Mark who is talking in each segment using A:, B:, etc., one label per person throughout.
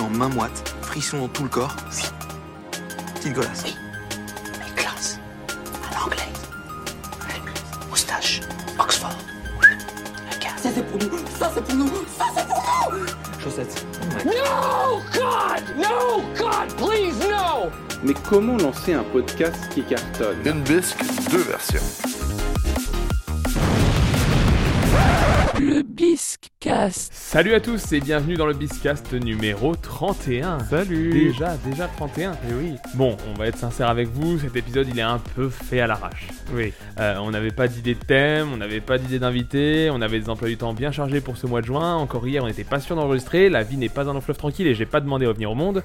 A: en main moite, frisson dans tout le corps.
B: Oui.
A: Petite golasse.
B: Oui. Mais classe. À l'anglais. Moustache. Oxford. Un gars.
C: Ça c'est pour nous, ça c'est pour nous, ça c'est pour nous
A: Chaussettes.
D: No, God! No, God, please, no!
E: Mais comment lancer un podcast qui cartonne
F: Une bisque, deux versions.
G: Le Biscast.
H: Salut à tous et bienvenue dans le Biscast numéro 31.
I: Salut
H: Déjà, déjà 31.
I: Eh oui,
H: Bon, on va être sincère avec vous, cet épisode il est un peu fait à l'arrache.
I: oui.
H: Euh, on n'avait pas d'idée de thème, on n'avait pas d'idée d'invité, on avait des emplois du temps bien chargés pour ce mois de juin, encore hier on n'était pas sûr d'enregistrer, la vie n'est pas un long fleuve tranquille et j'ai pas demandé à revenir au monde,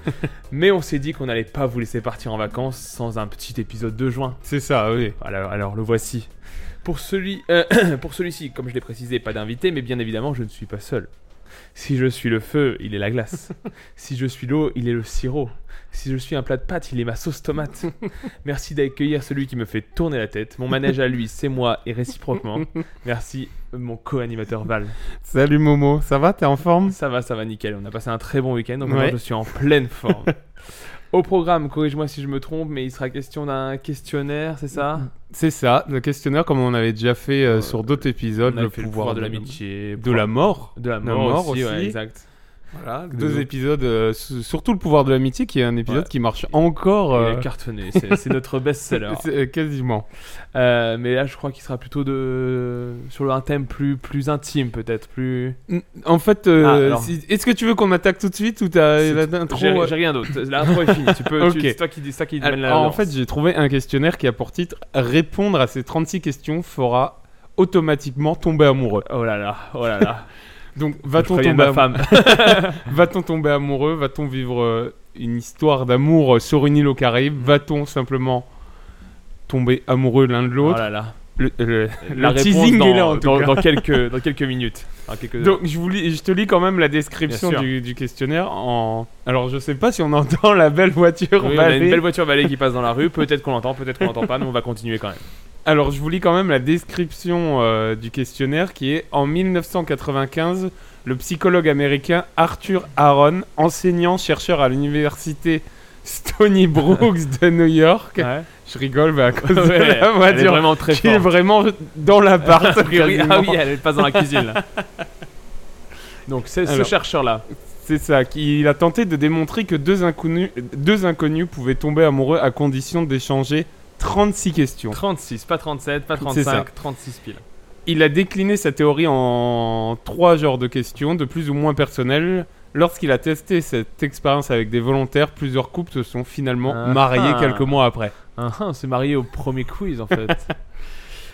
H: mais on s'est dit qu'on n'allait pas vous laisser partir en vacances sans un petit épisode de juin.
I: C'est ça, oui.
H: Alors, alors le voici. Pour celui, euh, pour celui-ci, comme je l'ai précisé, pas d'invité, mais bien évidemment, je ne suis pas seul. Si je suis le feu, il est la glace. si je suis l'eau, il est le sirop. Si je suis un plat de pâtes, il est ma sauce tomate. Merci d'accueillir celui qui me fait tourner la tête. Mon manège à lui, c'est moi, et réciproquement. Merci, mon co-animateur Val.
I: Salut Momo, ça va T'es en forme
H: Ça va, ça va, nickel. On a passé un très bon week-end, donc
I: Ouais.
H: maintenant, je suis en pleine forme. Au programme, corrige-moi si je me trompe, mais il sera question d'un questionnaire, c'est ça
I: C'est ça, le questionnaire comme on avait déjà fait euh,
H: Euh,
I: sur d'autres épisodes,
H: On a fait le pouvoir de l'amitié,
I: De la mort
H: de la
I: La
H: mort,
I: mort
H: aussi, ouais,
I: aussi.
H: exact.
I: Voilà,
H: de-
I: deux épisodes, euh, su- surtout le pouvoir de l'amitié qui est un épisode
H: Ouais.
I: qui marche encore
H: Il a
I: euh,
H: cartonné, c'est c'est notre best-seller.
I: c'est- euh, quasiment.
H: Euh, mais là, je crois qu'il sera plutôt de sur un thème plus plus intime, peut-être plus.
I: Mm, En fait, euh,
H: Ah, alors.
I: si- est-ce que tu veux qu'on attaque tout de suite ou t'as
H: C'est-
I: la- l'intro
H: J'ai
I: euh,
H: j'ai rien d'autre. L'intro est finie. Tu peux. tu-
I: Ok.
H: C'est toi qui dis ça qui mène la.
I: Alors, en
H: lance.
I: fait, j'ai trouvé un questionnaire qui a pour titre Répondre à ces 36 questions fera automatiquement tomber amoureux.
H: Oh là là, oh là là.
I: Donc,
H: Je
I: va-t-on tomber
H: préviens ma
I: amoureux
H: femme.
I: Va-t-on tomber amoureux Va-t-on vivre euh, une histoire d'amour euh, sur une île au
H: Mm.
I: Caraïbes Va-t-on simplement tomber amoureux l'un de
H: Oh
I: l'autre
H: là là.
I: Le, le-
H: La
I: le
H: réponse
I: teasing
H: dans,
I: est là en tout
H: dans,
I: cas.
H: dans quelques dans quelques minutes. Dans quelques-
I: Donc je, vous lis- je te lis quand même la description
H: Bien sûr.
I: du, du questionnaire. En... Alors je sais pas si on entend la belle voiture.
H: Oui, on a
I: balai.
H: une belle voiture balai qui passe dans la rue. Peut-être qu'on l'entend, peut-être qu'on l'entend pas, mais on va continuer quand même.
I: Alors je vous lis quand même la description euh, du questionnaire qui est en 1995, le psychologue américain Arthur Aaron, enseignant chercheur à l'université Stony Brooks de New York,
H: Ouais.
I: Je rigole, mais à cause
H: Ouais,
I: de la
H: elle est
I: voiture
H: vraiment très
I: qui est
H: forte.
I: vraiment dans l'appart.
H: A priori- Ah
I: quasiment.
H: oui, elle passe dans la cuisine. là. Donc c'est ce
I: Alors.
H: chercheur-là.
I: C'est ça, qui- il a tenté de démontrer que deux inconnus, deux inconnus pouvaient tomber amoureux à condition d'échanger 36 questions.
H: 36, pas 37, pas
I: C'est ça.
H: 35, 36 piles.
I: Il a décliné sa théorie en trois genres de questions, de plus ou moins personnelles. Lorsqu'il a testé cette expérience avec des volontaires, plusieurs couples se sont finalement
H: Ah.
I: mariés quelques mois après.
H: Ah, ah, on s'est marié au premier quiz en fait.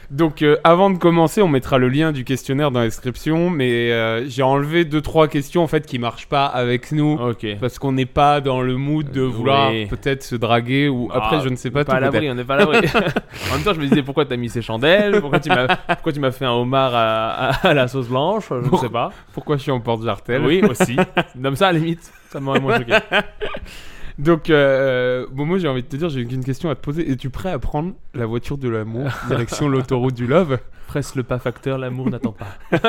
I: Donc euh, avant de commencer, on mettra le lien du questionnaire dans la description, mais euh, j'ai enlevé deux trois questions en fait qui marchent pas avec nous.
H: ok.
I: Parce qu'on n'est pas dans le mood de
H: Euh,
I: vouloir
H: oui.
I: peut-être se draguer ou après
H: Ah,
I: je ne sais pas,
H: pas à
I: tout
H: l'abri,
I: peut-être.
H: on n'est pas à l'abri. en même temps, je me disais pourquoi t'as mis ces chandelles, pourquoi tu m'as, pourquoi tu m'as fait un homard à, à- à la sauce blanche, je ne sais pas.
I: Pourquoi je suis en porte jartel
H: Oui, aussi. Nomme ça à la limite, ça m'aurait moins choqué.
I: Donc euh, bon, moi j'ai envie de te dire, j'ai une question à te poser. Es-tu prêt à prendre la voiture de l'amour direction l'autoroute du love
H: Presse le pas facteur, l'amour n'attend pas.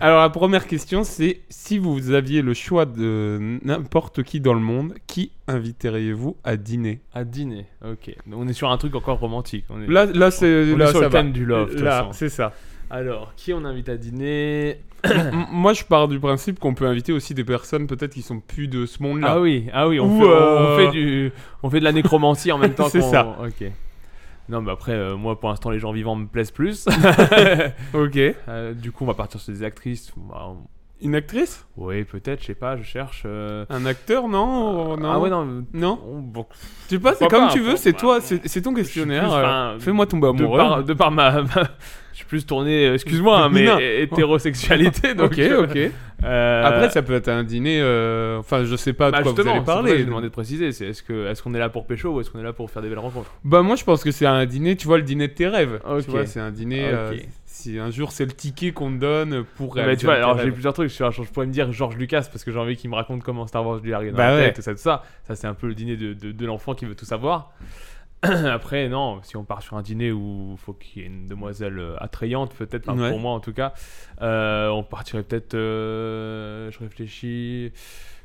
I: Alors la première question c'est si vous aviez le choix de n'importe qui dans le monde, qui inviteriez-vous à dîner
H: À dîner, ok. Donc, on est sur un truc encore romantique. On est...
I: Là, là c'est
H: On
I: là,
H: est sur
I: ça
H: le
I: va.
H: thème du love, de toute
I: Là,
H: façon.
I: c'est ça.
H: Alors, qui on invite à dîner
I: M- Moi, je pars du principe qu'on peut inviter aussi des personnes peut-être qui sont plus de ce monde-là.
H: Ah oui, ah oui, on,
I: Ou,
H: fait, on-
I: euh,
H: on fait du, on fait de la nécromancie en même temps.
I: C'est
H: qu'on-
I: ça.
H: Ok. Non, mais après, euh, moi, pour l'instant, les gens vivants me plaisent plus.
I: Ok.
H: Euh, du coup, on va partir sur des actrices. Bah, on-
I: Une actrice
H: Oui, peut-être, je sais pas, je cherche. euh,
I: Un acteur Non, non.
H: Ah ouais, non.
I: Non
H: on- bon,
I: Je sais pas, c'est
H: Pourquoi
I: comme
H: pas,
I: tu veux,
H: pour-
I: c'est
H: bah,
I: toi,
H: bon.
I: c'est c'est ton
H: je suis plus,
I: questionnaire. euh,
H: enfin,
I: Fais-moi tomber
H: de
I: amoureux.
H: par, de par ma, ma- Je suis plus tourné, euh, excuse-moi, hein, mais
I: Mina.
H: hé- hétérosexualité. donc,
I: ok,
H: euh,
I: ok.
H: euh,
I: Après, ça peut être un dîner. euh, Enfin, je sais pas de
H: bah,
I: quoi vous
H: justement,
I: allez
H: c'est pour ça que
I: parler.
H: J'ai demandé de préciser, c'est est-ce que est-ce qu'on est là pour pécho ou est-ce qu'on est là pour faire des belles rencontres
I: Bah, moi, je pense que c'est un dîner, tu vois, le dîner de tes rêves.
H: Ok.
I: Tu vois, c'est un dîner.
H: Ok.
I: euh, si un jour, c'est le ticket qu'on te donne pour
H: Ouais,
I: réaliser.
H: mais tu vois,
I: tes
H: alors j'ai
I: rêves.
H: plusieurs trucs. Je, suis- je pourrais me dire George Lucas parce que j'ai envie qu'il me raconte comment Star Wars lui est arrivé dans
I: Bah
H: la
I: ouais.
H: tête, tout ça, tout ça. Ça, c'est un peu le dîner de, de- de l'enfant qui veut tout savoir. Après, non, si on part sur un dîner où faut qu'il y ait une demoiselle euh, attrayante, peut-être, enfin,
I: Ouais.
H: pour moi en tout cas, euh, on partirait peut-être. euh, je réfléchis.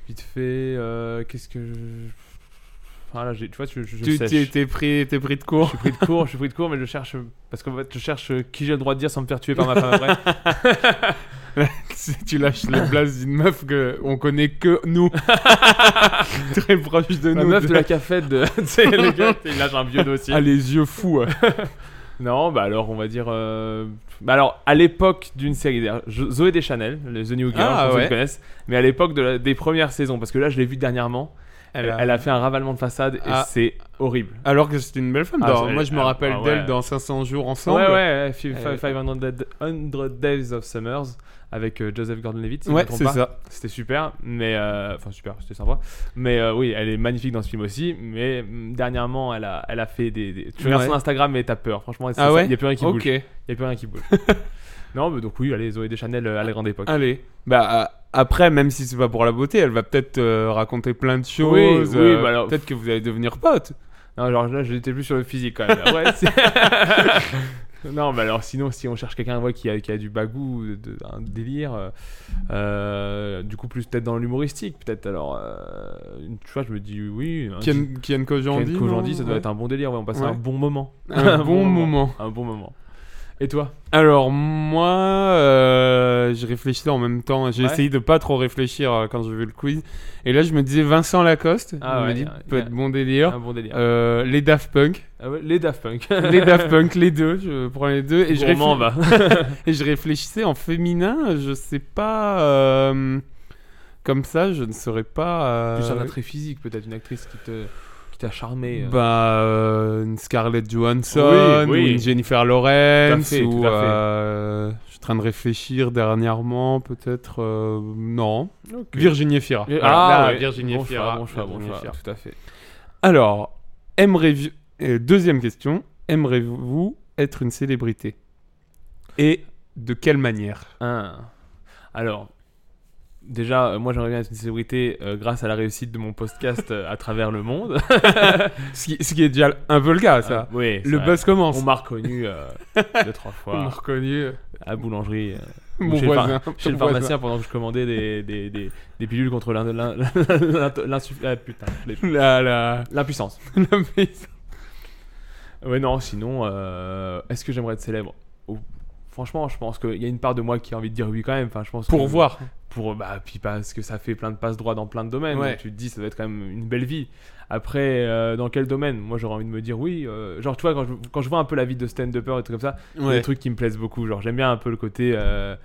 H: Vite fait, euh, qu'est-ce que je. Enfin, là, j'ai- tu vois, je, je, je
I: Tu
H: sèche.
I: t'es t'es pris, t'es pris de court.
H: Je suis pris de court, je suis pris de court, mais je cherche. Parce qu'en fait, je cherche euh, qui j'ai le droit de dire sans me faire tuer par ma femme après.
I: Si tu lâches les blases d'une meuf que on connaît que nous, très proche de
H: La
I: nous,
H: meuf de la cafette de. tu sais, le gars, il lâche un vieux dossier.
I: a les yeux fous. ouais.
H: Non, bah alors, on va dire. euh, Bah alors, à l'époque d'une série. d'ailleurs, je- Zoé Deschanel, le The New Girl,
I: Ah,
H: je pense que
I: ouais.
H: vous connaissez. Mais à l'époque de la- des premières saisons, parce que là, je l'ai vu dernièrement. Elle a... fait un ravalement de façade et
I: Ah.
H: c'est horrible.
I: Alors que c'est une belle femme.
H: Ah,
I: Dans-
H: c'est-
I: moi, je me
H: ah,
I: rappelle
H: ah, ouais.
I: d'elle dans 500 jours ensemble.
H: Ouais, ouais, ouais, fi-
I: Elle-
H: fi- 500 Dead- 100 Days of Summers avec euh, Joseph Gordon-Levitt. si je
I: Ouais,
H: me trompe
I: c'est
H: pas.
I: ça.
H: C'était super, mais euh, enfin super, c'était sympa. Mais euh, oui, elle est magnifique dans ce film aussi. Mais mm, dernièrement, elle a, elle a fait des, des- Tu regardes
I: Ouais.
H: son Instagram et t'as peur. Franchement, c'est
I: Ah
H: ça,
I: ouais
H: il y a plus rien qui
I: Ok.
H: bouge. Il y a plus rien qui bouge. non, mais donc oui, allez Zoé Deschanel euh, à la grande époque.
I: Allez. Bah euh, après, même si c'est pas pour la beauté, elle va peut-être euh, raconter plein de choses.
H: oui,
I: euh,
H: bah alors-
I: Peut-être que vous allez devenir potes.
H: Non, genre là, j'étais plus sur le physique quand même. Ouais, c'est- non, mais alors sinon, si on cherche quelqu'un ouais, qui, a, qui a du bagou, de- de- un délire, euh, euh, du coup, plus peut-être dans l'humoristique, peut-être. Alors, euh, tu vois, je me Hein, dis oui. un petit-
I: Ken, Ken Kojandi.
H: Ken
I: non
H: Kojandi, ça doit
I: Ouais.
H: être un bon délire, ouais, on passe
I: Ouais.
H: un bon moment.
I: Un bon moment.
H: Un bon moment. Et toi
I: Alors moi, euh, je réfléchissais en même temps. J'ai
H: Ouais.
I: essayé de pas trop réfléchir euh, quand j'ai vu le quiz. Et là, je me disais Vincent Lacoste.
H: Ah
I: je me
H: ouais, Ah
I: dis,
H: y a-
I: peut
H: y a-
I: être bon délire.
H: Un bon délire.
I: Euh, les Daft Punk,
H: Ah ouais, les Daft Punk.
I: les Daft Punk, les deux. Je prends les deux et je,
H: Gourmand,
I: réfl-
H: va.
I: et je réfléchissais en féminin. Je sais pas. euh, Comme ça, je ne saurais pas. euh,
H: Plus un attrait physique, peut-être, une actrice qui te qui t'a charmé. euh.
I: Bah, euh, une Scarlett Johansson,
H: Oui, oui.
I: ou une Jennifer Lawrence,
H: Tout à fait,
I: ou
H: tout à fait.
I: euh, je suis en train de réfléchir dernièrement, peut-être euh, non, Virginie Efira.
H: Ah,
I: Voilà,
H: ouais.
I: Virginie
H: bon
I: Efira.
H: choix, bon choix, bon
I: Virginie
H: choix,
I: Efira.
H: tout à fait.
I: Alors, aimerez-vous euh, deuxième question, aimerez-vous être une célébrité et de quelle manière
H: Un. Alors, déjà, euh, moi j'aimerais bien être une célébrité euh, grâce à la réussite de mon podcast euh, à travers le monde.
I: ce qui, ce qui est déjà un peu le cas, ça.
H: oui,
I: le
H: ça,
I: buzz commence.
H: On m'a reconnu euh, deux, trois
I: On m'a
H: fois
I: reconnu euh,
H: à boulangerie. euh,
I: mon
H: chez le
I: voisin.
H: chez le
I: ton voisin.
H: pharmacien pendant que je commandais des, des, des, des pilules contre l'in- l'in- l'in- l'insu- ah, putain, les-
I: Là, là.
H: l'impuissance. Ouais, non, sinon, euh, est-ce que j'aimerais être célèbre Oh, Franchement, je pense qu'il y a une part de moi qui a envie de dire oui quand même. Enfin, je pense
I: Pour
H: que-
I: voir.
H: Pour, bah, puis parce que ça fait plein de passes droits dans plein de domaines.
I: Ouais.
H: Donc tu te dis, ça doit être quand même une belle vie. Après, euh, dans quel domaine Moi, j'aurais envie de me dire oui. euh, genre, tu vois, quand je, quand je vois un peu la vie de stand-upper et tout comme ça, il y a
I: Ouais.
H: des trucs qui me plaisent beaucoup. Genre, j'aime bien un peu le côté. euh,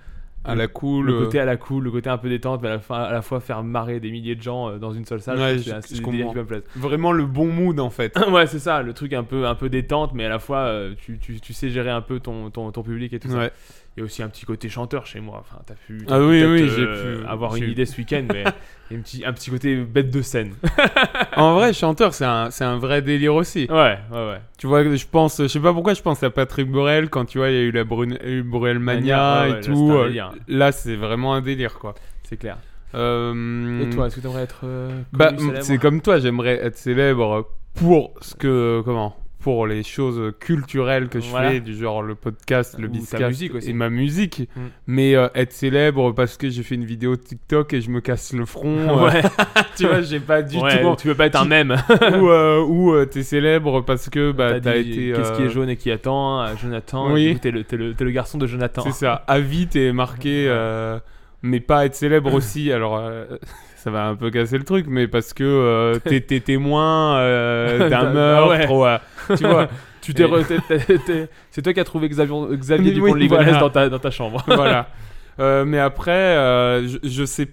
I: à la cool.
H: le
I: euh,
H: côté à la cool, le côté un peu détente, mais à la, fin- à la fois faire marrer des milliers de gens euh, dans une seule salle,
I: Ouais,
H: c'est
I: je-
H: un-
I: je
H: c'est des délires
I: comprends.
H: qui me plaisent.
I: vraiment le bon mood en fait.
H: ouais, c'est ça, le truc un peu, un peu détente, mais à la fois euh, tu, tu, tu sais gérer un peu ton, ton, ton public et tout ça.
I: Ouais.
H: Il y a aussi un petit côté chanteur chez moi. Enfin, t'as pu,
I: Ah oui,
H: peut-être,
I: oui,
H: euh,
I: j'ai pu-
H: avoir
I: j'ai
H: une
I: eu-
H: idée ce week-end, mais il y a un petit, un petit côté bête de scène.
I: En vrai, chanteur, c'est un, c'est un vrai délire aussi.
H: ouais, ouais, ouais.
I: Tu vois, je pense, je sais pas pourquoi, je pense à Patrick Borel quand tu vois, il y a eu la Brune, euh, Borel
H: Mania,
I: Mania
H: ouais,
I: et
H: ouais, là,
I: tout.
H: c'est un
I: euh,
H: délire.
I: Là, c'est vraiment un délire quoi.
H: C'est clair.
I: Euh,
H: Et toi, est-ce que t'aimerais être. euh,
I: bah,
H: connu, célèbre
I: c'est comme toi, j'aimerais être célèbre pour ce que. Comment Pour les choses culturelles que je
H: Voilà.
I: fais, du genre le podcast,
H: Ou
I: le
H: ta
I: biscast
H: musique aussi.
I: et ma musique.
H: Mm.
I: Mais euh, être célèbre parce que j'ai fait une vidéo TikTok et je me casse le front. euh,
H: Ouais,
I: tu vois, j'ai pas du
H: Ouais,
I: tout.
H: tu veux pas être un mème.
I: ou euh, ou, euh, t'es célèbre parce que bah,
H: T'as
I: t'as
H: dit,
I: été.
H: Qu'est-ce qui
I: euh,
H: est jaune et qui attend euh, Jonathan,
I: Oui.
H: du coup, t'es le, t'es le, t'es le garçon de Jonathan.
I: C'est ça, à vie t'es marqué, euh, mais pas être célèbre aussi. Alors, euh, ça va un peu casser le truc, mais parce que euh, t'es t'es témoin euh, d'un
H: D'un- Ah
I: meurtre. ou, euh, tu vois,
H: Tu t'es
I: Et-
H: re- t'es- t'es- t'es- C'est toi qui as trouvé Xavier, Xavier
I: Oui,
H: Dupont de Ligonnès
I: voilà.
H: dans, ta, dans ta chambre.
I: voilà. Euh, mais après, euh, je, je sais,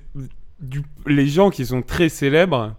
I: du- les gens qui sont très célèbres,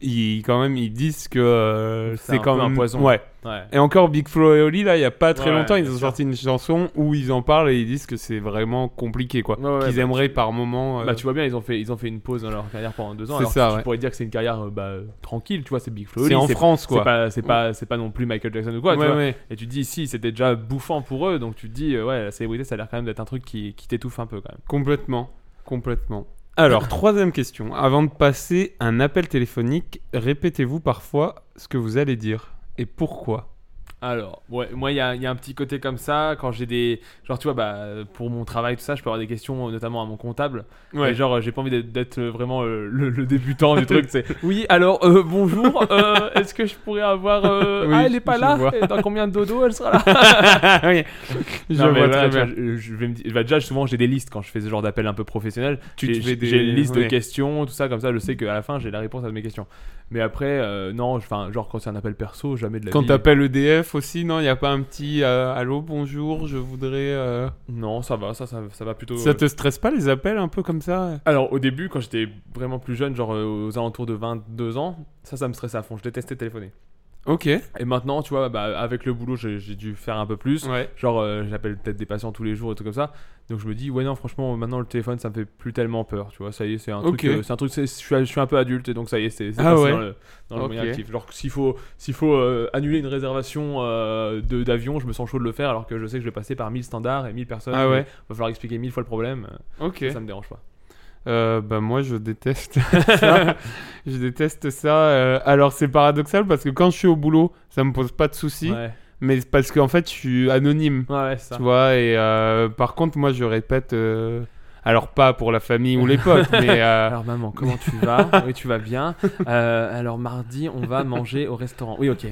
I: ils, quand même, ils disent que euh,
H: C'est un
I: c'est quand
H: peu un
I: même
H: poison.
I: Ouais.
H: Ouais.
I: Et encore Big Flo et Oli, là, il y a pas très
H: Ouais,
I: longtemps, ils
H: bien
I: ont
H: sûr.
I: sorti une chanson où ils en parlent et ils disent que c'est vraiment compliqué, quoi.
H: Ouais, ouais,
I: Qu'ils
H: bah,
I: aimeraient par moment. euh,
H: Bah, tu vois bien, ils ont, fait, ils ont fait une pause dans leur carrière pendant deux ans.
I: C'est
H: Alors que
I: ça,
H: tu
I: ouais.
H: pourrais dire que c'est une carrière euh, bah, euh, tranquille, tu vois, c'est Big Flo.
I: c'est
H: Oli,
I: en France,
H: C'est
I: quoi.
H: pas, c'est pas, c'est pas non plus Michael Jackson ou quoi. tu
I: Ouais,
H: vois.
I: ouais.
H: Et tu te dis, si, c'était déjà bouffant pour eux. Donc tu te dis, euh, ouais, la célébrité, ça a l'air quand même d'être un truc qui, qui t'étouffe un peu quand même.
I: Complètement. Complètement. Alors, troisième question. Avant de passer un appel téléphonique, répétez-vous parfois ce que vous allez dire et pourquoi.
H: Alors, ouais, moi, il y a, il y a un petit côté comme ça. Quand j'ai des. Genre, tu vois, bah, pour mon travail, tout ça, je peux avoir des questions, euh, notamment à mon comptable.
I: Ouais.
H: Et genre, euh, j'ai pas envie d'être- d'être euh, vraiment euh, le, le débutant du truc. C'est oui, alors, euh, bonjour, euh, est-ce que je pourrais avoir. euh,
I: Oui,
H: ah, elle est pas
I: je
H: là
I: vois.
H: Et Dans combien de dodo elle sera là
I: Oui. Je
H: Non, mais
I: vois
H: voilà,
I: très bien.
H: tu vois, Je, je vais me dire- bah, déjà, souvent, j'ai des listes quand je fais ce genre d'appel un peu professionnel.
I: Tu te
H: J'ai-
I: fais des-
H: J'ai une liste
I: ouais.
H: de questions, tout ça, comme ça, je sais qu'à la fin, j'ai la réponse à mes questions. Mais après, euh, non, enfin, genre, quand c'est un appel perso, jamais de la
I: Quand
H: vie.
I: t'appelles EDF aussi, non, il a pas un petit euh, allô, bonjour, je voudrais. euh,
H: Non, ça va, ça, ça, ça va plutôt. euh,
I: Ça te stresse pas les appels un peu comme ça
H: Alors au début, quand j'étais vraiment plus jeune, genre euh, aux alentours de 22 ans, ça, ça me stressait à fond. Je détestais téléphoner.
I: Ok.
H: Et maintenant, tu vois, bah, avec le boulot, j'ai j'ai dû faire un peu plus.
I: Ouais.
H: Genre, euh, j'appelle peut-être des patients tous les jours et tout comme ça. Donc je me dis, ouais, non, franchement, maintenant le téléphone, ça me fait plus tellement peur. Tu vois, ça y est, c'est un
I: Ok.
H: truc. euh, c'est un truc. c'est- Je suis, je suis un peu adulte et donc ça y est, c'est c'est
I: Ah
H: passé
I: ouais.
H: dans le, dans le
I: Ok.
H: moyen actif. Genre, s'il faut, s'il faut euh, annuler une réservation euh, de- d'avion, je me sens chaud de le faire alors que je sais que je vais passer par 1000 standards et 1000 personnes.
I: Ah ouais.
H: Et Va falloir expliquer 1000 fois le problème.
I: Ok.
H: euh, Ça me dérange pas.
I: Euh, bah moi je déteste ça. je déteste ça. Euh, alors c'est paradoxal parce que quand je suis au boulot, ça me pose pas de soucis.
H: Ouais,
I: Mais c'est parce qu'en fait je suis anonyme.
H: ouais, ouais, c'est ça.
I: Tu vois, et euh, par contre moi je répète... euh, alors pas pour la famille ou les potes, mais... euh,
H: Alors maman, comment tu vas Oui, tu vas bien. Euh, alors mardi, on va manger au restaurant. Oui, ok.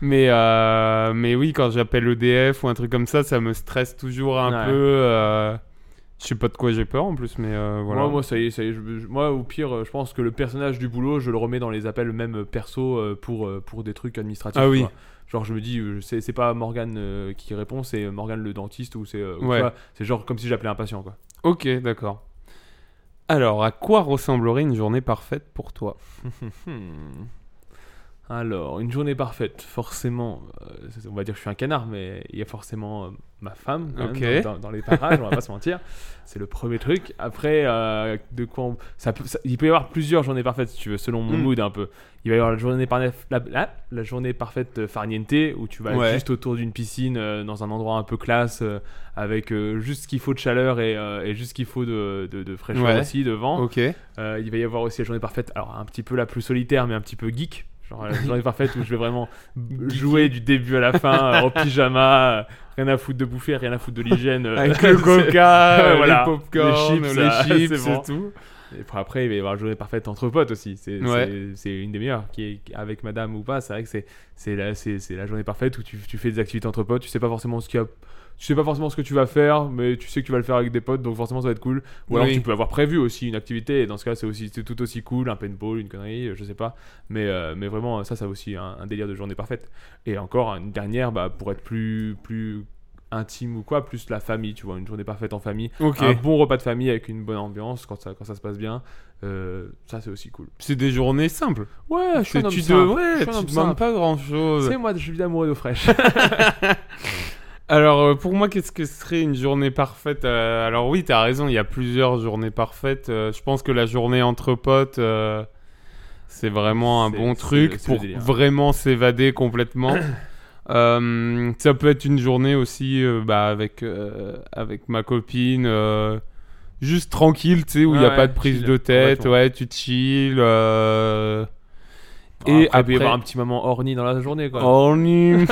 I: Mais, euh, mais oui, quand j'appelle EDF ou un truc comme ça, ça me stresse toujours un
H: Ouais.
I: peu. euh, je sais pas de quoi j'ai peur en plus, mais euh, voilà.
H: Moi, moi, ça y est, ça y est. je- je- moi, au pire, euh, je pense que le personnage du boulot, je le remets dans les appels même euh, perso euh, pour, euh, pour des trucs administratifs.
I: Ah
H: tu
I: oui.
H: vois. Genre, je me dis, euh, c'est c'est pas Morgane euh, qui répond, c'est euh, Morgane le dentiste ou c'est. euh, ou tu
I: Ouais.
H: vois, C'est genre comme si j'appelais un patient, quoi.
I: Ok, d'accord. Alors, à quoi ressemblerait une journée parfaite pour toi
H: Hmm. Alors, une journée parfaite, forcément, euh, c'est- on va dire que je suis un canard, mais il y a forcément euh, ma femme quand même,
I: Ok.
H: dans, dans- dans les parages, on va pas se mentir. C'est le premier truc. Après, euh, de quoi on- ça peut- ça- il peut y avoir plusieurs journées parfaites, si tu veux, selon mon
I: Mm.
H: mood un peu. Il va y avoir la journée, par- la, la- la journée parfaite euh, farniente, où tu vas
I: Ouais.
H: juste autour d'une piscine, euh, dans un endroit un peu classe, euh, avec euh, juste ce qu'il faut de chaleur et, euh, et juste ce qu'il faut de, de- de fraîcheur
I: Ouais.
H: aussi devant.
I: Ok.
H: Euh, il va y avoir aussi la journée parfaite, alors un petit peu la plus solitaire, mais un petit peu geek. Genre la journée parfaite où je vais vraiment jouer du début à la fin, euh, en pyjama, euh, rien à foutre de bouffer, rien à foutre de l'hygiène. euh,
I: Avec le
H: c'est-
I: coca,
H: Ouais,
I: euh,
H: voilà.
I: les popcorn,
H: Les
I: les
H: chips,
I: chips,
H: euh, c'est
I: c'est
H: bon.
I: tout.
H: Et puis après, il va y avoir la journée parfaite entre potes aussi. C'est
I: Ouais.
H: c'est- c'est une des meilleures, qui est avec madame ou pas. C'est vrai que c'est- c'est la, c'est- c'est la journée parfaite où tu, tu fais des activités entre potes. Tu sais pas forcément ce qu'il y a- Tu sais pas forcément ce que tu vas faire, mais tu sais que tu vas le faire avec des potes, donc forcément ça va être cool. Ou alors
I: Oui.
H: tu peux avoir prévu aussi une activité, et dans ce cas c'est aussi c'est tout aussi cool, un paintball, une connerie, euh, je sais pas. Mais, euh, mais vraiment, ça, ça aussi un, un délire de journée parfaite. Et encore une dernière, bah, pour être plus, plus intime ou quoi, plus la famille, tu vois, une journée parfaite en famille.
I: Ok.
H: Un bon repas de famille avec une bonne ambiance quand ça, quand ça se passe bien, euh, ça c'est aussi cool.
I: C'est des journées simples.
H: Ouais,
I: C'est- tu te, ouais, tu te demandes pas grand chose.
H: C'est moi, je suis d'amour d'eau fraîche.
I: Alors, euh, pour moi, qu'est-ce que serait une journée parfaite Euh, Alors, oui, t'as raison, il y a plusieurs journées parfaites. Euh, je pense que la journée entre potes, euh, c'est vraiment un
H: C'est-
I: bon
H: c'est-
I: truc
H: c'est le
I: pour
H: délire.
I: vraiment s'évader complètement. Euh, ça peut être une journée aussi euh, bah, avec, euh, avec ma copine, euh, juste tranquille, tu sais, où il n'y a
H: Ouais,
I: pas
H: ouais,
I: de prise
H: chill,
I: de tête.
H: complètement.
I: Ouais, tu chill. euh, Et
H: après, il peut y
I: après- Oh.
H: avoir un petit moment horny dans la journée, quoi.
I: Horny.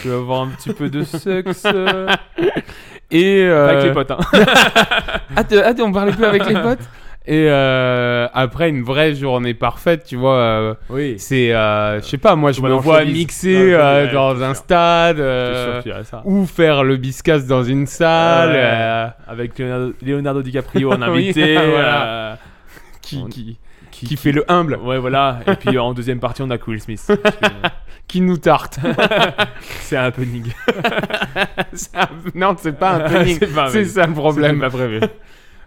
H: Tu vas avoir un petit peu de sexe euh,
I: Et euh,
H: avec les potes. hein.
I: Ah, te- ah, te- on parlait plus avec les potes Et euh, après, une vraie journée parfaite, tu vois, euh,
H: Oui.
I: c'est. euh, je sais pas, moi, je
H: Tout va
I: me
H: dans le
I: vois
H: showbiz. Dans
I: mixer
H: le
I: euh,
H: showbiz, ouais,
I: dans
H: c'est
I: un
H: sûr.
I: stade.
H: Je suis
I: euh,
H: sûr que tu dirais ça.
I: ou faire le biscasse dans une salle.
H: Ouais.
I: euh,
H: Avec Leonardo, Leonardo DiCaprio en
I: Oui,
H: invité.
I: voilà.
H: euh,
I: qui,
H: On-
I: qui,
H: qui,
I: qui fait le humble,
H: Ouais, voilà. Et puis en deuxième partie, on a Will Smith. Parce que, euh,
I: qui nous tarte.
H: C'est un happening.
I: C'est un- non, c'est pas un planning.
H: C'est pas un
I: c'est
H: planning.
I: ça le
H: C'était
I: problème.
H: pas prévu.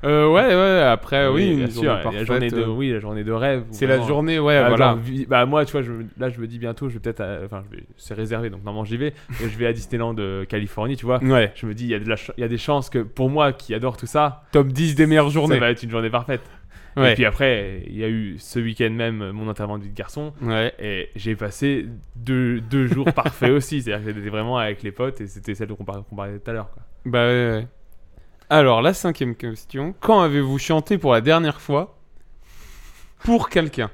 I: Euh, ouais, ouais, après, oui,
H: bien
I: une
H: sûr,
I: journée
H: la
I: parfaite,
H: journée de,
I: euh,
H: oui, la journée de rêve. où
I: C'est la
H: vraiment-
I: journée, ouais,
H: Ah,
I: voilà.
H: genre, vi- bah moi tu vois je, me- là je me dis bientôt je vais peut-être à- enfin je vais- c'est réservé donc normalement j'y vais mais je vais à Disneyland euh, Californie tu vois
I: Ouais,
H: je me dis il y a de la ch- il y a des chances que pour moi qui adore tout ça
I: top 10 des meilleures journées.
H: ça va être une journée parfaite
I: Ouais.
H: et puis après il y a eu ce week-end même euh, mon intervention de vie de garçon
I: ouais.
H: et j'ai passé deux, deux jours parfaits aussi c'est-à-dire que j'étais vraiment avec les potes et c'était celle qu'on par- qu'on parlait tout à l'heure quoi.
I: Bah ouais, ouais. Alors, la cinquième question. Quand avez-vous chanté pour la dernière fois pour quelqu'un.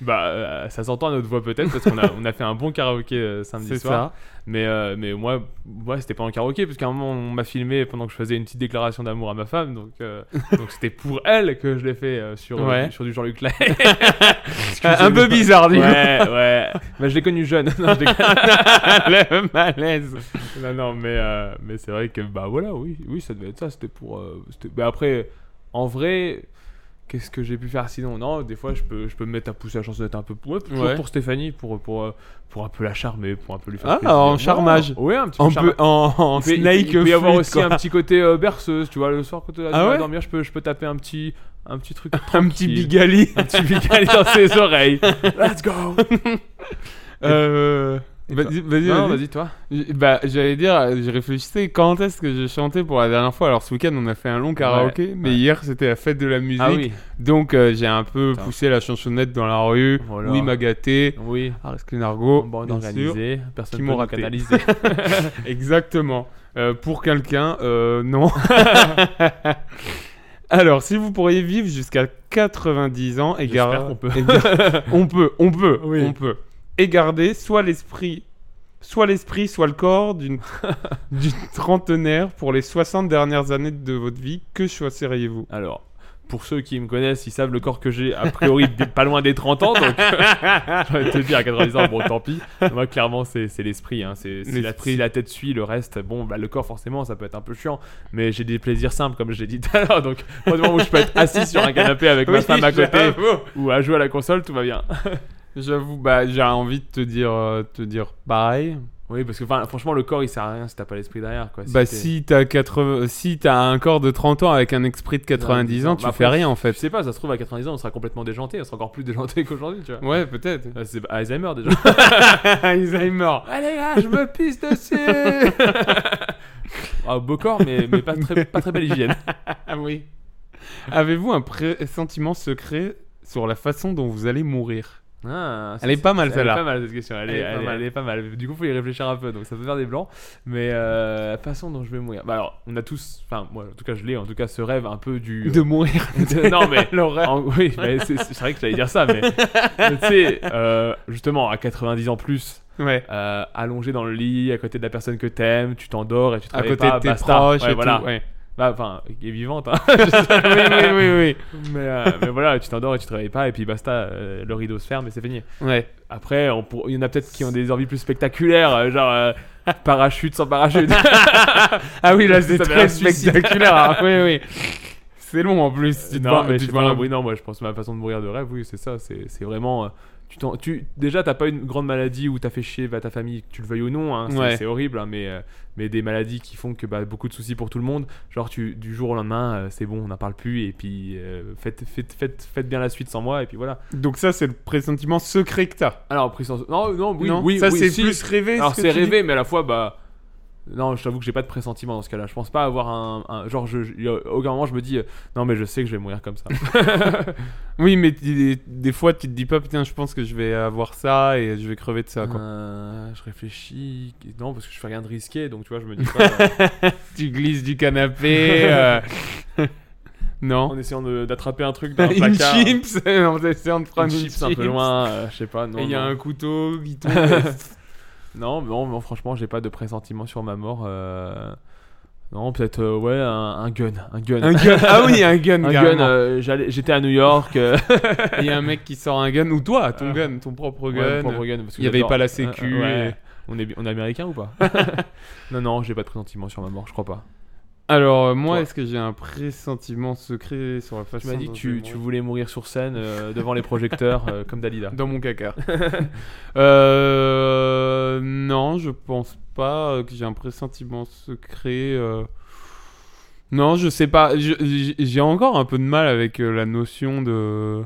H: Bah, euh, ça s'entend à notre voix peut-être, parce qu'on a, on a fait un bon karaoké euh, samedi
I: C'est
H: soir.
I: ça.
H: Mais, euh, mais moi, moi c'était pas un karaoké, parce qu'à un moment, on m'a filmé pendant que je faisais une petite déclaration d'amour à ma femme, donc euh, donc c'était pour elle que je l'ai fait euh, sur, euh,
I: Ouais.
H: sur du Jean-Luc Lay.
I: Euh, Un peu bizarre du coup.
H: Ouais, ouais. Bah, je l'ai connu jeune. non, je déconne.
I: le malaise.
H: non, non, mais, euh, mais c'est vrai que, bah voilà, oui, oui ça devait être ça. C'était pour. euh, c'était- bah, après, en vrai. Qu'est-ce que j'ai pu faire sinon Non, des fois je peux, je peux me mettre à pousser la chansonnette un peu pour, ouais, toujours
I: Ouais.
H: pour Stéphanie, pour, pour, euh, pour un peu la charmer, pour un peu lui faire
I: Ah,
H: plaisir.
I: en
H: Ouais,
I: charmage.
H: Ouais, un petit peu
I: En,
H: charmage.
I: peu, en, en
H: Il peut- il-
I: snake
H: il peut y avoir
I: fluide,
H: aussi
I: quoi.
H: un petit côté euh, berceuse, tu vois, le soir quand tu vas
I: Ah ouais
H: dormir, je peux, je peux taper un petit, un petit truc,
I: un petit
H: tranquille.
I: bigali.
H: un petit bigali dans ses oreilles. Let's go
I: Euh,
H: Et
I: Vas-y, vas-y,
H: Non,
I: vas-y.
H: vas-y toi.
I: J- Bah, j'allais dire, euh, je réfléchissais quand est-ce que j'ai chanté pour la dernière fois. Alors, ce week-end, on a fait un long karaoké, mais
H: ouais.
I: hier, c'était la fête de la musique.
H: Ah oui,
I: Donc, euh, j'ai un peu
H: Putain.
I: poussé la chansonnette dans la rue.
H: Voilà.
I: Oui, m'a gâté. Ah,
H: oui.
I: Aris Clénargo.
H: Bon,
I: bien sûr.
H: organisé, personne
I: Qui
H: ne peut
I: m'ont
H: nous
I: raté.
H: canaliser.
I: Exactement. Euh, pour quelqu'un, euh, non. Alors, si vous pourriez vivre jusqu'à 90 ans et
H: J'espère
I: gar-
H: qu'on peut.
I: et gar- on peut, on peut,
H: Oui.
I: on peut. Et garder soit l'esprit, soit l'esprit, soit le corps d'une d'une trentenaire pour les 60 dernières années de votre vie. Que choisiriez-vous
H: Alors, pour ceux qui me connaissent, ils savent le corps que j'ai, a priori, des- pas loin des 30 ans, donc je vais te dire à 90 ans, bon, tant pis. Moi, clairement, c'est c'est l'esprit. Hein. c'est- Si, la,
I: L'esprit.
H: si la tête suit, le reste, bon, bah, le corps, forcément, ça peut être un peu chiant, mais j'ai des plaisirs simples, comme j'ai dit tout à l'heure, donc, moi, du moment où je peux être assis sur un canapé avec ma
I: Oui,
H: femme à côté
I: j'avoue.
H: ou à jouer à la console, tout va bien.
I: J'avoue, bah, j'ai envie de te dire, euh, te dire pareil.
H: Oui, parce que enfin, franchement, le corps, il sert à rien si t'as pas l'esprit derrière. Quoi.
I: Bah
H: t'es-
I: si t'as 80... si t'as un corps de 30 ans avec un esprit de 90 ans,
H: Bah,
I: tu
H: après,
I: fais rien en
H: Je
I: fait.
H: sais pas, ça se trouve, à 90 ans, on sera complètement déjanté, on sera encore plus déjanté qu'aujourd'hui, tu vois.
I: Ouais, peut-être.
H: Euh, C'est Alzheimer déjà.
I: Alzheimer.
H: Allez là, je me pisse dessus Ah, beau corps, mais, mais pas, très, pas très belle hygiène.
I: Ah oui. Avez-vous un pressentiment secret sur la façon dont vous allez mourir
H: Ah, ça,
I: Elle est pas mal
H: elle est pas
I: celle-là.
H: mal cette question, elle est, elle, est- elle est pas mal. Du coup, faut y réfléchir un peu, donc ça peut faire des blancs. Mais euh, la façon dont je vais mourir. Bah alors, on a tous, enfin, moi en tout cas, je l'ai, en tout cas, ce rêve un peu du.
I: De mourir.
H: de- non, mais.
I: L'horreur.
H: en- oui, mais c'est c'est vrai que j'allais dire ça, mais. mais tu sais, euh, justement, à 90 ans plus,
I: Ouais.
H: euh, allongé dans le lit, à côté de la personne que t'aimes, tu t'endors et tu te
I: À
H: réveilles
I: côté
H: pas,
I: de tes
H: basta.
I: proches
H: Ouais,
I: et
H: voilà.
I: tout. ouais.
H: Bah, enfin, qui est vivante, hein.
I: oui, oui, oui,
H: mais, euh, mais voilà, tu t'endors et tu te réveilles pas, et puis basta, euh, le rideau se ferme et c'est fini.
I: oui. Ouais.
H: Après, on pour- il y en a peut-être qui ont des envies plus spectaculaires, euh, genre euh, parachute sans parachute.
I: Ah oui, là c'est
H: Ça fait
I: très
H: un suicide.
I: spectaculaire. hein. oui, oui. C'est long en plus. Tu te
H: non,
I: vois-
H: mais
I: tu
H: je
I: te
H: sais
I: vois
H: pas,
I: la-
H: oui, non, moi je pense que ma façon de mourir de rêve, oui, c'est ça, c'est c'est vraiment. euh, tu t'en- tu, déjà, t'as pas une grande maladie où t'as fait chier bah, ta famille, que tu le veuilles ou non, hein, c'est
I: Ouais.
H: c'est horrible, hein, mais, euh, mais des maladies qui font que bah, beaucoup de soucis pour tout le monde. Genre, tu, du jour au lendemain, euh, c'est bon, on n'en parle plus, et puis euh, faites, faites, faites, faites bien la suite sans moi, et puis voilà.
I: Donc ça c'est le pressentiment secret que t'as.
H: Alors, pris sans. Non, non, oui,
I: Non
H: oui,
I: ça
H: oui,
I: c'est
H: si.
I: plus rêvé.
H: Alors
I: ce que
H: c'est
I: tu dis.
H: rêvé, mais à la fois, bah. Non, je t'avoue que j'ai pas de pressentiment dans ce cas-là. Je pense pas avoir un. un- genre, je, je- euh, aucun moment je me dis, euh, non, mais je sais que je vais mourir comme ça.
I: Oui, mais t- des, des fois, tu te dis pas, putain, je pense que je vais avoir ça et je vais crever de ça, quoi.
H: Euh, je réfléchis. Non, parce que je fais rien de risqué, donc tu vois, je me dis pas. euh,
I: Tu glisses du canapé. euh, non.
H: en essayant de- d'attraper un truc dans un
I: Une
H: placard. euh,
I: chips, en essayant de
H: Une
I: prendre une,
H: chips un peu
I: chips.
H: loin, euh, je sais pas. Non,
I: Et il y a
H: non.
I: un couteau qui tombe.
H: Non, mais non, non, franchement, j'ai pas de pressentiment sur ma mort. euh, Non, peut-être, euh, ouais, un, un gun. Un gun.
I: un gun. Ah oui, un gun,
H: Un gun,
I: carrément.
H: euh, j'allais- j'étais à New York. euh,
I: Et Il y a un mec qui sort un gun, ou toi, ton
H: Euh,
I: gun, ton propre
H: Ouais,
I: gun.
H: pauvre Gun, parce que
I: Il y avait
H: j'adore.
I: pas la sécu,
H: Euh, euh,
I: et-
H: ouais. On est, on est américain ou pas Non, non, j'ai pas de pressentiment sur ma mort, je crois pas.
I: Alors, euh, moi,
H: Toi.
I: est-ce que j'ai un pressentiment secret sur la
H: Tu
I: façon
H: m'as dit
I: dont
H: que
I: je vais
H: tu, tu
I: mourir
H: voulais mourir sur scène euh, devant les projecteurs euh, comme Dalida.
I: Dans mon caca. euh, non, je pense pas que j'ai un pressentiment secret. euh. Non, je sais pas. Je- J'ai j'ai encore un peu de mal avec euh, la notion de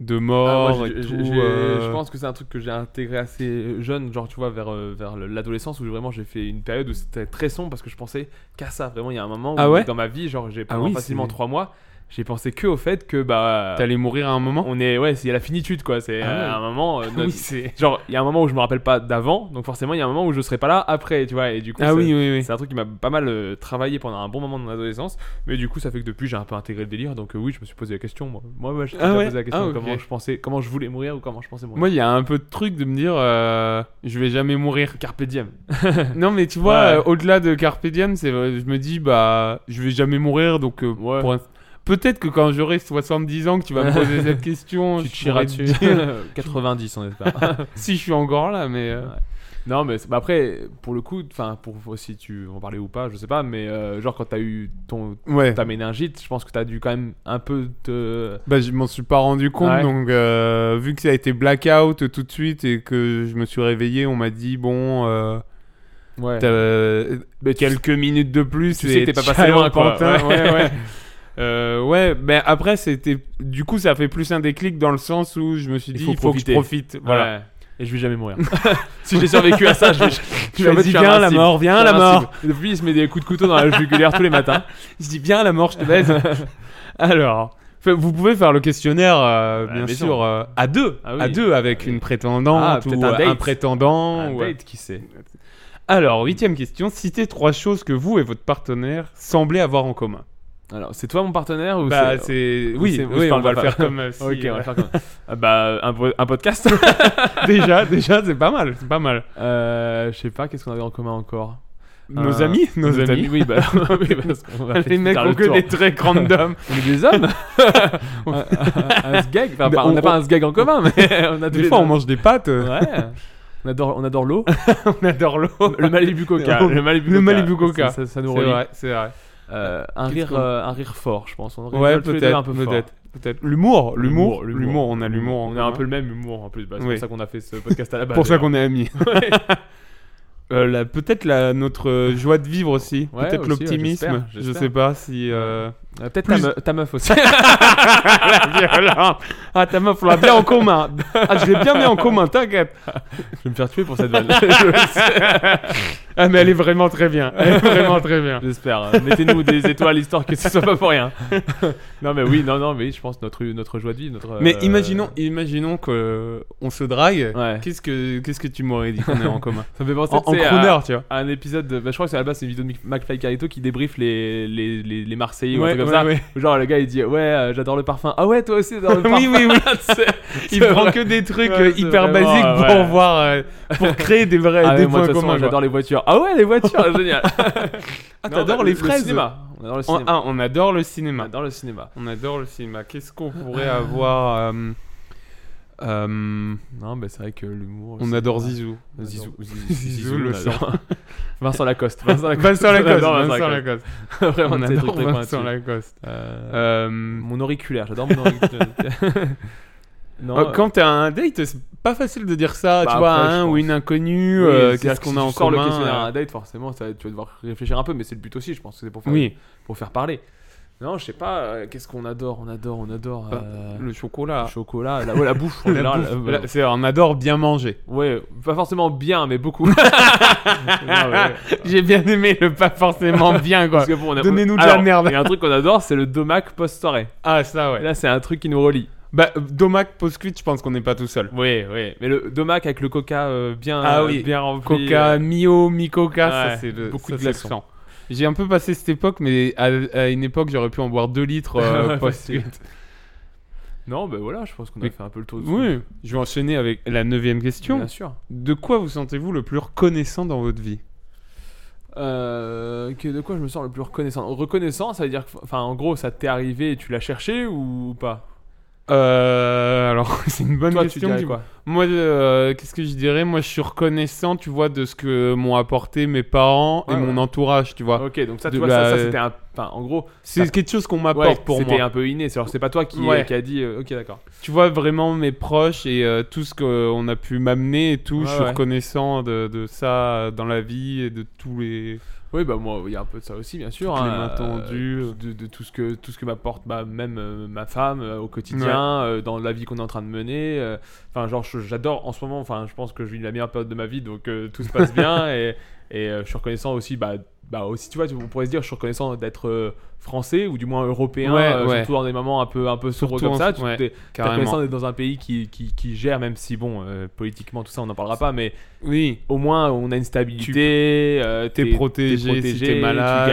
I: de
H: Ah,
I: mort
H: moi, j'ai-
I: et tout.
H: j'ai- j'ai-
I: euh.
H: Je pense que c'est un truc que j'ai intégré assez jeune, genre tu vois, vers, euh, vers le- l'adolescence où vraiment j'ai fait une période où c'était très sombre parce que je pensais qu'à ça. Vraiment, il y a un moment où
I: Ah ouais
H: dans ma vie, genre j'ai
I: Ah
H: pendant
I: oui,
H: facilement
I: c'est-
H: trois mois, j'ai pensé que au fait que bah
I: T'allais mourir à un moment
H: on est ouais c'est à la finitude quoi c'est
I: Ah
H: euh,
I: ouais.
H: à un moment euh, notre-
I: Oui, c'est.
H: genre il y a un moment où je me rappelle pas d'avant donc forcément il y a un moment où je serai pas là après tu vois et du coup
I: Ah
H: ça-
I: oui, oui, oui.
H: c'est un truc qui m'a pas mal euh, travaillé pendant un bon moment de mon adolescence mais du coup ça fait que depuis j'ai un peu intégré le délire donc euh, oui je me suis posé la question moi moi ouais, je me suis
I: Ah
H: déjà
I: ouais
H: posé la question
I: Ah,
H: de
I: ok.
H: comment je pensais comment je voulais mourir ou comment je pensais mourir
I: Moi, il y a un peu de truc de me dire, euh, je vais jamais mourir.
H: carpe diem
I: Non, mais tu vois,
H: Ouais.
I: euh, au-delà de Carpe Diem, c'est, euh, je me dis, bah, je vais jamais mourir, donc euh,
H: Ouais.
I: pour un- peut-être que quand j'aurai 70 ans, que tu vas me poser cette question,
H: tu te
I: je
H: chieras
I: pourrais te
H: dessus
I: dire
H: 90 on espère
I: si je suis encore là, mais euh,
H: Ouais. Non, mais c'est- bah après, pour le coup, enfin, pour si tu veux en parler ou pas, je sais pas, mais euh, genre quand t'as eu ton
I: ouais.
H: ta méningite, je pense que t'as dû quand même un peu te.
I: Bah, je m'en suis pas rendu compte,
H: Ouais.
I: donc euh, vu que ça a été blackout tout de suite et que je me suis réveillé, on m'a dit bon, euh,
H: Ouais.
I: t'as, euh,
H: Mais tu-
I: quelques minutes de plus,
H: tu sais
I: et
H: que t'es pas
I: ciao,
H: passé loin, quoi.
I: Pantin.
H: Ouais.
I: Ouais, ouais. Euh, ouais, mais après c'était, du coup, ça fait plus un déclic dans le sens où je me suis
H: Il
I: dit
H: faut
I: il faut que je
H: profiter.
I: profite, voilà.
H: Ouais. Et je vais jamais mourir. si j'ai survécu à ça, je vais.
I: Je
H: vais
I: me
H: être
I: dis
H: sur
I: viens la
H: Invincible.
I: mort, viens la
H: Invincible.
I: mort.
H: Depuis, il se met des coups de couteau dans la jugulaire tous les matins.
I: Je dis viens la mort, je te baise. Alors, fa- vous pouvez faire le questionnaire, euh,
H: À la
I: bien
H: maison.
I: sûr, euh, à deux,
H: Ah oui.
I: à deux avec
H: Ah oui.
I: une prétendante
H: Ah, peut-être
I: ou
H: un
I: euh,
H: date.
I: prétendant.
H: Un
I: ou, euh,
H: date, qui sait.
I: Alors, huitième question. Citez trois choses que vous et votre partenaire semblez avoir en commun.
H: Alors, c'est toi mon partenaire ou
I: Bah,
H: c'est-
I: c'est...
H: ou
I: Oui,
H: c'est- ou je
I: oui on
H: parle
I: va le
H: pas.
I: faire comme... euh, si,
H: Ok, on va
I: euh,
H: le faire comme. Ah, bah, un, po- un podcast.
I: déjà, déjà, c'est pas mal, c'est pas mal.
H: Euh, je sais pas, qu'est-ce qu'on avait en commun encore
I: Nos
H: Euh,
I: amis, nos amis.
H: Oui, bah, oui, parce qu'on va
I: Les
H: peut-être
I: mecs
H: faire
I: ont
H: le
I: que
H: tour.
I: des traits random.
H: On est des hommes Un, un- un sgag Enfin, pas- on
I: On-
H: n'a pas un sgag en commun, mais on a tous
I: Des
H: les
I: fois,
H: deux.
I: on mange des pâtes. euh,
H: Ouais. On adore, on adore l'eau.
I: on adore l'eau.
H: Le Malibu Coca.
I: Le
H: Le Malibu
I: Le
H: Coca.
I: Malibu Coca.
H: Ça, ça- ça
I: C'est
H: nous relie.
I: vrai, c'est vrai.
H: Euh, un,
I: Qu'est-ce
H: rire,
I: qu'on-
H: euh, un rire fort, je pense. On rigole
I: Ouais,
H: tous les deux un
I: peut-être,
H: peu fort.
I: peut-être. peut-être. L'humour, l'humour, l'humour, on a l'humour. en
H: On a un
I: commun.
H: peu le même humour en plus. bah, c'est
I: Oui.
H: pour ça qu'on a fait ce podcast à la base.
I: pour ça
H: d'ailleurs.
I: qu'on est amis. Euh, la- peut-être la, notre euh, joie de vivre aussi,
H: Ouais,
I: peut-être
H: aussi, ouais,
I: l'optimisme.
H: j'espère,
I: je
H: j'espère.
I: sais pas si. euh,
H: Euh, Peut-être
I: Plus-
H: ta, me- ta meuf aussi.
I: Violent. Ah, ta meuf, on l'a bien en commun. Ah, je l'ai bien mis en commun, t'inquiète.
H: je vais me faire tuer pour cette vanne.
I: Ah, mais elle est vraiment très bien. Elle est vraiment très bien.
H: J'espère. hein. Mettez-nous des étoiles histoire que ce soit pas pour rien. non mais oui, non non mais oui, je pense notre notre joie de vivre, notre.
I: Mais
H: euh,
I: imaginons, imaginons qu'on se drague.
H: Ouais.
I: Qu'est-ce que qu'est-ce que tu m'aurais dit qu'on est en commun
H: Ça me fait penser
I: En, en
H: tu sais, à-
I: crooner, tu vois.
H: à un épisode, de- bah, je crois que c'est à la base c'est une vidéo de Mc- McFly Carito qui débriefe les, les, les, les Marseillais ou un
I: Ouais,
H: truc comme
I: ouais,
H: ça.
I: ouais.
H: Genre le gars il dit ouais euh, j'adore le parfum. Ah ouais toi aussi j'adore le parfum.
I: Oui, oui, oui. Il
H: c'est
I: prend
H: vrai.
I: que des trucs
H: Ouais,
I: euh,
H: c'est
I: hyper
H: vraiment,
I: basiques
H: euh,
I: pour
H: ouais.
I: voir, euh, pour créer des vrais
H: Ah
I: des
H: ouais, moi de
I: points
H: toute façon,
I: communs. quoi.
H: j'adore les voitures. Ah ouais les voitures génial.
I: Ah,
H: Non,
I: t'adores
H: bah,
I: les
H: le-
I: fraises.
H: Le cinéma. On adore le
I: On,
H: cinéma.
I: ah, on adore le
H: On
I: cinéma.
H: adore le cinéma.
I: On adore le cinéma. Qu'est-ce qu'on pourrait
H: Ah.
I: avoir euh, euh,
H: Non mais c'est vrai que l'humour.
I: On
H: c'est-
I: adore Zizou.
H: Zizou,
I: Zizou, le
H: on adore. Vincent Lacoste. Vincent Lacoste.
I: Vincent Lacoste.
H: J'adore
I: Vincent Lacoste.
H: Vraiment,
I: On
H: tu sais,
I: adore
H: truc très
I: Vincent
H: pointu.
I: Lacoste.
H: Euh,
I: Euh,
H: Mon auriculaire, j'adore mon auriculaire. non,
I: oh, Quand t'es à un date, c'est pas facile de dire ça,
H: Bah,
I: tu vois, à
H: après, je
I: un ou
H: pense.
I: une inconnue,
H: Oui,
I: euh,
H: c'est-à-dire
I: qu'est-ce
H: que
I: qu'on
H: si
I: a
H: tu
I: en
H: sors le
I: commun,
H: questionnaire à
I: euh,
H: un date, forcément, ça, tu vas devoir réfléchir un peu, mais c'est le but aussi, je pense. C'est pour faire,
I: Oui,
H: pour faire parler. Non, je sais pas, euh, qu'est-ce qu'on adore On adore, on adore. euh,
I: Ah, le chocolat.
H: le chocolat, la, ouais, la bouffe, en
I: La
H: général,
I: bouffe.
H: euh,
I: La- c'est- on adore bien manger.
H: ouais, pas forcément bien, mais beaucoup. Non, mais-
I: J'ai bien aimé le pas forcément bien, quoi.
H: parce que bon, on a-
I: Donnez-nous de la
H: Alors,
I: merde.
H: Il y a un truc qu'on adore, c'est le domac post-soirée.
I: Ah, ça, ouais.
H: Là, c'est un truc qui nous relie.
I: Bah, euh, Domac, Postcuit, je pense qu'on n'est pas tout seul.
H: Oui, oui. Mais le domac avec le coca euh, bien,
I: Ah
H: euh,
I: oui.
H: bien rempli.
I: Coca, Mio, Mi-Coca, ça
H: Ouais,
I: c'est le-
H: beaucoup
I: ça,
H: de
I: c'est le
H: glaçons.
I: sang. J'ai un peu passé cette époque, mais à, à une époque, j'aurais pu en boire 2 litres euh,
H: Ouais,
I: post-cuit.
H: Non, ben voilà, je pense qu'on a
I: Mais-
H: fait un peu le tour. de ce-
I: Oui, je vais enchaîner avec la neuvième question.
H: Bien sûr.
I: De quoi vous sentez-vous le plus reconnaissant dans votre vie
H: Euh, que de quoi je me sens le plus reconnaissant Reconnaissant, ça veut dire que, enfin, en gros, ça t'est arrivé et tu l'as cherché ou pas
I: Euh, alors, c'est une bonne
H: Toi, tu
I: question.
H: dirais
I: tu-
H: quoi
I: Moi, euh, qu'est-ce que je dirais Moi, je suis reconnaissant, tu vois, de ce que m'ont apporté mes parents et
H: Ouais,
I: mon
H: ouais.
I: entourage, tu vois.
H: Ok, donc ça, tu
I: de
H: vois, ça,
I: la-
H: ça, c'était un. Enfin, en gros,
I: C'est quelque chose qu'on m'apporte
H: ouais,
I: pour
H: c'était
I: moi.
H: un peu inné. C'est- Alors, c'est pas toi qui,
I: Ouais.
H: qui a dit. euh, ok, d'accord.
I: Tu vois, vraiment mes proches et euh, tout ce qu'on a pu m'amener et tout,
H: Ouais,
I: je suis
H: ouais.
I: reconnaissant de, de ça euh, dans la vie et de tous les,
H: Oui, bah moi, il y a un peu de ça aussi, bien sûr.
I: toutes les
H: hein,
I: mains
H: euh,
I: tendues.
H: de, de tout ce que tout ce que m'apporte bah, même euh, ma femme euh, au quotidien euh, dans la vie qu'on est en train de mener euh. enfin genre je- j'adore en ce moment enfin je pense que je vis la meilleure période de ma vie donc euh, tout se passe bien et, et, euh, je suis reconnaissant aussi bah, bah aussi tu vois, tu- on pourrait se dire, je suis reconnaissant d'être euh, français ou du moins européen,
I: Ouais,
H: euh,
I: ouais.
H: surtout dans des moments un peu un peu sombres
I: Surtout
H: comme
I: en-
H: ça. Tu
I: ouais,
H: t'es- t'es reconnaissant
I: Carrément.
H: d'être dans un pays qui, qui, qui gère, même si bon, euh, politiquement tout ça, on n'en parlera pas, mais
I: Oui.
H: au moins on a une stabilité, euh,
I: t'es protégé si t'es malade,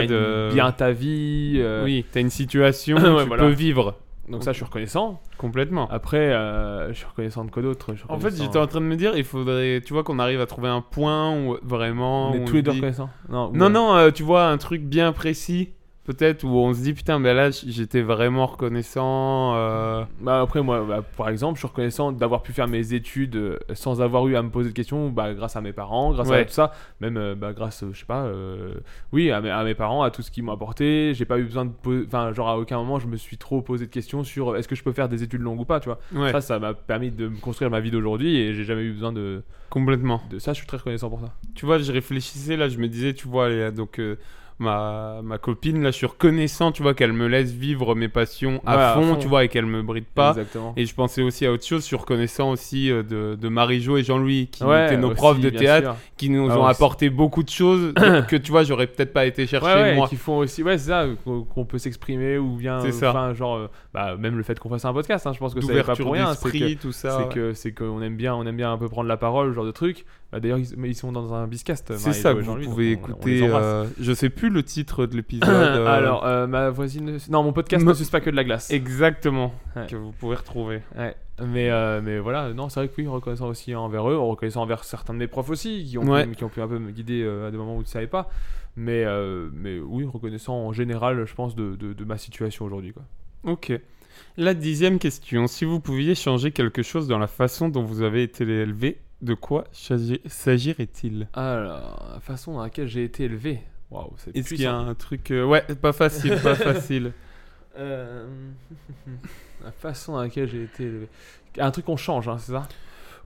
H: tu gagnes
I: euh,
H: bien ta vie. euh,
I: Oui, t'as une situation où
H: Ouais,
I: tu
H: voilà.
I: peux vivre
H: Donc ça, je suis reconnaissant.
I: complètement.
H: Après, euh, je suis reconnaissant de quoi d'autre Je suis
I: En fait,
H: reconnaissant-
I: j'étais en train de me dire, il faudrait, tu vois, qu'on arrive à trouver un point où vraiment.
H: on
I: où
H: est
I: on
H: tous les deux
I: dit-
H: reconnaissants. Non,
I: Non,
H: ouais.
I: non, euh, tu vois, un truc bien précis, peut-être, où on se dit, putain, ben là, j- j'étais vraiment reconnaissant. euh,
H: Bah après moi, bah, par exemple, je suis reconnaissant d'avoir pu faire mes études euh, sans avoir eu à me poser de questions, bah, grâce à mes parents, grâce à
I: Ouais.
H: tout ça, même euh, bah, grâce, euh, je sais pas, euh, oui, à mes, à mes parents, à tout ce qu'ils m'ont apporté. J'ai pas eu besoin de, po- enfin, genre à aucun moment je me suis trop posé de questions sur euh, est-ce que je peux faire des études longues ou pas, tu vois.
I: Ouais,
H: Ça, ça m'a permis de me construire ma vie d'aujourd'hui et j'ai jamais eu besoin de,
I: complètement.
H: de ça. Je suis très reconnaissant pour ça.
I: Tu vois, je réfléchissais, là, je me disais, tu vois, les- donc. euh, Ma, ma copine, là, je suis reconnaissant, tu vois, qu'elle me laisse vivre mes passions à,
H: Ouais, à
I: fond,
H: fond.
I: tu vois, et qu'elle me bride pas.
H: Exactement.
I: Et je pensais aussi à autre chose, je suis reconnaissant aussi euh, de, de Marie-Jo et Jean-Louis, qui
H: Ouais,
I: étaient nos
H: aussi,
I: profs de
H: bien
I: théâtre,
H: sûr.
I: qui nous
H: Ah
I: ont
H: ouais,
I: apporté beaucoup de choses que tu vois, j'aurais peut-être pas été chercher
H: Ouais, ouais,
I: moi.
H: et qui font aussi, ouais, c'est ça, qu'on qu'on peut s'exprimer ou bien,
I: C'est ça.
H: enfin, genre, euh, bah, même le fait qu'on fasse un podcast, hein, je pense que c'est pas
I: D'ouverture
H: pour rien, c'est que-
I: d'esprit, tout ça.
H: c'est
I: ouais.
H: que c'est qu'on aime bien on aime bien un peu prendre la parole ce genre de truc Bah, d'ailleurs ils, mais ils sont dans un biscast
I: C'est
H: Marie
I: ça
H: Jo
I: que
H: et
I: vous
H: Jean-Louis,
I: pouvez
H: donc on- on les
I: écouter.
H: embrasse.
I: euh, je sais plus le titre de l'épisode. euh,
H: alors euh, ma voisine non mon podcast
I: Me-
H: ne suce pas que de la glace
I: exactement,
H: Ouais.
I: que vous pouvez retrouver.
H: Ouais. mais euh, mais voilà non c'est vrai que oui reconnaissant aussi envers eux reconnaissant envers certains de mes profs aussi qui ont pu-
I: Ouais.
H: qui ont pu un peu me guider euh, à des moments où je savais pas mais euh, mais oui reconnaissant en général je pense de, de, de ma situation aujourd'hui quoi
I: Ok. La dixième question. Si vous pouviez changer quelque chose dans la façon dont vous avez été élevé, de quoi s'agir- s'agirait-il
H: alors la façon dans laquelle j'ai été élevé waouh c'est
I: Est-ce qu'il y a
H: puissant.
I: un truc. euh, ouais, pas facile, pas facile.
H: Euh, la façon dans laquelle j'ai été élevé. Un truc qu'on change, hein, c'est ça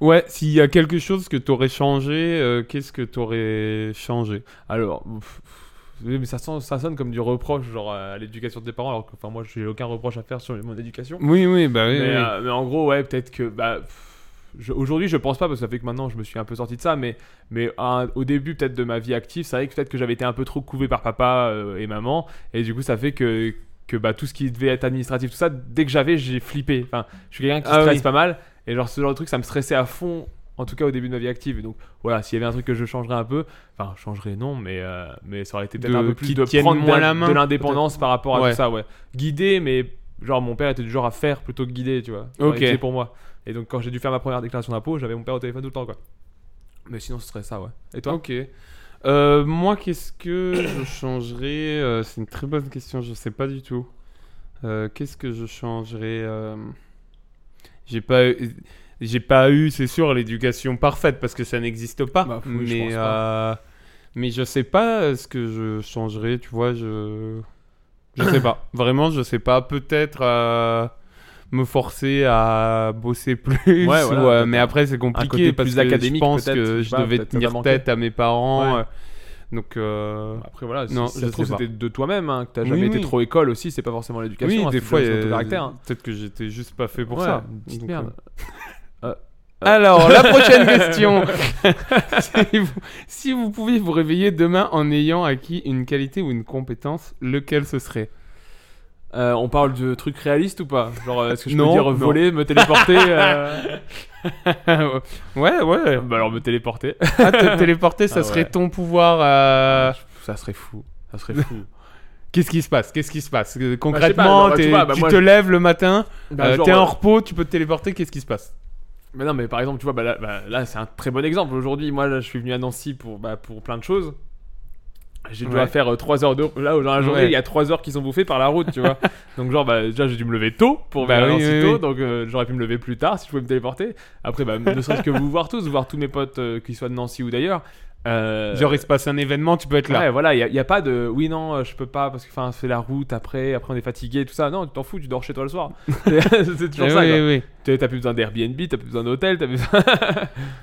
I: Ouais, s'il y a quelque chose que t'aurais changé, euh, qu'est-ce que t'aurais changé
H: Alors, pff, pff, mais ça, sent- ça sonne comme du reproche, genre à l'éducation de tes parents, alors que enfin, moi, j'ai aucun reproche à faire sur mon éducation.
I: Oui, oui, bah oui.
H: mais,
I: oui.
H: euh, mais en gros, ouais, peut-être que. Bah, pff, je- Aujourd'hui, je pense pas parce que ça fait que maintenant je me suis un peu sorti de ça, mais, mais à- au début, peut-être de ma vie active, c'est vrai que peut-être que j'avais été un peu trop couvé par papa euh, et maman, et du coup, ça fait que, que bah, tout ce qui devait être administratif, tout ça, dès que j'avais, j'ai flippé. Enfin, je suis quelqu'un qui
I: Ah
H: stresse
I: oui.
H: pas mal, et genre ce genre de truc, ça me stressait à fond, en tout cas au début de ma vie active. Et donc voilà, s'il y avait un truc que je changerais un peu, enfin, changerais non, mais, euh, mais ça aurait été peut-être
I: De-
H: un peu plus
I: qui
H: de
I: tiennent
H: prendre
I: moins
H: de-
I: la main,
H: de l'indépendance par rapport à
I: Ouais.
H: tout ça, ouais. Guidé, mais genre mon père était du genre à faire plutôt que guider, tu vois. Genre,
I: Ok.
H: il faisait pour moi. Et donc quand j'ai dû faire ma première déclaration d'impôt, j'avais mon père au téléphone tout le temps quoi. Mais sinon ce serait ça ouais. Et toi
I: Ok. Euh, moi, qu'est-ce que je changerais Euh, C'est une très bonne question, je sais pas du tout. Euh, qu'est-ce que je changerais Euh, J'ai pas eu. J'ai pas eu, c'est sûr, l'éducation parfaite parce que ça n'existe pas.
H: Bah, oui, je
I: mais,
H: pense
I: euh, mais je sais pas euh, ce que je changerais, tu vois. Je, je sais pas. Vraiment, je sais pas. Peut-être euh, me forcer à bosser plus.
H: Ouais, voilà,
I: ou, euh,
H: peut-être.
I: mais après, c'est
H: côté
I: compliqué parce
H: plus
I: que
H: académique,
I: je pense
H: peut-être,
I: que
H: je sais
I: je
H: pas,
I: devais
H: peut-être
I: tenir
H: t'as manqué.
I: tête à mes parents.
H: Ouais.
I: euh, donc, euh,
H: Après voilà,
I: Non,
H: non, si ça
I: je
H: se trouve
I: sais pas.
H: c'était de toi-même hein, que t'as
I: Oui,
H: jamais été
I: oui.
H: trop école aussi, c'est pas forcément l'éducation.
I: oui,
H: hein,
I: des
H: c'est
I: fois,
H: bien
I: il y
H: sûr
I: a-
H: ton caractère. hein.
I: peut-être que j'étais juste pas fait pour
H: Ouais,
I: ça.
H: une petite
I: Donc,
H: merde.
I: euh, Alors, la prochaine question. si, vous, si vous pouviez vous réveiller demain en ayant acquis une qualité ou une compétence, lequel ce serait
H: Euh, on parle de trucs réalistes ou pas Genre euh, est-ce que je
I: Non,
H: peux dire
I: non.
H: voler, me téléporter euh,
I: Ouais, ouais.
H: Bah alors me téléporter.
I: Ah, te téléporter, ça
H: Ah
I: serait
H: ouais.
I: ton pouvoir. euh,
H: ça serait fou. Ça serait fou.
I: Qu'est-ce qui se passe Qu'est-ce qui se passe
H: Bah,
I: Euh,
H: je sais pas,
I: Concrètement,
H: genre, tu
I: t'es-
H: vois, bah,
I: tu
H: moi,
I: te
H: je-
I: lèves le matin,
H: Bah,
I: euh,
H: genre,
I: t'es en
H: euh,
I: repos, tu peux te téléporter, qu'est-ce qui se passe
H: Mais non, mais par exemple, tu vois, bah, là, bah, là, c'est un très bon exemple. Aujourd'hui, moi, là, je suis venu à Nancy pour, bah, pour plein de choses. J'ai dû
I: Ouais.
H: faire 3 heures de... Là, dans la journée,
I: Ouais.
H: il y a 3 heures qui sont bouffées par la route, tu vois. donc, genre, bah, déjà, j'ai dû me lever tôt pour
I: Bah
H: venir à
I: oui,
H: Nancy
I: oui,
H: tôt.
I: oui.
H: Donc, euh, j'aurais pu me lever plus tard si je pouvais me téléporter. Après, bah, ne serait-ce que vous voir tous, voir tous mes potes, euh, qu'ils soient de Nancy ou d'ailleurs. Euh,
I: Genre, il se passe un événement, tu peux être là.
H: Ouais, voilà, il n'y a, pas de oui, non, euh, je peux pas parce que enfin, c'est la route après, après on est fatigué, tout ça. Non, tu t'en fous, tu dors chez toi le soir. c'est c'est toujours
I: Eh
H: ça.
I: oui,
H: quoi.
I: oui.
H: T'as t'as plus besoin d'Airbnb, t'as plus besoin d'hôtel, t'as plus besoin.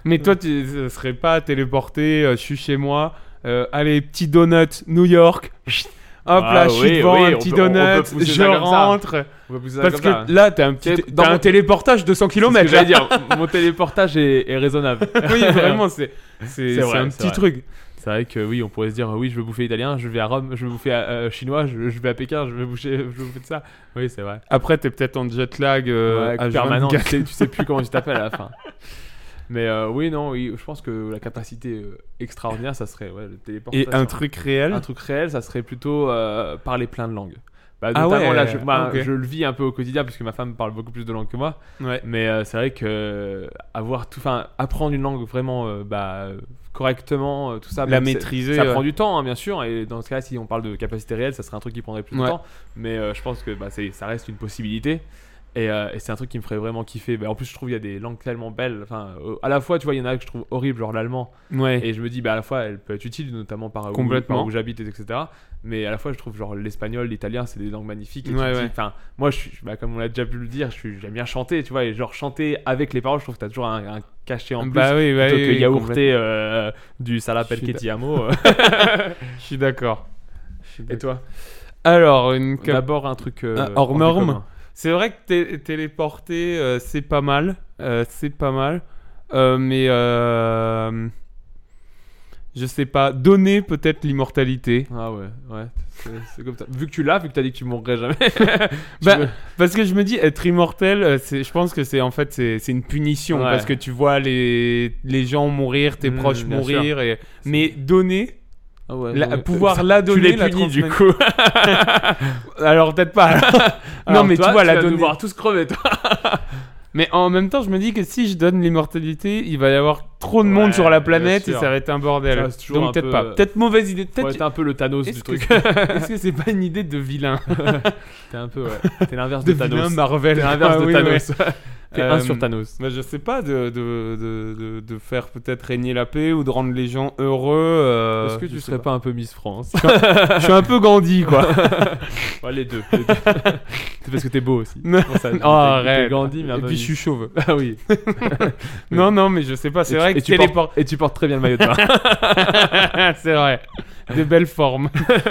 I: Mais toi, tu ne serais pas téléporté, euh, je suis chez moi, euh, allez, petit donut, New York. Chut. Hop
H: Ah
I: là, je suis
H: oui,
I: devant
H: oui,
I: un
H: on
I: petit
H: peut- on peut
I: donut,
H: pousser
I: je
H: ça comme ça.
I: rentre.
H: On va pousser ça
I: Parce
H: comme ça.
I: que là, t'as un, petit,
H: T'es-
I: t'as
H: dans
I: un
H: mon-
I: téléportage de 100
H: C'est ce que
I: km.
H: j'allais dire, mon téléportage est, est raisonnable.
I: oui, vraiment, c'est, c'est,
H: C'est
I: c'est
H: vrai,
I: un
H: c'est
I: petit
H: vrai.
I: truc.
H: C'est vrai que oui, on pourrait se dire oui, je veux bouffer italien, je vais à Rome, je veux bouffer euh, chinois, je, je vais à Pékin, je veux bouffer, je veux bouffer de ça. Oui, c'est vrai.
I: Après, t'es peut-être en jet lag euh,
H: Ouais,
I: à
H: permanent, tu
I: 24.
H: sais, tu sais plus comment tu t'appelles à la fin. Mais euh, oui, non, oui, je pense que la capacité euh, extraordinaire, ça serait ouais, le
I: Et
H: téléportation.
I: un truc réel
H: Un truc réel, ça serait plutôt euh, parler plein de langues. Bah,
I: Ah
H: notamment
I: ouais,
H: là, je, bah,
I: ok.
H: je le vis un peu au quotidien parce que ma femme parle beaucoup plus de langues que moi.
I: Ouais.
H: Mais euh, c'est vrai que euh, avoir tout, enfin, apprendre une langue vraiment euh, bah, euh, correctement, euh, tout ça,
I: La
H: même si-
I: maîtriser, euh,
H: ça
I: ouais.
H: prend du temps, hein, bien sûr. Et dans ce cas, si on parle de capacité réelle, ça serait un truc qui prendrait plus
I: Ouais.
H: de temps. Mais euh, je pense que bah, c'est- ça reste une possibilité. Et, euh, et c'est un truc qui me ferait vraiment kiffer. Bah, en plus, je trouve il y a des langues tellement belles. Enfin, euh, à la fois, tu vois, il y en a que je trouve horribles, genre l'allemand.
I: Ouais.
H: Et je me dis, bah, à la fois, elle peut être utile, notamment par où,
I: Complètement.
H: par où j'habite, etc. Mais à la fois, je trouve genre l'espagnol, l'italien, c'est des langues magnifiques. Et tu
I: Ouais,
H: te dis,
I: ouais.
H: enfin, moi, je suis, bah, comme on l'a déjà pu le dire, je suis- j'aime bien chanter, tu vois. Et genre, chanter avec les paroles, je trouve que t'as toujours un, un cachet en plus.
I: Bah oui, bah
H: plutôt
I: oui,
H: que
I: oui, complètement.
H: yaourter euh, du
I: Je
H: salapel
I: suis
H: que
I: d'a-
H: ti amo. euh.
I: Je suis d'accord.
H: et toi
I: Alors, une cap-
H: D'abord, un truc. euh,
I: Un
H: hors
I: hors
H: du
I: norme.
H: commun.
I: C'est vrai que té- téléporter, euh, c'est pas mal. Euh, c'est pas mal. Euh, mais. euh, Je sais pas. Donner peut-être l'immortalité.
H: Ah ouais, ouais. c'est- C'est comme ça. Vu que tu l'as, vu que t'as dit que tu mourrais jamais. tu
I: Bah,
H: veux-
I: Parce que je me dis, être immortel, euh, c'est- je pense que c'est en fait c'est c'est une punition.
H: Ouais.
I: Parce que tu vois les, les gens mourir, tes
H: Mmh,
I: proches
H: bien
I: mourir. Et... Mais donner,
H: Ah ouais,
I: la-
H: non, mais-
I: pouvoir la
H: Tu
I: donner.
H: l'es
I: la
H: puni du
I: transmettre-
H: coup.
I: Alors peut-être pas. non,
H: Alors,
I: mais
H: toi,
I: tu vois, la
H: vas
I: donner.
H: devoir tous crever, toi.
I: Mais en même temps, je me dis que si je donne l'immortalité, il va y avoir trop de monde
H: Ouais,
I: sur la
H: bien
I: planète et
H: sûr.
I: ça va être un bordel.
H: Ça, c'est toujours un
I: Donc peut-être
H: peu,
I: pas.
H: euh,
I: Peut-être mauvaise idée.
H: Faut
I: Peut-être.
H: être un peu le Thanos
I: Est-ce
H: du
I: que
H: truc.
I: est-ce que c'est pas une idée de vilain
H: T'es un peu, ouais. T'es l'inverse
I: De
H: de,
I: vilain
H: Thanos.
I: Marvel.
H: T'es l'inverse
I: Ah
H: de
I: oui,
H: Thanos.
I: ouais.
H: T'es
I: Euh,
H: un sur Thanos.
I: Bah, je sais pas, de, de, de, de, de faire peut-être régner la paix ou de rendre les gens heureux. euh,
H: Est-ce que
I: je
H: tu
I: sais
H: serais pas. un peu Miss France
I: Je suis un peu Gandhi, quoi. Oh,
H: Ouais, les deux. les deux. C'est parce que t'es beau aussi.
I: Non,
H: Pour ça, t'es-
I: Oh, arrête.
H: T'es Gandhi, mais un
I: Et
H: peu
I: puis je
H: Miss-
I: suis chauve.
H: Ah oui.
I: Non, non, mais je sais pas, c'est
H: Et
I: vrai
H: tu-
I: que
H: et tu,
I: téléport.
H: portes, et tu portes très bien le maillot de bain.
I: c'est vrai. De belles formes.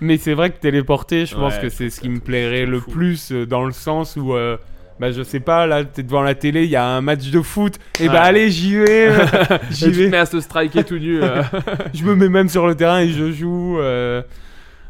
I: mais c'est vrai que téléporter, je pense
H: Ouais,
I: que
H: je
I: c'est
H: trouve
I: ce
H: ça
I: qui me
H: tout-
I: plairait
H: tout
I: le
H: fou.
I: plus euh, dans le sens où. euh, bah je sais pas, là t'es devant la télé, il y a un match de foot,
H: Ouais.
I: et bah allez j'y vais, j'y
H: Et tu te
I: vais.
H: mets à se striker tout nu. euh,
I: je me mets même sur le terrain et je joue. euh,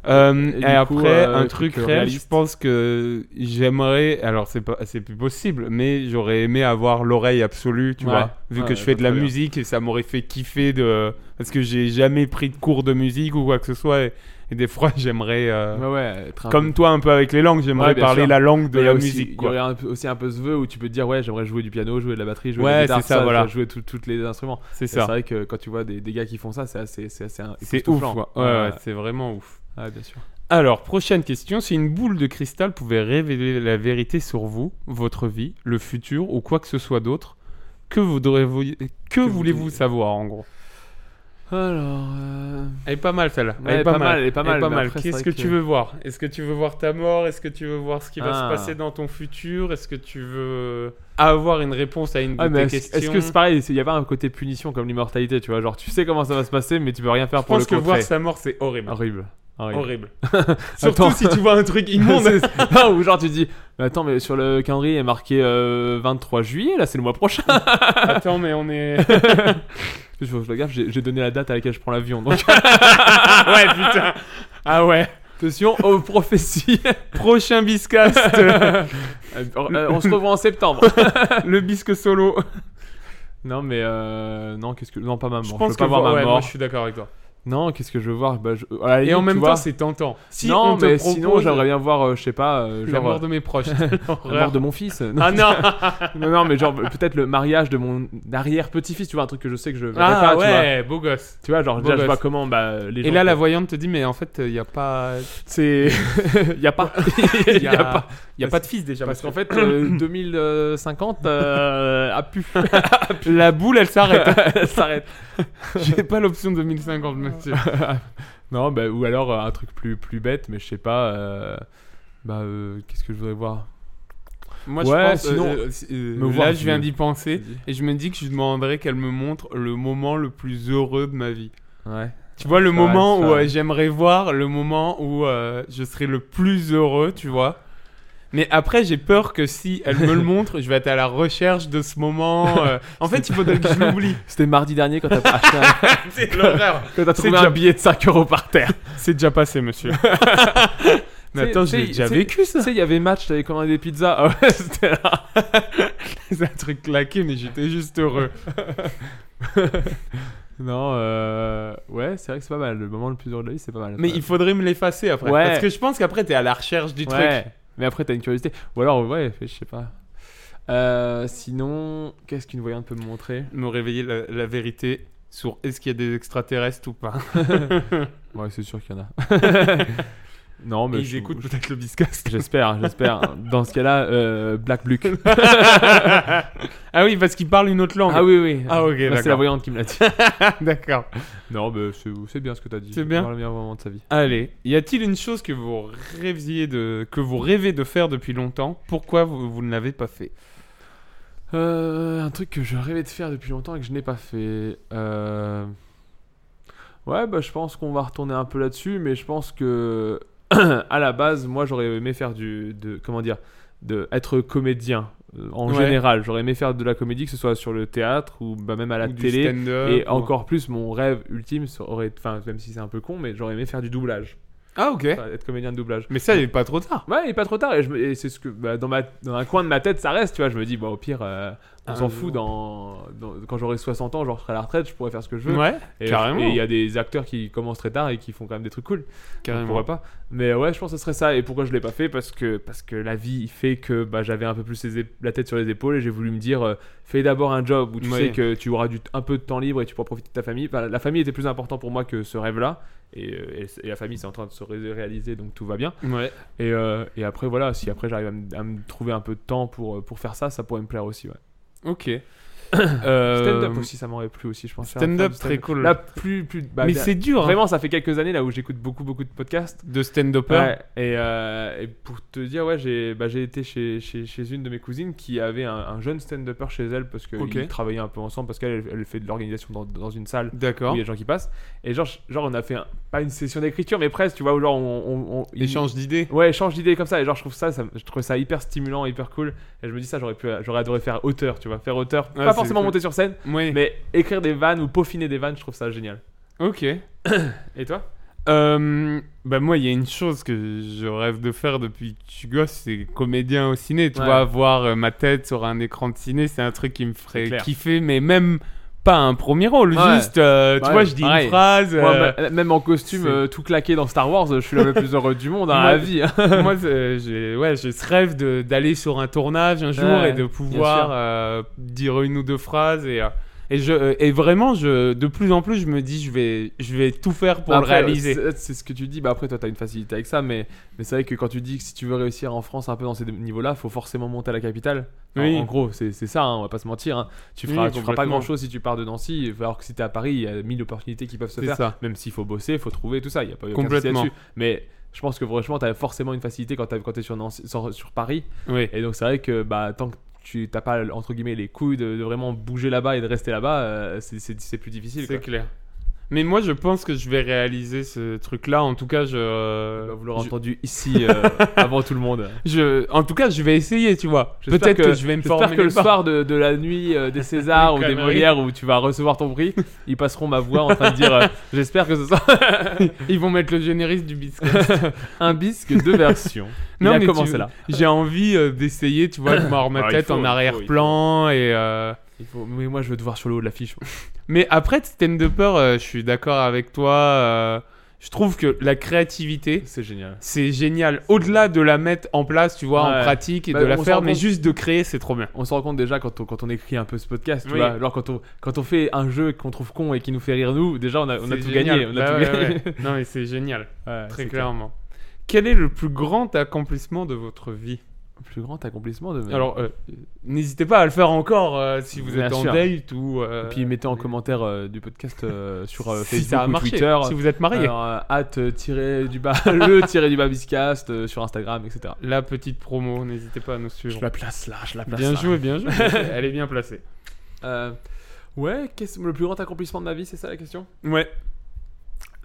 I: euh,
H: Et
I: et
H: du
I: après,
H: coup, euh,
I: un
H: le
I: truc
H: truc
I: réel, je
H: réaliste.
I: pense que j'aimerais. Alors, c'est pas, c'est plus possible, mais j'aurais aimé avoir l'oreille absolue, tu
H: Ouais.
I: vois. Vu
H: Ouais, bah,
I: que je fais de la
H: très bien.
I: musique et ça m'aurait fait kiffer de. Parce que j'ai jamais pris de cours de musique ou quoi que ce soit. Et, et des fois, j'aimerais. euh,
H: ouais, ouais, être un peu-
I: Comme toi, un peu avec les langues, j'aimerais
H: Ouais, bien
I: parler
H: sûr.
I: la langue de
H: Mais il y a
I: la
H: aussi-
I: musique,
H: Il y
I: quoi.
H: aurait un peu- aussi un peu ce vœu où tu peux te dire ouais j'aimerais jouer du piano, jouer de la batterie, jouer de
I: Ouais,
H: la guitare,
I: c'est ça, voilà.
H: jouer tous les instruments.
I: C'est
H: Et C'est
I: ça.
H: vrai que quand tu vois des, des gars qui font ça, c'est assez, c'est assez
I: C'est ouf,
H: époustouflant.
I: quoi. Ouais, ouais, c'est vraiment ouf.
H: ouais, bien sûr.
I: Alors, prochaine question. Si une boule de cristal pouvait révéler la vérité sur vous, votre vie, le futur ou quoi que ce soit d'autre, que, voudrez-vous- que, voulez-vous
H: voulez-
I: savoir en gros
H: Alors, euh,
I: Elle est pas mal celle-là.
H: Ouais, elle est pas mal, elle est pas mal, mais après, c'est vrai
I: Qu'est-ce que,
H: que-
I: tu veux voir Est-ce que tu veux voir ta mort Est-ce que tu veux voir ce qui va se
H: Ah.
I: passer dans ton futur Est-ce que tu veux avoir une réponse à une de
H: ah, mais
I: tes
H: est-ce,
I: questions
H: est-ce que c'est pareil Il y a pas un côté punition comme l'immortalité, tu vois Genre tu sais comment ça va se passer, mais tu peux rien faire
I: Je
H: pour
I: pense
H: le
I: que voir
H: contrer.
I: sa mort, c'est horrible.
H: Horrible. Horrible.
I: Horrible. Surtout
H: Attends.
I: si tu vois un truc immonde.
H: C'est- non, ou genre tu dis mais attends mais sur le calendrier il est marqué euh, 23 juillet là c'est le mois prochain.
I: Attends, mais on est.
H: Je, je, je gaffe, j'ai, j'ai donné la date à laquelle je prends l'avion donc
I: ouais, putain. Ah ouais.
H: attention aux prophéties.
I: Prochain biscast.
H: Euh, euh, on se revoit en septembre.
I: Le bisque solo.
H: non mais euh, non qu'est-ce que non pas ma mort.
I: je
H: Je,
I: pense
H: veux pas
I: que
H: voir
I: vo-
H: ma
I: ouais,
H: mort.
I: moi, je suis d'accord avec toi.
H: Non qu'est-ce que je veux voir Bah, je- à la
I: Et
H: limite,
I: en
H: tu
I: même
H: vois,
I: temps, c'est tentant. Si
H: non
I: on te
H: mais
I: propose
H: sinon j'aimerais bien voir euh, je sais pas euh,
I: la
H: genre,
I: mort de mes proches.
H: euh, la mort de mon fils. Non,
I: Ah non.
H: non non, mais genre peut-être le mariage de mon arrière petit fils tu vois un truc que je sais que je verrai
I: Ah
H: pas tu vois.
I: ouais, beau gosse.
H: Tu vois, genre,
I: Beau
H: déjà, je
I: gosse.
H: vois comment bah, les gens.
I: Et là, la voyante te dit, mais en fait, il y a pas,
H: C'est. Il a pas.
I: il
H: Il a... pas.
I: y a pas de fils déjà.
H: Parce qu'en
I: monsieur.
H: fait, euh, 2050 euh, a pu.
I: la boule, elle s'arrête.
H: s'arrête.
I: J'ai pas l'option 2050, monsieur.
H: Non, bah, ou alors euh, un truc plus, plus bête, mais je sais pas. euh, Bah, euh, qu'est-ce que je voudrais voir
I: Moi,
H: Ouais,
I: je pense.
H: sinon,
I: euh, si- euh,
H: me voir,
I: là, je
H: tu
I: viens
H: veux.
I: d'y penser et je me dis que je demanderais qu'elle me montre le moment le plus heureux de ma vie.
H: Ouais.
I: Tu vois, le
H: C'est
I: moment
H: vrai,
I: où
H: c'est vrai.
I: euh, j'aimerais voir, le moment où euh, je serai le plus heureux, tu vois. Mais après, j'ai peur que si elle me le montre, je vais être à la recherche de ce moment. euh, En fait, il faudrait que je l'oublie.
H: C'était mardi dernier quand t'as acheté un-
I: C'est l'horreur.
H: quand t'as
I: C'est
H: trouvé
I: déjà-
H: un billet de 5 euros par terre.
I: C'est déjà passé, monsieur. Mais attends,
H: Tu
I: je
H: sais-
I: l'ai déjà
H: tu sais-
I: vécu, ça.
H: Tu sais, il y avait match, t'avais commandé des pizzas. Ah ouais, c'était là.
I: C'est un truc claqué, mais j'étais juste heureux.
H: Non, euh... ouais, c'est vrai que c'est pas mal. Le moment le plus dur de la vie, c'est pas mal.
I: Mais il faudrait me l'effacer après.
H: Ouais.
I: Parce que je pense qu'après, t'es à la recherche du
H: Ouais,
I: truc.
H: mais après, t'as une curiosité. Ou alors, ouais, je sais pas. Euh, sinon, qu'est-ce qu'une voyante peut me montrer
I: Me réveiller la, la vérité sur est-ce qu'il y a des extraterrestres ou pas.
H: Ouais, c'est sûr qu'il y en a. non, mais
I: Et
H: Bah, je-
I: j'écoute peut-être le biscast.
H: J'espère, j'espère. Dans ce cas-là, euh, Black Bluck.
I: ah oui, parce qu'il parle une autre langue.
H: ah oui, oui.
I: Ah ok,
H: Là, c'est la
I: d'accord.
H: voyante qui me l'a dit.
I: D'accord.
H: non, mais c'est c'est bien ce que t'as dit.
I: C'est bien.
H: Dans le meilleur moment de sa vie.
I: Allez, y a-t-il une chose que vous rêviez de que vous rêvez de faire depuis longtemps Pourquoi vous, vous ne l'avez pas fait
H: Euh, un truc que je rêvais de faire depuis longtemps et que je n'ai pas fait. Euh, Ouais, bah, je pense qu'on va retourner un peu là-dessus, mais je pense que à la base, moi, j'aurais aimé faire du, de, comment dire, de être comédien euh, en
I: Ouais.
H: général. J'aurais aimé faire de la comédie, que ce soit sur le théâtre ou bah, même à la
I: Ou du
H: télé.
I: stand-up,
H: Et
I: ou-
H: encore plus, mon rêve ultime ça aurait, enfin, même si c'est un peu con, mais j'aurais aimé faire du doublage,
I: Ah ok.
H: Enfin, être comédien de doublage.
I: Mais ça, il est pas trop tard.
H: Ouais, et pas trop tard. Et, je me- et c'est ce que bah, dans, ma, dans un coin de ma tête, ça reste. Tu vois, je me dis, bon, au pire, euh, on
I: Un
H: s'en
I: jour.
H: fout. Dans, dans- quand j'aurai 60 ans, genre, je serai à la retraite, je pourrai faire ce que je veux.
I: Ouais.
H: et
I: carrément.
H: et il y a des acteurs qui commencent très tard et qui font quand même des trucs cool.
I: Carrément.
H: Pourquoi pas Mais ouais, je pense que ce serait ça. Et pourquoi je l'ai pas fait Parce que parce que la vie fait que bah, j'avais un peu plus les ép- la tête sur les épaules et j'ai voulu me dire, euh, fais d'abord un job où tu
I: Ouais.
H: sais que tu auras du, un peu de temps libre et tu pourras profiter de ta famille. Enfin, la famille était plus important pour moi que ce rêve-là. Et, euh, et- et la famille, c'est en train de se ré- réaliser, donc tout va bien.
I: Ouais.
H: Et, euh, et après, voilà, si après j'arrive à me- à, me trouver un peu de temps pour, euh, pour faire ça, ça pourrait me plaire aussi. Ouais.
I: Ok. Euh,
H: Stand-up aussi, ça m'aurait plu aussi, je pense. faire un fan
I: Stand-up,
H: de
I: très cool.
H: Là, plus. plus bah,
I: mais
H: bien-
I: c'est dur. hein,
H: Vraiment, ça fait quelques années là où j'écoute beaucoup, beaucoup de podcasts.
I: de stand-upper.
H: Ouais, et, euh, et pour te dire, ouais, j'ai bah, j'ai été chez, chez, chez une de mes cousines qui avait un, un jeune stand-upper chez elle parce qu'ils
I: Ok.
H: travaillaient un peu ensemble, parce qu'elle elle fait de l'organisation dans, dans une salle où
I: D'accord.
H: il y a des gens qui passent. Et genre, genre on a fait un- pas une session d'écriture, mais presque, tu vois, où genre on. on, on- il-
I: Échange d'idées.
H: Ouais, change d'idée comme ça. Et genre, je trouve ça, ça- je trouve ça hyper stimulant, hyper cool. Et je me dis ça, j'aurais pu, j'aurais adoré faire auteur, tu vois, faire auteur,
I: Ouais,
H: pas
I: c'est
H: forcément
I: cool.
H: monter sur scène,
I: Ouais.
H: mais écrire des vannes ou peaufiner des vannes, je trouve ça génial.
I: Ok.
H: Et toi
I: Euh, bah moi, il y a une chose que je rêve de faire depuis que je suis gosse, c'est comédien au ciné. Tu
H: Ouais.
I: vois, voir euh, ma tête sur un écran de ciné, c'est un truc qui me
H: C'est
I: ferait
H: clair.
I: kiffer, mais même pas un premier rôle,
H: Ouais.
I: juste, euh,
H: Bah
I: tu vois,
H: ouais,
I: je dis
H: pareil.
I: une phrase.
H: Moi,
I: euh,
H: ma- même en costume
I: c'est-
H: euh, tout claqué dans Star Wars, je suis l'homme le plus heureux du monde hein,
I: Moi-
H: à vie. hein.
I: moi, euh, j'ai ouais, j'ai ce rêve de- d'aller sur un tournage un jour
H: Ouais,
I: et de
H: sûr.
I: pouvoir euh, dire une ou deux phrases et. euh, et, je, euh, et vraiment, je, de plus en plus, je me dis, je vais, je vais tout faire pour
H: Bah, Après,
I: le réaliser.
H: c'est- C'est ce que tu dis. Bah après, toi, t'as une facilité avec ça, mais, mais c'est vrai que quand tu dis que si tu veux réussir en France un peu dans ces deux- niveaux-là, faut forcément monter à la capitale. Enfin,
I: Oui.
H: En gros, c'est c'est ça. hein, on va pas se mentir. hein. Tu
I: Oui,
H: feras, tu feras pas
I: complètement.
H: grand-chose si tu pars de Nancy, alors que si t'es à Paris, il y a mille opportunités qui peuvent se
I: C'est
H: faire.
I: ça.
H: Même s'il faut bosser, il faut trouver tout ça. Il y a pas aucun
I: Complètement.
H: souci là-dessus. Mais je pense que franchement, t'as forcément une facilité quand t'as- quand t'es sur, Nancy- sur, sur Paris.
I: Oui.
H: Et donc c'est vrai que bah, tant que tu t'as pas entre guillemets les couilles de, de vraiment bouger là-bas et de rester là-bas, euh, c'est- c'est c'est plus difficile.
I: C'est
H: quoi.
I: clair. Mais moi, je pense que je vais réaliser ce truc-là. En tout cas, je.
H: Bah, Vous
I: je-
H: l'aurez entendu ici euh, avant tout le monde.
I: je- En tout cas, je vais essayer, tu vois.
H: J'espère
I: Peut-être que, je vais me
H: J'espère
I: former.
H: que le
I: les pas.
H: soir de, de la nuit euh, des Césars ou des
I: Conneries.
H: Molières où tu vas recevoir ton prix, ils passeront ma voix en train de dire euh, J'espère que ce sera
I: ils vont mettre le générique du biscuit.
H: un bisque de version. Il
I: Non,
H: a
I: mais
H: commencé
I: tu-
H: là.
I: J'ai envie euh, d'essayer, tu vois, de voir ma
H: Ah, il
I: tête
H: faut, il
I: en
H: faut,
I: arrière-plan et. euh,
H: Il faut... Mais moi je veux te voir sur le haut de l'affiche.
I: Mais après, stand-upper, euh, je suis d'accord avec toi. euh, Je trouve que la créativité.
H: C'est génial.
I: C'est génial. Au-delà de la mettre en place, tu vois,
H: Ouais.
I: en pratique et
H: Bah,
I: de
H: on
I: la
H: s'en
I: faire,
H: rend
I: mais
H: compte.
I: juste de créer, c'est trop bien.
H: On se rend compte déjà quand on, quand on écrit un peu ce podcast, tu
I: Oui.
H: vois. Genre quand on, quand on fait un jeu qu'on trouve con et qui nous fait rire nous, déjà on a, on a
I: C'est
H: tout
I: génial.
H: gagné. On a
I: Bah
H: tout
I: ouais,
H: gagné.
I: ouais. Non, mais c'est génial.
H: Ouais,
I: Très
H: c'est
I: clairement. Quel est le plus grand accomplissement de votre vie
H: clair. Plus grand accomplissement de
I: Alors, euh, n'hésitez pas à le faire encore euh, si vous
H: Bien
I: êtes en
H: sûr.
I: date ou. euh,
H: Et puis mettez en
I: euh,
H: commentaire euh, du podcast euh, sur euh,
I: si
H: Facebook
I: ça a
H: ou
I: marché,
H: Twitter.
I: si vous êtes marié.
H: Alors, euh, hâte euh, tirer du bas, le tirer du bas biscast euh, sur Instagram, etc.
I: La petite promo, n'hésitez pas à nous suivre.
H: place hein. là, je la
I: Bien joué, bien joué. Elle est bien placée.
H: Euh, ouais, qu'est-ce le plus grand accomplissement de ma vie, c'est ça la question
I: Ouais.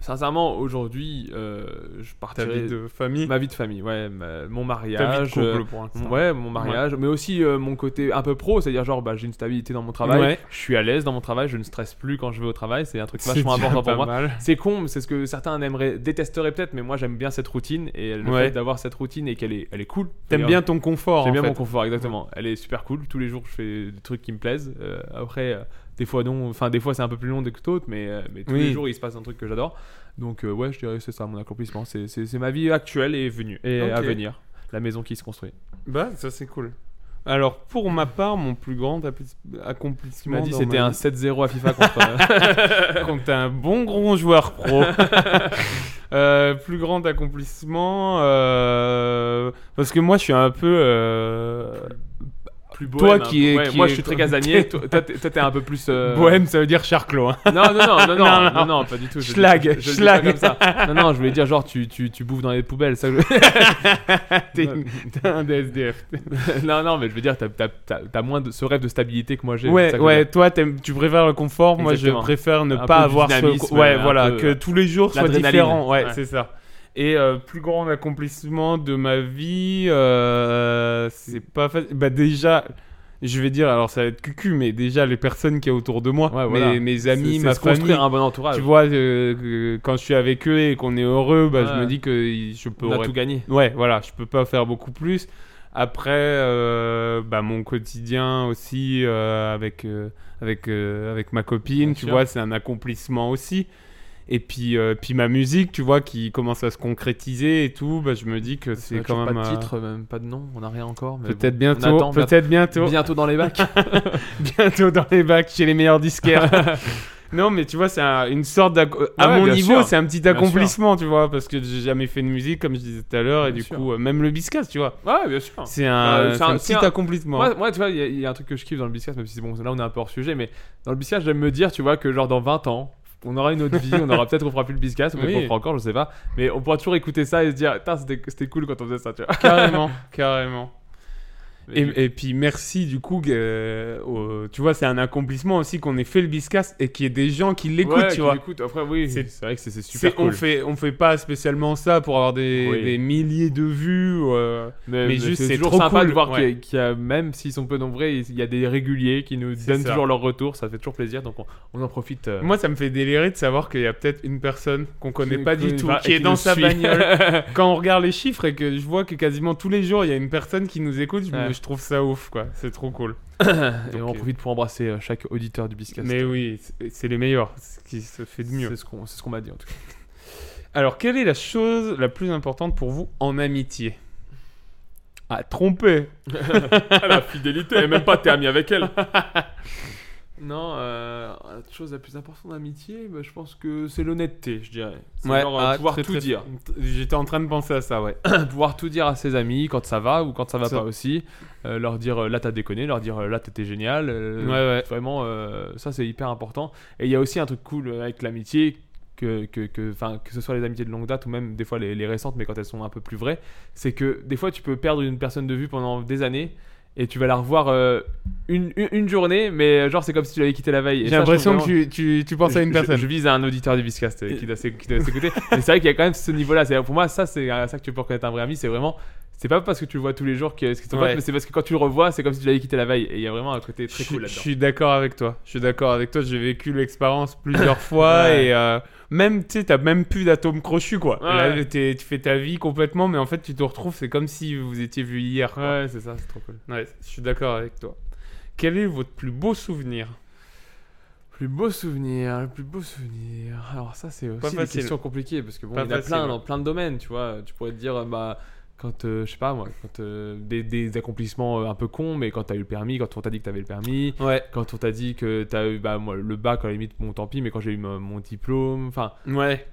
H: Sincèrement, aujourd'hui, euh, je
I: Ta
H: partirais
I: vie de famille
H: ma vie de famille, ouais, ma- mon
I: Ta vie de
H: mariage, euh,
I: couple pour l'instant.
H: Ouais, mon mariage, mais aussi euh, mon côté un peu pro, c'est-à-dire genre bah, j'ai une stabilité dans mon travail,
I: Ouais.
H: je suis à l'aise dans mon travail, je ne stresse plus quand je vais au travail, c'est un truc
I: C'est
H: vachement
I: déjà
H: important
I: pas
H: pour moi.
I: mal.
H: C'est con, mais c'est ce que certains aimeraient, détesteraient peut-être, mais moi j'aime bien cette routine et le
I: Ouais.
H: fait d'avoir cette routine et qu'elle est, elle est cool.
I: T'aimes
H: D'ailleurs,
I: bien ton confort.
H: J'aime
I: en
H: bien
I: fait.
H: mon confort, exactement. Elle est super cool. Tous les jours, je fais des trucs qui me plaisent. Euh, après, euh, des fois non, enfin des fois c'est un peu plus long que d'autres, mais, euh, mais tous
I: Oui.
H: les jours il se passe un truc que j'adore. Donc euh, ouais, je dirais que c'est ça mon accomplissement. C'est- C'est c'est ma vie actuelle et venue et à
I: Ok.
H: venir. La maison qui se construit.
I: Bah, ça c'est cool. Alors, pour ma part, mon plus grand appli-
H: Tu
I: accomplissement.
H: m'as dit
I: dans
H: c'était
I: ma
H: un
I: vie-
H: 7-0 à FIFA contre. euh,
I: Quand t'es un bon gros joueur pro. Euh, plus grand accomplissement. euh, Parce que moi, je suis un peu. euh,
H: plus
I: Toi qui es-
H: hein. ouais,
I: qui
H: moi
I: est-
H: je suis très casanier. toi toi, t'es toi, t'es un peu plus. euh,
I: Bohème, ça veut dire charclo. hein.
H: Non, non, non, non, non,
I: Non,
H: non,
I: non.
H: non, pas du tout. je le dis-
I: Schlag,
H: je le dis pas
I: schlag.
H: comme ça. Non, non, je voulais dire genre tu, tu, tu bouffes dans les poubelles. Ça, que je-
I: T'es une- t'es un DSDF.
H: non, non, mais je veux dire, t'as t'as- t'as- t'as moins de ce rêve de stabilité que moi j'ai. c'est
I: Ouais,
H: ça que je
I: ouais,
H: veux dire.
I: toi, t'aimes- tu préfères le confort. Moi,
H: Exactement.
I: je préfère ne
H: Un
I: pas
H: peu de
I: avoir ce.
H: dynamisme,
I: Ouais,
H: un
I: voilà,
H: peu,
I: que
H: euh,
I: tous les jours soient
H: l'adrénaline.
I: différents. Ouais,
H: Ouais.
I: c'est ça. Et euh, plus grand accomplissement de ma vie, euh, c'est pas facile. Bah, déjà. Je vais dire, alors ça va être cucu, mais déjà les personnes qui est autour de moi,
H: Ouais,
I: mes-
H: voilà.
I: mes, amis,
H: C'est- c'est
I: ma
H: se construire
I: famille,
H: un bon entourage.
I: tu vois, euh, que- quand je suis avec eux et qu'on est heureux, bah, je
H: Ouais.
I: me dis que je peux
H: on a tout gagné.
I: Ouais, voilà, je peux pas faire beaucoup plus. Après, euh, bah, mon quotidien aussi euh, avec, euh, avec, euh, avec ma copine,
H: Bien
I: tu
H: sûr.
I: vois, c'est un accomplissement aussi. Et puis, euh, puis ma musique, tu vois, qui commence à se concrétiser et tout, bah, je me dis que c'est
H: Ouais,
I: quand
H: toujours
I: même.
H: pas
I: euh,
H: de titre, même pas de nom, on a rien encore. mais
I: Peut-être
H: bon, on
I: bientôt,
H: attend,
I: peut-être bientôt,
H: bientôt dans les bacs.
I: bientôt dans les bacs chez les meilleurs disquaires. non, mais tu vois, c'est un- une sorte d'ac- euh, à
H: Ouais,
I: mon
H: bien
I: niveau,
H: sûr.
I: c'est un petit
H: Bien
I: accomplissement, tu vois, parce que j'ai jamais fait de musique comme je disais tout à l'heure, et
H: Bien
I: du
H: sûr.
I: coup, euh, même le biscasse, tu vois.
H: ouais, bien sûr.
I: C'est un,
H: Euh, c'est
I: c'est
H: un-
I: un
H: c'est
I: petit
H: un-
I: accomplissement.
H: Moi, moi, tu vois, il y, a- il y a un truc que je kiffe dans le biscuit, même si c'est bon, là on est un peu hors sujet, mais dans le biscuit, j'aime me dire, tu vois, que genre dans 20 ans, on aura une autre vie, on aura peut-être, on fera plus le biscuit, peut-être
I: Oui.
H: qu'on fera encore, je sais pas, mais on pourra toujours écouter ça et se dire, putain, c'était c'était cool quand on faisait ça, tu vois.
I: carrément, carrément.
H: Mais du coup,
I: Et, et puis merci du coup, euh, au- tu vois, c'est un accomplissement aussi qu'on ait fait le biscasse et qu'il y ait des gens qui l'écoutent,
H: ouais,
I: tu
H: qui
I: vois.
H: l'écoutent. Après, oui,
I: C'est-
H: c'est vrai que c'est c'est super
I: C'est-
H: cool.
I: On fait, on fait pas spécialement ça pour avoir des,
H: Oui.
I: des milliers de vues. ou, euh,
H: Mais,
I: mais juste,
H: juste,
I: c'est
H: c'est toujours
I: trop
H: sympa
I: cool,
H: de voir
I: ouais.
H: qu'il y a- qu'il y, a, même s'ils sont peu nombreux, il y a des réguliers qui nous
I: C'est
H: donnent
I: ça.
H: toujours leur retour, ça fait toujours plaisir, donc on, on en profite. euh,
I: Moi, ça me fait délirer de savoir qu'il y a peut-être une personne qu'on connaît pas du
H: connaît
I: tout,
H: pas
I: qui
H: et
I: est
H: qui
I: dans
H: nous
I: sa
H: suit.
I: bagnole. Quand on regarde les chiffres et que je vois que quasiment tous les jours il y a une personne qui nous écoute, je,
H: Ouais.
I: me- je trouve ça ouf, quoi. C'est trop cool.
H: et on en
I: ok.
H: profite pour embrasser euh, chaque auditeur du Biscast.
I: Mais oui, c'est- c'est les meilleurs, ce qui se fait de mieux.
H: C'est ce qu'on c'est ce qu'on m'a dit en tout cas.
I: Alors, quelle est la chose la plus importante pour vous en amitié Ah, tromper
H: Ah, la fidélité, et même pas t'es ami avec elle. non, euh, la chose la plus importante d'amitié, je pense que c'est l'honnêteté, je dirais. C'est genre, euh,
I: ah,
H: pouvoir
I: très,
H: tout
I: très-
H: dire.
I: J'étais en train de penser à ça, ouais.
H: pouvoir tout dire à ses amis quand ça va ou quand ça va
I: Ça.
H: pas aussi. Euh, leur dire euh, là t'as déconné, leur dire euh, là t'étais génial. euh,
I: Ouais, ouais.
H: Vraiment, euh, ça c'est hyper important. Et il y a aussi un truc cool euh, avec l'amitié. Que, que, que, 'fin, que ce soit les amitiés de longue date ou même des fois les, les récentes, mais quand elles sont un peu plus vraies, c'est que des fois tu peux perdre une personne de vue pendant des années et tu vas la revoir euh, une, une, une journée, mais genre c'est comme si tu l'avais quitté la veille. Et
I: J'ai
H: ça, je trouve
I: l'impression que
H: vraiment-
I: tu, tu, tu penses à une
H: je- je-
I: personne.
H: Je, vise à un auditeur du Viscast euh, qui doit s'é- qui doit s'écouter. Mais c'est vrai qu'il y a quand même ce niveau-là. C'est- Pour moi, ça, c'est à ça que tu peux reconnaître un vrai ami. C'est vraiment. C'est pas parce que tu le vois tous les jours que ce qu'ils sont
I: Ouais.
H: potes, mais c'est parce que quand tu le revois, c'est comme si tu l'avais quitté la veille. Et il y a vraiment un côté très
I: Je-
H: cool
I: je
H: là-dedans.
I: suis d'accord avec toi. Je suis d'accord avec toi. J'ai vécu l'expérience plusieurs fois
H: Ouais.
I: et euh, même, tu sais, t'as même plus d'atomes crochus, quoi.
H: Ouais,
I: Là,
H: ouais.
I: t'es- tu fais ta vie complètement, mais en fait, tu te retrouves. C'est comme si vous étiez vu hier. quoi.
H: Ouais, c'est ça, c'est trop cool.
I: Ouais, je suis d'accord avec toi. Quel est votre plus beau souvenir
H: Plus beau souvenir, le plus beau souvenir. Alors ça c'est aussi des
I: facile.
H: questions compliquées parce que bon,
I: Pas
H: il y en a
I: facile,
H: plein
I: ouais.
H: dans plein de domaines, tu vois. Tu pourrais te dire euh, bah quand euh, je sais pas moi, quand euh, des, des accomplissements euh, un peu cons, mais quand t'as eu le permis, quand on t'a dit que t'avais le permis,
I: Ouais,
H: quand on t'a dit que t'as eu bah, moi, le bac à la limite bon tant pis mais quand j'ai eu mon, mon diplôme enfin
I: ouais.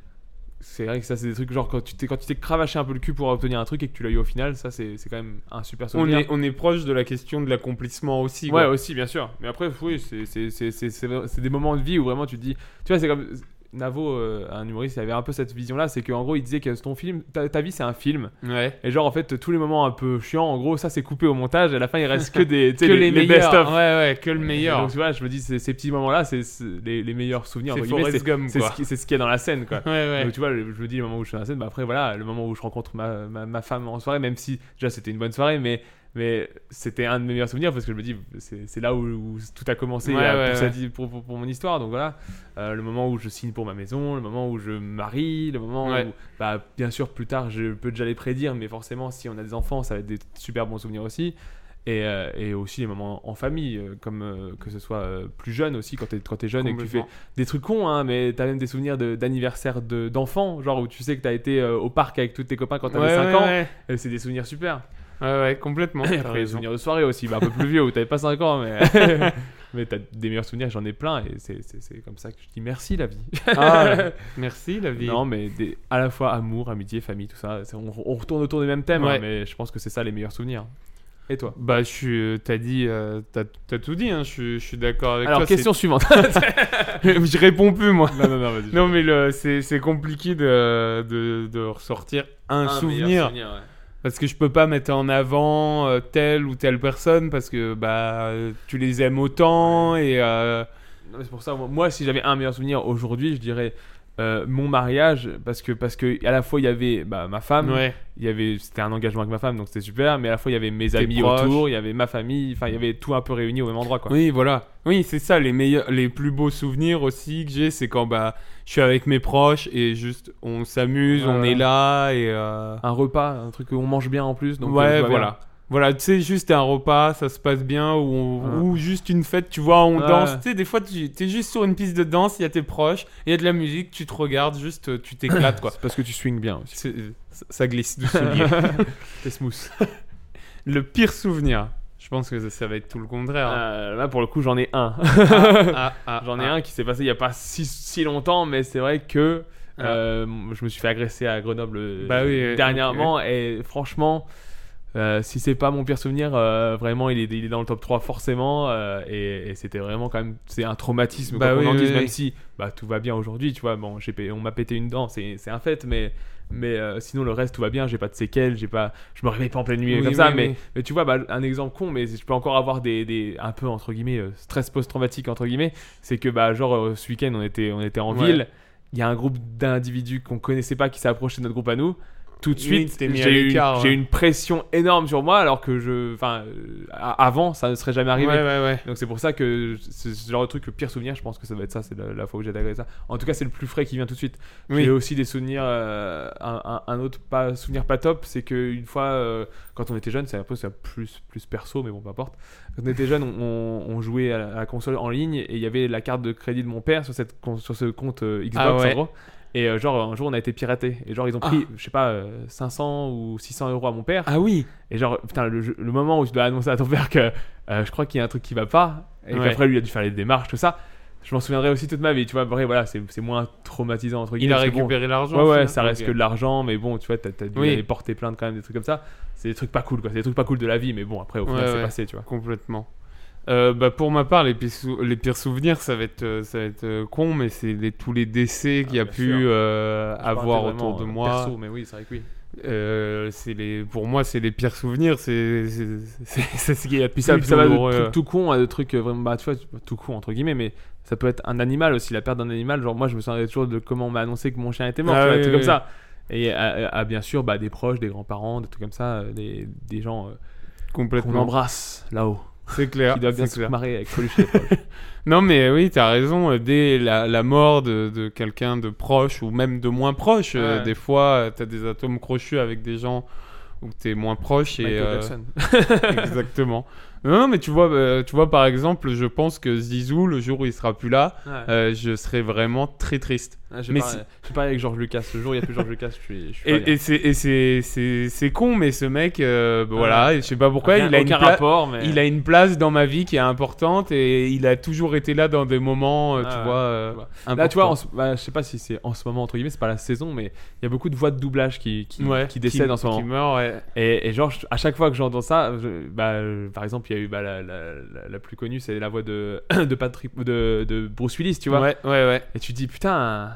H: c'est vrai que ça c'est des trucs genre quand tu t'es quand tu t'es cravaché un peu le cul pour obtenir un truc et que tu l'as eu au final ça c'est c'est quand même un super
I: On
H: souvenir
I: est, on est proche de la question de l'accomplissement aussi.
H: ouais
I: quoi.
H: aussi bien sûr mais après oui c'est c'est- c'est- c'est- c'est- c'est des moments de vie où vraiment tu te dis tu vois c'est comme Navo, euh, un humoriste, il avait un peu cette vision-là, c'est qu'en gros, il disait que ton film, ta, ta vie, c'est un film.
I: Ouais.
H: Et genre, en fait, tous les moments un peu chiants, en gros, ça, c'est coupé au montage. Et à la fin, il reste que des, tu
I: Que
H: sais,
I: les, meilleurs.
H: best-of.
I: ouais, ouais, que le
H: Et
I: meilleur.
H: Donc, tu vois, je me dis, c'est- ces petits moments-là, c'est c'est les, les meilleurs souvenirs.
I: C'est
H: entre guillemets,
I: Forrest Gump,
H: c'est
I: quoi.
H: ce qui- c'est ce qu'il y a dans la scène, quoi.
I: Ouais, ouais.
H: Donc, tu vois, le- je me dis le moment où je suis dans la scène, bah après voilà, le moment où je rencontre ma, ma, ma femme en soirée, même si déjà c'était une bonne soirée, mais, mais c'était un de mes meilleurs souvenirs parce que je me dis, c'est c'est là où, où tout a commencé
I: Ouais,
H: euh,
I: ouais,
H: pour, sa-
I: ouais.
H: di- pour, pour- pour mon histoire. Donc voilà, Euh, le moment où je signe pour ma maison, le moment où je me marie, le moment
I: Ouais.
H: où, bah, bien sûr, plus tard, je peux déjà les prédire, mais forcément, si on a des enfants, ça va être des super bons souvenirs aussi. Et, euh, et aussi les moments en famille, euh, comme euh, que ce soit euh, plus jeune aussi, quand t'es quand t'es jeune et que tu fais
I: Complètement.
H: des trucs cons, hein, mais t'as même des souvenirs de- d'anniversaire de- d'enfants, genre où tu sais que t'as été euh, au parc avec tous tes copains quand t'avais
I: Ouais,
H: 5
I: ouais,
H: ans.
I: ouais.
H: Et C'est des souvenirs super.
I: Ouais, ouais, complètement.
H: Et
I: t'as
H: après, les
I: raison.
H: souvenirs de soirée aussi, bah, un peu plus vieux où t'avais pas 5 ans, mais, mais t'as des meilleurs souvenirs, j'en ai plein. Et c'est- c'est c'est comme ça que je dis merci la vie.
I: Ah, merci, la vie.
H: non, mais des- à la fois amour, amitié, famille, tout ça. c'est- On, on retourne autour des mêmes thèmes,
I: Ouais.
H: hein, mais je pense que c'est ça les meilleurs souvenirs. Et toi
I: Bah, je suis. euh, T'as dit. euh, T'as t'as tout dit, hein. Je suis- je suis d'accord avec
H: Alors,
I: toi. c'est-
H: question suivante.
I: je réponds plus, moi.
H: non, non, non, vas-y.
I: Non, mais le- c'est c'est compliqué de, de, de ressortir un, souvenir. Parce que je peux pas mettre en avant euh, telle ou telle personne parce que bah euh, tu les aimes autant et euh,
H: Non, mais c'est pour ça, moi, moi, si j'avais un meilleur souvenir aujourd'hui, je dirais euh, mon mariage, parce que, parce que à la fois il y avait bah, ma femme,
I: ouais
H: il y avait c'était un engagement avec ma femme, donc c'était super, mais à la fois il y avait mes
I: Tes
H: amis
I: proches.
H: autour, il y avait ma famille, enfin il y avait tout un peu réuni au même endroit quoi.
I: oui voilà oui c'est ça les meilleurs les plus beaux souvenirs aussi que j'ai c'est quand bah je suis avec mes proches et juste on s'amuse
H: Ouais,
I: on
H: ouais.
I: est là et euh,
H: Un repas, un truc où on mange bien en plus, donc euh,
I: ouais
H: tout va
I: voilà voilà tu sais juste un repas ça se passe bien ou, on- ou juste une fête tu vois on
H: Ouais.
I: danse tu sais des fois tu es juste sur une piste de danse il y a tes proches il y a de la musique tu te regardes juste euh, tu t'éclates
H: bien.
I: quoi
H: C'est parce que tu swings bien aussi.
I: C'est- ça- ça glisse du soulier.
H: T'es smooth.
I: Le pire souvenir. Je pense que ça, ça va être tout le contraire.
H: Euh, là pour le coup j'en ai un.
I: Ah, ah,
H: J'en ai
I: ah.
H: un qui s'est passé il y a pas si, si longtemps, mais c'est vrai que
I: Ah.
H: euh, je me suis fait agresser à Grenoble euh,
I: Bah oui, oui,
H: dernièrement. Et franchement, euh, si c'est pas mon pire souvenir, euh, vraiment, il est, il est dans le top 3 forcément. euh, et et c'était vraiment quand même, c'est un traumatisme
I: Bah
H: quoi qu'on
I: oui,
H: en dise,
I: oui,
H: même
I: oui.
H: si bah, tout va bien aujourd'hui. Tu vois, bon, j'ai payé- on m'a pété une dent, c'est c'est un fait, mais. Mais euh, sinon le reste tout va bien, j'ai pas de séquelles, j'ai pas, je me réveille pas en pleine nuit
I: Oui,
H: comme
I: oui,
H: ça,
I: oui.
H: mais mais tu vois, bah, un exemple con, mais je peux encore avoir des, des- un peu entre guillemets euh, stress post-traumatique entre guillemets, c'est que bah genre euh, ce week-end on était on était en
I: Ouais.
H: ville, il y a un groupe d'individus qu'on connaissait pas qui s'est approché de notre groupe à nous. Tout de
I: Oui,
H: suite,
I: t'es mis à
H: j'ai eu,
I: l'écart,
H: j'ai
I: ouais.
H: une pression énorme sur moi alors que je, enfin, euh, a- avant ça ne serait jamais
I: Ouais,
H: arrivé.
I: ouais, ouais.
H: Donc c'est pour ça que c'est ce genre de truc, le pire souvenir, je pense que ça va être ça, c'est la, la fois où j'ai attaqué ça. En tout cas, c'est le plus frais qui vient tout de suite.
I: Oui.
H: J'ai aussi des souvenirs, euh, un, un- un autre pas, souvenir pas top, c'est qu'une fois, euh, quand on était jeune, c'est un peu ça, plus, plus perso, mais bon, peu importe. Quand on était jeune, on, on- on jouait à la, à la console en ligne et il y avait la carte de crédit de mon père sur, cette, con- sur ce compte euh, Xbox
I: Ah ouais.
H: en gros. Et euh, genre, un jour, on a été piraté. Et genre, ils ont pris, je sais pas, euh, 500 ou 600 euros à mon père.
I: Ah oui.
H: Et genre, putain, le, jeu- le moment où tu dois annoncer à ton père que euh, je crois qu'il y a un truc qui va pas, et
I: Ouais.
H: qu'après lui a dû faire les démarches, tout ça, je m'en souviendrai aussi toute ma vie, tu vois. Après, voilà, c'est c'est moins traumatisant, entre
I: Il
H: guillemets.
I: a
H: parce que bon,
I: récupéré l'argent.
H: Ouais, ouais,
I: finalement.
H: ça reste
I: Ok.
H: que de l'argent, mais bon, tu vois, t'as t'as dû
I: Oui.
H: aller porter plainte quand même, des trucs comme ça. C'est des trucs pas cool, quoi. C'est des trucs pas cool de la vie, mais bon, après, au final,
I: Ouais,
H: c'est
I: ouais.
H: passé, tu vois.
I: Complètement. Euh, bah, pour ma part, les pires, sou- les pires souvenirs, ça va être, euh, ça va être euh, con, mais c'est les- tous les décès
H: Ah,
I: qu'il y a
H: bien
I: pu
H: sûr.
I: euh,
H: Je
I: avoir
H: partais
I: autour
H: vraiment,
I: de
H: euh,
I: moi.
H: perso, mais oui, c'est vrai que oui.
I: Euh, c'est les, pour moi, c'est les pires souvenirs. C'est c'est- c'est- c'est ce qu'il y a de
H: Puis ça,
I: plus
H: ça va de
I: douloureux.
H: trucs tout con à de trucs euh, vraiment, bah, tu vois, tout con entre guillemets, mais ça peut être un animal aussi, la perte d'un animal. Genre, moi, je me souviendrai toujours de comment on m'a annoncé que mon chien était mort,
I: Ah
H: tu vois,
I: oui,
H: des trucs
I: oui,
H: comme ça. Et à, à- à, bien sûr, bah, des proches, des grands-parents, des trucs comme ça, euh, des, des gens euh, qu'on
I: Complètement.
H: embrasse là-haut,
I: C'est clair.
H: qui doivent bien
I: c'est
H: se
I: clair.
H: marrer avec Coluche. et les proches.
I: Non, mais oui, t'as raison. euh, Dès la, la mort de, de quelqu'un de proche ou même de moins proche, euh,
H: Ouais.
I: des fois, euh, t'as des atomes crochus avec des gens où t'es moins proche. Et,
H: Michael
I: euh,
H: Jackson.
I: exactement. Non, non, mais tu vois, euh, tu vois, par exemple, je pense que Zizou, le jour où il sera plus là,
H: Ouais.
I: euh, je serais vraiment très triste.
H: Ah, J'ai
I: mais
H: parlé, j'ai parlé avec Georges Lucas. Le jour où il n'y a plus Georges Lucas, je suis. Je suis pas
I: Et,
H: bien.
I: et c'est- et c'est c'est- c'est con, mais ce mec, euh, bah,
H: Ouais.
I: voilà, et je sais pas pourquoi,
H: Rien-
I: il a une
H: aucun
I: pla-
H: rapport, mais.
I: Il a une place dans ma vie qui est importante et il a toujours été là dans des moments, euh,
H: Ah
I: tu
H: ouais,
I: vois. euh,
H: je vois.
I: importants.
H: Là, tu vois, en ce- bah, je sais pas si c'est en ce moment, entre guillemets, c'est pas la saison, mais il y a beaucoup de voix de doublage qui, qui,
I: Ouais,
H: qui décèdent en ce moment.
I: Qui meurt, ouais.
H: Et, et genre, je- à chaque fois que j'entends ça, je- bah, euh, par exemple, il y a eu bah, la, la- la- la plus connue, c'est la voix de, de, Patrick, de, de Bruce Willis, tu vois.
I: Ouais, ouais, ouais.
H: Et tu te dis, putain,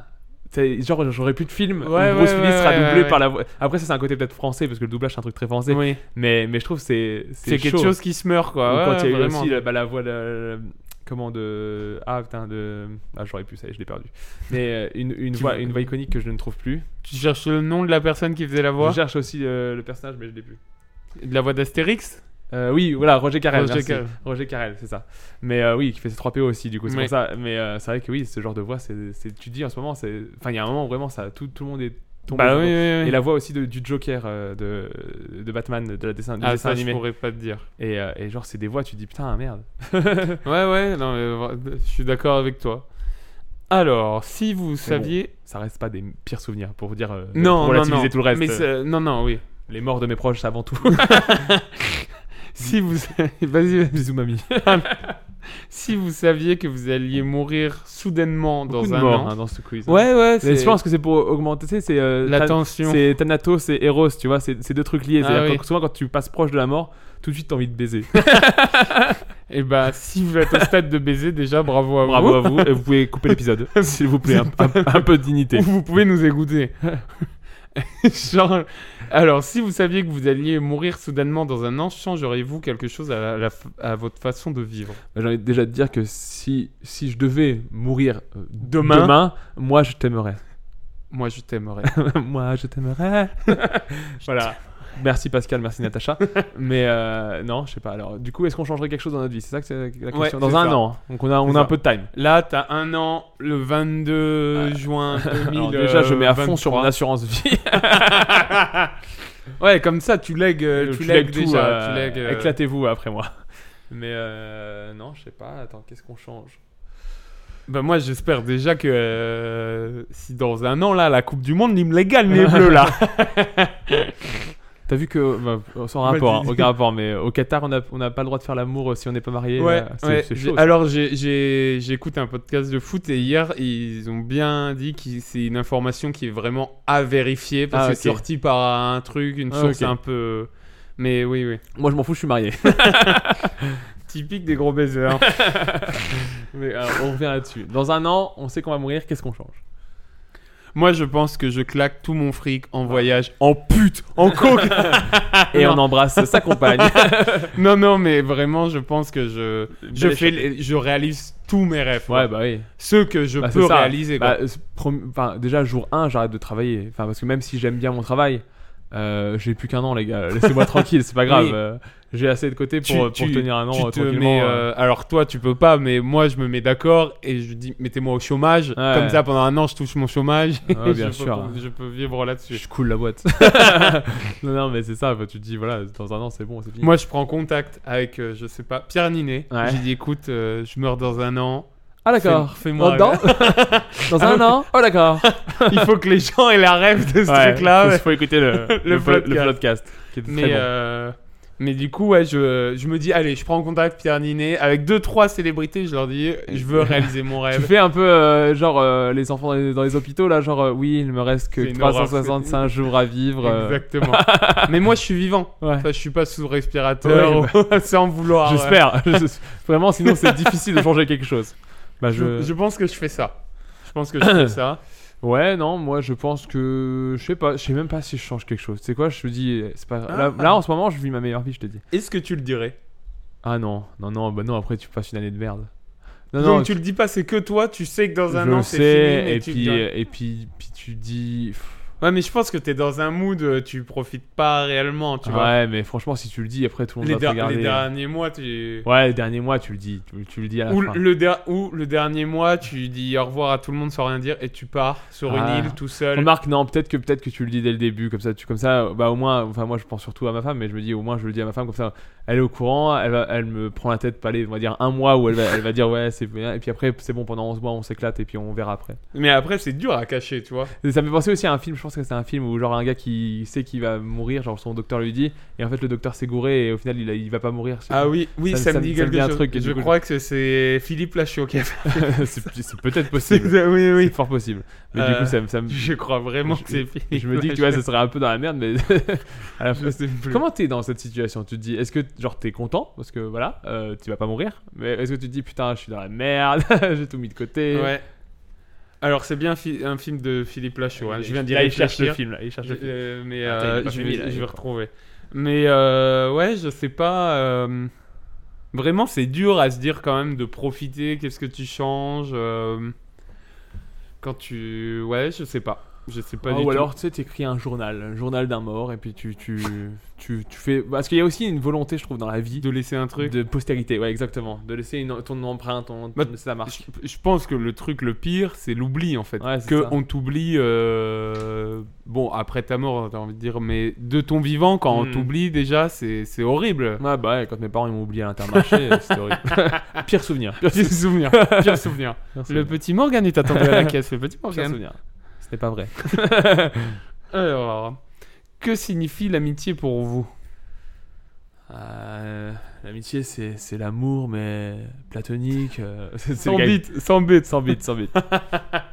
H: t'sais, genre, j'aurais plus de film où
I: Ouais,
H: Bruce
I: ouais,
H: Willis
I: ouais,
H: sera
I: ouais,
H: doublé
I: ouais.
H: par la voix. Après, ça, c'est un côté peut-être français, parce que le doublage, c'est un truc très français.
I: Oui.
H: Mais, mais je trouve que c'est
I: C'est quelque
H: chaud.
I: chose qui se meurt, quoi.
H: Ou
I: Ouais,
H: quand il y a eu
I: vraiment.
H: aussi la, bah, la voix de. la- la- comment de. Ah putain, de. Ah, j'aurais pu, ça y est, je l'ai perdu. Mais euh, une, une,
I: Tu
H: voix,
I: veux-
H: une voix iconique que je ne trouve plus.
I: Tu cherches le nom de la personne qui faisait la voix
H: Je cherche aussi euh, le personnage, mais je l'ai plus.
I: De la voix d'Astérix
H: Euh, oui, voilà, Roger Carrel.
I: Roger
H: Roger,
I: Carrel.
H: Roger Carrel, c'est ça. Mais euh, oui, qui fait ses 3 PO aussi, du coup, c'est
I: Oui.
H: pour ça. Mais euh, c'est vrai que oui, ce genre de voix, c'est, c'est- tu te dis en ce moment, c'est. Enfin, il y a un moment où vraiment, ça, tout, tout le monde est tombé.
I: Bah
H: sur-
I: oui, oui, oui.
H: Et la voix aussi de- du Joker euh, de, de Batman, de la dessin, du
I: Ah,
H: dessin
I: ça, je
H: animé.
I: pourrais pas te dire.
H: Et, euh, et genre, c'est des voix, tu te dis putain, merde.
I: Ouais, ouais, non, mais vra- je suis d'accord avec toi. Alors, si vous saviez.
H: ça reste pas des pires souvenirs pour vous dire euh, pour
I: non, non,
H: relativiser
I: non.
H: tout le reste
I: Mais
H: Euh,
I: c'est- non, non, oui.
H: les morts de mes proches avant tout
I: Si vous. Vas-y, vas-y.
H: bisous mamie
I: Si vous saviez que vous alliez mourir soudainement dans
H: Beaucoup de
I: un
H: morts,
I: an.
H: hein, dans ce quiz
I: Ouais, ouais,
H: Mais
I: c'est.
H: je pense que c'est pour augmenter tu sais c'est euh,
I: La
H: Than-
I: tension.
H: c'est Thanatos et Eros tu vois c'est c'est deux trucs liés
I: Ah
H: C'est-à-dire
I: oui. Ah,
H: quand- souvent quand tu passes proche de la mort tout de suite t'as envie de baiser
I: Et bah, si vous êtes au stade de baiser, déjà, bravo à
H: bravo
I: vous.
H: à vous et vous pouvez couper l'épisode s'il vous plaît un, un- un peu de dignité
I: Ou vous pouvez nous écouter. Genre, alors, si vous saviez que vous alliez mourir soudainement dans un an, changeriez-vous quelque chose à, la- la f- à votre façon de vivre
H: j'ai envie de Bah, déjà de dire que si si je devais mourir euh,
I: Demain.
H: moi je t'aimerais
I: Moi, je t'aimerais.
H: moi je t'aimerais voilà Merci Pascal, merci Natacha. Mais euh, non, je sais pas. Alors, du coup, est-ce qu'on changerait quelque chose dans notre vie C'est ça que c'est la question.
I: Ouais,
H: dans
I: c'est
H: un
I: ça.
H: an. Donc, on a, on
I: C'est
H: a un
I: ça.
H: peu de time.
I: Là, t'as un an, le 22 juin 2000.
H: Alors, déjà, je mets à fond sur mon
I: la
H: assurance vie.
I: Ouais, comme ça, tu lègues, euh, tu lègues,
H: tout,
I: déjà.
H: euh,
I: tu lègues, euh,
H: Éclatez-vous après moi. Mais euh, non, je sais pas. Attends, qu'est-ce qu'on change
I: Bah, moi, j'espère déjà que euh, si dans un an, là, la Coupe du Monde, ils me les gagnent, les bleus, là.
H: T'as vu que, bah, sans
I: Bah,
H: rapport,
I: dis-
H: hein, aucun rapport, mais au Qatar, on n'a on n'a pas le droit de faire l'amour euh, si on n'est pas marié.
I: Ouais,
H: euh, c'est-
I: ouais.
H: c'est
I: J'ai- ah.
H: chaud, ça.
I: Alors j'ai- j'ai- j'écoute un podcast de foot et hier ils ont bien dit que c'est une information qui est vraiment à vérifier parce
H: Ah,
I: que
H: ok.
I: c'est sorti par un truc, une
H: Ah,
I: source
H: ok.
I: un peu. Mais oui, oui.
H: Moi, je m'en fous, je suis marié.
I: Typique des gros baisers.
H: mais alors, on revient là-dessus. Dans un an, on sait qu'on va mourir. Qu'est-ce qu'on change
I: Moi je pense que je claque tout mon fric en voyage, en pute, en coke.
H: Et
I: Non.
H: on embrasse sa compagne.
I: non, non, mais vraiment je pense que je je
H: belle
I: fais, les- je réalise tous mes rêves.
H: ouais,
I: quoi.
H: bah oui.
I: Ceux que je
H: Bah,
I: peux
H: c'est ça.
I: réaliser. quoi.
H: Bah, euh, c'est prom- enfin, déjà, jour 1, j'arrête de travailler. Enfin, parce que même si j'aime bien mon travail, euh, j'ai plus qu'un an, les gars. Laissez-moi tranquille, c'est pas grave.
I: Oui.
H: Euh, j'ai assez de côté pour,
I: Tu-
H: pour
I: tu-
H: tenir un an
I: tu
H: euh,
I: te
H: tranquillement.
I: mets,
H: euh.
I: euh, alors toi, tu peux pas, mais moi, je me mets d'accord et je dis, mettez-moi au chômage.
H: Ouais.
I: Comme ça, pendant un an, je touche mon chômage.
H: Ouais,
I: et
H: bien
I: je
H: sûr.
I: Peux, je peux vivre
H: Je
I: là-dessus.
H: suis cool la boîte. non, non, mais c'est ça. enfin, tu te dis, voilà, dans un an, c'est bon, c'est fini.
I: Moi, je prends contact avec, euh, je sais pas, Pierre Ninet.
H: Ouais.
I: J'ai dit, écoute, euh, je meurs dans un an.
H: ah,
I: d'accord.
H: Fais,
I: fais-moi
H: moi dans un an Oh, d'accord.
I: Il faut que les gens aient la rêve de ce
H: Ouais,
I: truc-là.
H: faut-
I: ouais.
H: faut écouter le,
I: Le
H: le, po- le
I: podcast.
H: podcast, qui est très
I: Mais,
H: bon.
I: euh, mais du coup, ouais, je, je me dis, allez, je prends contact Pierre Ninet avec deux, trois célébrités. Je leur dis, je veux réaliser mon
H: Tu
I: rêve.
H: fais un peu euh, genre euh, les enfants dans les, dans les hôpitaux là, genre euh, oui, il me reste
I: C'est
H: que
I: une horreur,
H: 365 jours à vivre. euh.
I: Exactement. mais moi, je suis vivant.
H: Ouais.
I: Enfin, je suis pas sous respirateur,
H: Ouais,
I: sans vouloir. ouais.
H: J'espère. Je- Vraiment, sinon c'est difficile de changer quelque chose. Bah
I: Je...
H: je.
I: je pense que je fais ça. Je pense que je fais ça.
H: Ouais, non, moi je pense que je sais pas, je sais même pas si je change quelque chose. C'est quoi Je me dis, euh, c'est pas. Là,
I: Ah,
H: là, en ce moment, je vis ma meilleure vie, je te dis.
I: Est-ce que tu le dirais
H: Ah non, non, non, bah non. Après, tu passes une année de merde. Non,
I: Donc
H: non,
I: tu le dis pas, c'est que toi, tu sais que dans un
H: je
I: an
H: le
I: c'est
H: sais.
I: fini. mais
H: et
I: tu
H: puis, euh,
I: le dirais.
H: et puis, puis tu dis. pff,
I: Ouais, mais je pense que t'es dans un mood, euh, tu profites pas réellement, tu
H: ouais,
I: vois.
H: mais franchement, si tu le dis, après tout le
I: Les,
H: monde va te
I: der- les
H: regarder.
I: derniers mois, tu.
H: Ouais, les derniers mois, tu le dis, tu, tu le dis à la
I: Ou
H: fin.
I: le, der- ou le dernier mois, tu dis au revoir à tout le monde sans rien dire et tu pars sur
H: Ah.
I: une île tout seul.
H: Remarque, non, peut-être que peut-être que tu le dis dès le début, comme ça, tu, comme ça, bah au moins, enfin moi je pense surtout à ma femme, mais je me dis au moins je le dis à ma femme comme ça, elle est au courant, elle, va- elle me prend la tête, pas les, on va dire un mois où elle va, elle va dire ouais c'est bien, et puis après c'est bon pendant 11 mois on s'éclate et puis on verra après.
I: Mais après, c'est dur à cacher, tu vois.
H: Et ça me fait penser aussi à un film, je pense pensais que c'était un film où genre un gars qui sait qu'il va mourir, genre son docteur lui dit, et en fait le docteur s'est gouré et au final il, a- il va pas mourir. je sais
I: Ah oui, oui,
H: Ça-
I: ça,
H: ça-
I: me dit
H: ça me
I: quelque
H: dit un
I: chose.
H: truc, et
I: je
H: du coup,
I: crois que c'est Philippe Lachaud qui a fait.
H: pas. c'est c'est peut-être
I: C'est-
H: possible.
I: oui,
H: C'est
I: oui.
H: fort possible. Mais
I: Euh,
H: du coup ça, me- ça me...
I: Je crois vraiment que c'est Philippe.
H: Je me dis que tu vois,
I: Lachaud.
H: ça serait un peu dans la merde, mais à la
I: Je
H: fois,
I: sais plus.
H: Comment t'es dans cette situation Tu te dis, est-ce que genre t'es content parce que voilà, euh, tu vas pas mourir, mais est-ce que tu te dis putain, je suis dans la merde, j'ai tout mis de côté.
I: Ouais. Alors c'est bien fi- un film de Philippe Lachaud. hein. Je viens d'y
H: Là, Ah, il cherche le
I: réfléchir.
H: film, là, il cherche le film. Ah,
I: Euh, mais
H: Attends, il
I: euh,
H: l'a pas
I: je,
H: fini, là,
I: vais, je
H: il
I: vais
H: est pas.
I: retrouver. Mais euh, ouais, je sais pas. euh, vraiment, c'est dur à se dire quand même de profiter. Qu'est-ce que tu changes euh, Quand tu. Ouais, je sais pas. Je sais pas
H: Ah,
I: du
H: ou
I: tout.
H: alors tu sais, t'écris un journal, un journal d'un mort, et puis tu tu tu, tu fais parce qu'il y a aussi une volonté, je trouve, dans la vie
I: de laisser un truc.
H: de postérité, ouais, exactement, de laisser une, ton empreinte, ton,
I: Bah,
H: ton- ça marche.
I: Je, je pense que le truc le pire, c'est l'oubli en fait.
H: Ouais, c'est
I: que
H: ça.
I: on t'oublie. euh, Bon, après ta mort, t'as envie de dire, mais de ton vivant, quand on
H: Hmm.
I: t'oublie déjà, c'est c'est horrible.
H: Ouais, bah ouais, quand mes parents ils m'ont oublié à l'intermarché, c'était horrible. Pire souvenir. Pire
I: Pire souvenir. Pire souvenir.
H: souvenir.
I: Le petit Morgan est attendu à la caisse. Le petit
H: Pire
I: Morgan.
H: souvenir. Ce n'est pas vrai.
I: Alors, que signifie l'amitié pour vous
H: Euh, L'amitié, c'est c'est l'amour, mais platonique. euh, c'est- c'est
I: Sans
H: le gars-
I: bite, sans bite, sans
H: Sans bite, sans bite.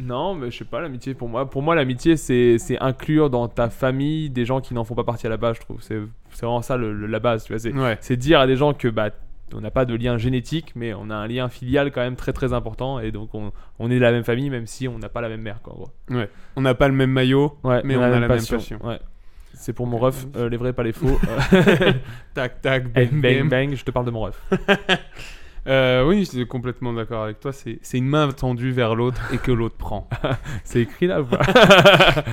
H: non, mais je sais pas, l'amitié pour moi. Pour moi, l'amitié, c'est c'est inclure dans ta famille des gens qui n'en font pas partie à la base, je trouve. C'est c'est vraiment ça le- le- la base, tu vois. C'est
I: Ouais.
H: c'est dire à des gens que bah, on n'a pas de lien génétique, mais on a un lien filial quand même très très important. Et donc, on, on est de la même famille, même si on n'a pas la même mère, quoi. en gros.
I: On n'a pas le même maillot,
H: Ouais,
I: mais on, a, la même passion.
H: Ouais. C'est pour mon ref, euh, les vrais, pas les faux.
I: Tac, tac,
H: Eh, bang,
I: bang,
H: bang,
I: bang.
H: bang, je te parle de mon ref.
I: Euh, oui, je suis complètement d'accord avec toi. C'est c'est une main tendue vers l'autre et que l'autre prend.
H: C'est écrit là ou pas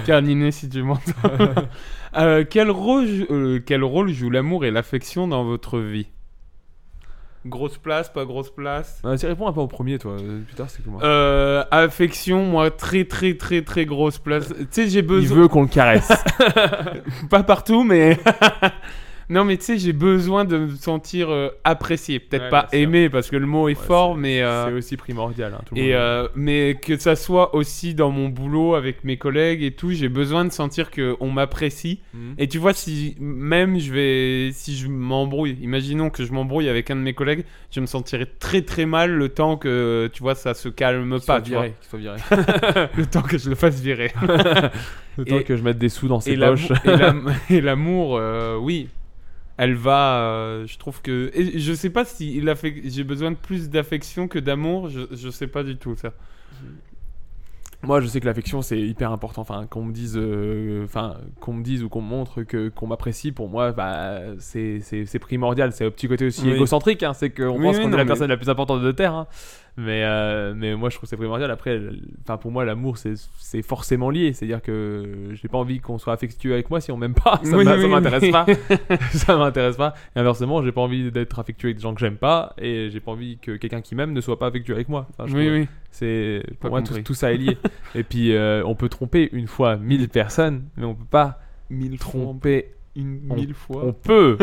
I: Carninet, si tu m'entends. Euh, quel, rôle, jou- euh, quel rôle joue l'amour et l'affection dans votre vie Grosse place, pas grosse place
H: Euh, tu réponds un peu au premier, toi. Euh, Putain, c'est que moi.
I: Euh, affection, moi, très très très très grosse place. Tu sais, j'ai
H: Euh, Il
I: besoin.
H: veut qu'on le caresse.
I: Pas partout, mais. non, mais tu sais, j'ai besoin de me sentir euh, apprécié. Peut-être
H: Ouais,
I: pas
H: bien sûr.
I: aimé, parce que le mot est
H: Ouais,
I: fort, mais. euh,
H: c'est aussi primordial. hein, tout le
I: Et
H: monde.
I: euh, mais que ça soit aussi dans mon boulot avec mes collègues et tout, j'ai besoin de sentir que on m'apprécie.
H: Mhm.
I: Et tu vois, si même je vais, si je m'embrouille, imaginons que je m'embrouille avec un de mes collègues, je me sentirais très très mal le temps que tu vois ça se calme
H: Qu'il soit
I: pas, tu vois.
H: viré, qu'il soit viré.
I: le temps que je le fasse virer.
H: Le temps
I: Et-
H: que je mette des sous dans ses
I: et l'am-
H: poches.
I: et l'am- et l'amour, euh, oui, elle va. euh, je trouve que. et je sais pas si il affec- j'ai besoin de plus d'affection que d'amour. Je, je sais pas du tout ça.
H: Moi, je sais que l'affection, c'est hyper important. Enfin, qu'on me dise, euh, enfin, qu'on me dise ou qu'on me montre que qu'on m'apprécie, pour moi, bah, c'est c'est- c'est primordial. C'est un petit côté aussi
I: Oui.
H: égocentrique, hein, c'est qu'on
I: Oui,
H: pense
I: oui,
H: qu'on
I: non,
H: est la
I: mais-
H: personne la plus importante de terre. hein. Mais euh, mais moi, je trouve que c'est primordial. Après, l- enfin, pour moi, l'amour, c'est c'est forcément lié. C'est-à-dire que j'ai pas envie qu'on soit affectueux avec moi si on m'aime pas. Ça
I: Oui,
H: m'a- ça
I: oui,
H: m'intéresse
I: oui.
H: pas. ça m'intéresse pas. Et inversement, j'ai pas envie d'être affectueux avec des gens que j'aime pas, et j'ai pas envie que quelqu'un qui m'aime ne soit pas affectueux avec moi. Enfin, je trouve-
I: oui, oui.
H: c'est
I: Pas
H: pour moi tout,
I: compris.
H: tout ça est lié. et puis euh, on peut tromper une fois mille personnes, mais on peut pas
I: Mille
H: tromper.
I: Une,
H: On-
I: mille fois.
H: On peut.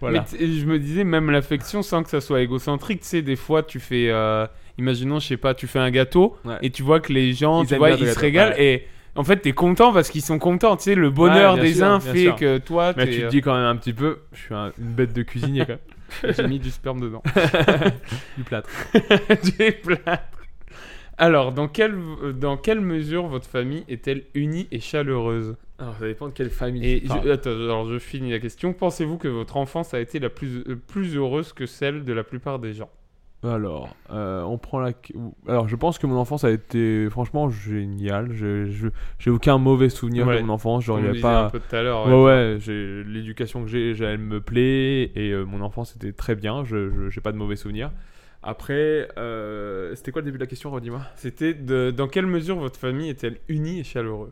H: voilà.
I: Mais t- je me disais, même l'affection, sans que ça soit égocentrique, tu sais, des fois, tu fais. euh, imaginons, je sais pas, tu fais un gâteau
H: Ouais.
I: et tu vois que les gens,
H: Ils
I: tu
H: aiment
I: vois,
H: bien le
I: ils se
H: gâteau,
I: régalent et. En fait, t'es content parce qu'ils sont contents. Tu sais, le bonheur
H: bien
I: des
H: sûr,
I: uns
H: bien
I: fait
H: sûr.
I: que toi,
H: Mais
I: t'es,
H: tu te
I: euh,
H: dis quand même un petit peu, je suis un- une bête de cuisinier quand même.
I: j'ai mis du sperme dedans.
H: du plâtre.
I: du plâtre. Alors, dans quelle, euh, dans quelle mesure votre famille est-elle unie et chaleureuse
H: Alors ça dépend de quelle famille.
I: Et
H: tu
I: je-
H: parles.
I: attends, alors je finis la question. Pensez-vous que votre enfance a été la plus, euh, plus heureuse que celle de la plupart des gens
H: Alors, euh, on prend la. Alors, je pense que mon enfance a été franchement géniale. Je, je- j'ai aucun mauvais souvenir
I: Ouais.
H: de mon enfance. Genre,
I: Comme
H: il
I: on
H: y a
I: disait
H: pas.
I: un peu tout à l'heure.
H: Ouais, ouais, j'ai- l'éducation que j'ai, j'ai- elle me plaît et euh, mon enfance était très bien, je je- j'ai pas de mauvais souvenirs. Après, euh, c'était quoi le début de la question, redis-moi
I: C'était de- dans quelle mesure votre famille est-elle unie et chaleureuse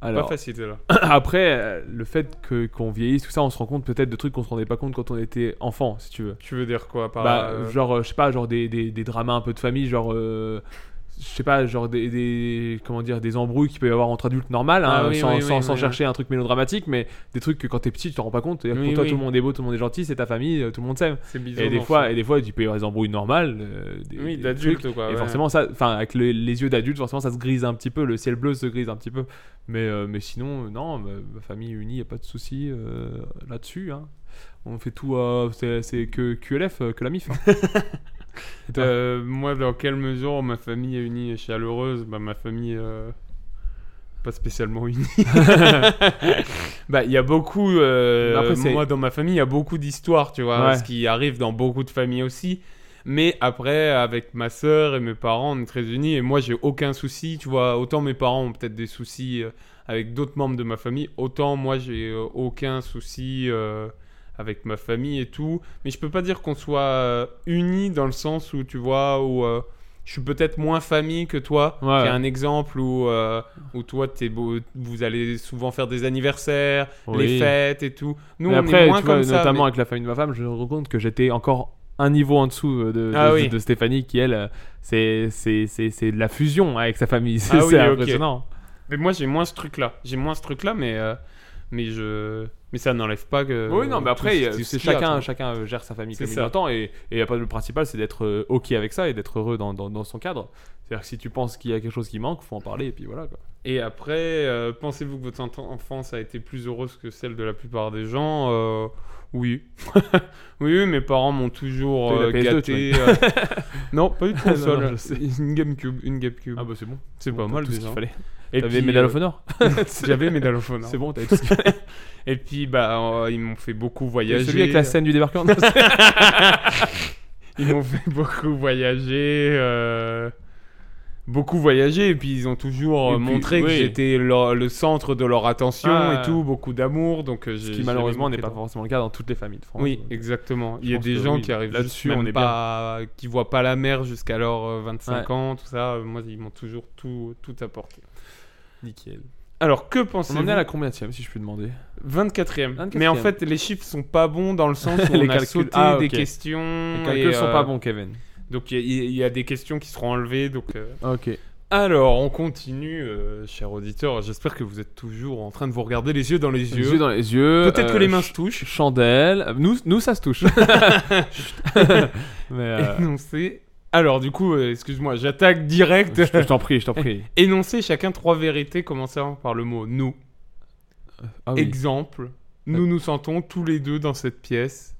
I: Pas facile, celle-là.
H: après, euh, le fait que qu'on vieillisse, tout ça, on se rend compte peut-être de trucs qu'on se rendait pas compte quand on était enfant, si tu veux.
I: Tu veux dire quoi par
H: bah,
I: euh,
H: genre, euh, je sais pas, genre des, des, des dramas un peu de famille, genre. euh, je sais pas, genre des, des- comment dire, des embrouilles qu'il peut y avoir entre adultes normal, hein,
I: Ah oui,
H: sans,
I: oui,
H: sans-
I: oui,
H: sans
I: oui,
H: chercher un truc mélodramatique, mais des trucs que quand t'es petit, tu t'en rends pas compte. C'est-à-dire que
I: Oui,
H: pour toi,
I: oui.
H: tout le monde est beau, tout le monde est gentil, c'est ta famille, euh, tout le monde s'aime.
I: C'est bizarre.
H: Et des, fois, et des fois, tu peux y avoir des embrouilles normales. euh, des-
I: Oui,
H: des
I: d'adulte, quoi.
H: et
I: ouais.
H: forcément, ça, enfin, avec les, les yeux d'adulte, forcément, ça se grise un petit peu, le ciel bleu se grise un petit peu. Mais, euh, mais sinon, euh, non, ma, ma famille unie, il a pas de souci euh, là-dessus. hein. On fait tout, euh, c'est c'est que QLF, euh, que la MIF. hein. Et toi
I: Euh, moi, dans quelle mesure ma famille est unie et chaleureuse Bah, ma famille. euh, Pas spécialement unie. bah, il y a beaucoup. euh,
H: Mais Bah, après, c'est-
I: moi, dans ma famille, il y a beaucoup d'histoires, tu vois,
H: Ouais.
I: ce qui arrive dans beaucoup de familles aussi. Mais après, avec ma sœur et mes parents, on est très unis. Et moi, j'ai aucun souci, tu vois. Autant mes parents ont peut-être des soucis euh, avec d'autres membres de ma famille, autant moi, j'ai euh, aucun souci. euh, avec ma famille et tout. Mais je peux pas dire qu'on soit euh, unis dans le sens où, tu vois, où euh, je suis peut-être moins famille que toi.
H: Ouais.
I: C'est un exemple où, euh, où toi, t'es beau, vous allez souvent faire des anniversaires,
H: Oui.
I: les fêtes et tout. Nous,
H: Mais
I: on
H: après,
I: est moins
H: tu vois,
I: comme ça.
H: notamment
I: mais-
H: avec la famille de ma femme, je me rends compte que j'étais encore un niveau en dessous euh, de, de,
I: Ah
H: de-
I: oui.
H: de Stéphanie, qui elle, euh, c'est c'est- c'est- c'est de la fusion avec sa famille. C'est
I: Ah oui,
H: c'est
I: ok.
H: impressionnant.
I: mais moi, j'ai moins ce truc-là. J'ai moins ce truc-là, mais, euh, mais, je... mais ça n'enlève pas que.
H: Oui, non, mais après,
I: tout ce-
H: euh, c'est
I: ce qu'il y a,
H: chacun,
I: toi.
H: chacun euh, gère sa famille
I: C'est
H: comme il
I: ça.
H: l'entend. Et, et après, le principal, c'est d'être euh, OK avec ça et d'être heureux dans, dans- dans son cadre. C'est-à-dire que si tu penses qu'il y a quelque chose qui manque, faut en parler et puis voilà. Quoi.
I: Et après, euh, pensez-vous que votre ent- enfance a été plus heureuse que celle de la plupart des gens Euh, Oui. oui, oui, mes parents m'ont toujours
H: T'as eu la
I: euh,
H: PS2,
I: gâté. euh, non, pas eu de
H: Ah, Non, non,
I: console.
H: je sais.
I: une GameCube. Une GameCube.
H: Ah bah c'est bon.
I: c'est
H: Bon,
I: pas
H: t'as
I: mal
H: tout ce
I: déjà.
H: qu'il fallait.
I: Et
H: T'avais
I: puis,
H: hein. Medal
I: euh,
H: of Honor
I: J'avais Medal of Honor.
H: C'est bon, t'avais tout ce qu'il
I: Et puis, bah, euh, ils m'ont fait beaucoup
H: fallait.
I: voyager.
H: Celui avec la scène du débarquement. non,
I: ils m'ont fait beaucoup voyager. euh, Beaucoup voyager, et puis ils ont toujours
H: Et
I: euh,
H: puis,
I: montré que
H: oui.
I: j'étais leur- le centre de leur attention
H: Ah.
I: et tout, beaucoup d'amour. Donc, euh,
H: Ce
I: j'ai-
H: qui
I: j'avais
H: malheureusement n'est
I: manqué
H: pas
I: de-
H: forcément le cas dans toutes les familles de France.
I: Oui,
H: Donc,
I: exactement.
H: je
I: Il y a
H: pense
I: des
H: que
I: gens
H: oui,
I: qui arrivent
H: là-dessus,
I: là-dessus,
H: on
I: on
H: est
I: pas, qui voient pas la mer jusqu'à leurs euh, 25
H: Ouais.
I: ans, tout ça. Euh, Moi, ils m'ont toujours tout, tout apporté.
H: Nickel.
I: Alors, que pensez
H: On en est à la combien si je puis demander
I: 24e.
H: 24e.
I: Mais en fait, les chiffres sont pas bons dans le sens où
H: Les
I: on a
H: calculs-
I: sauté
H: ah,
I: des
H: ok.
I: questions.
H: Les
I: et,
H: calculs sont
I: euh,
H: pas bons, Kevin.
I: Donc, il y, a- il y a des questions qui seront enlevées. Donc, euh,
H: Ok.
I: Alors, on continue, euh, cher auditeur. J'espère que vous êtes toujours en train de vous regarder les yeux dans les yeux.
H: Les yeux dans les yeux.
I: Peut-être que
H: euh,
I: les mains
H: ch-
I: se touchent.
H: Chandelle. Euh, Nous, nous, ça se touche. Mais euh,
I: Énoncer. Alors, du coup, euh, excuse-moi, j'attaque direct.
H: je je t'en prie, je t'en prie.
I: Énoncer chacun trois vérités commençant par le mot nous.
H: Ah oui.
I: Exemple, nous nous sentons tous les deux dans cette pièce.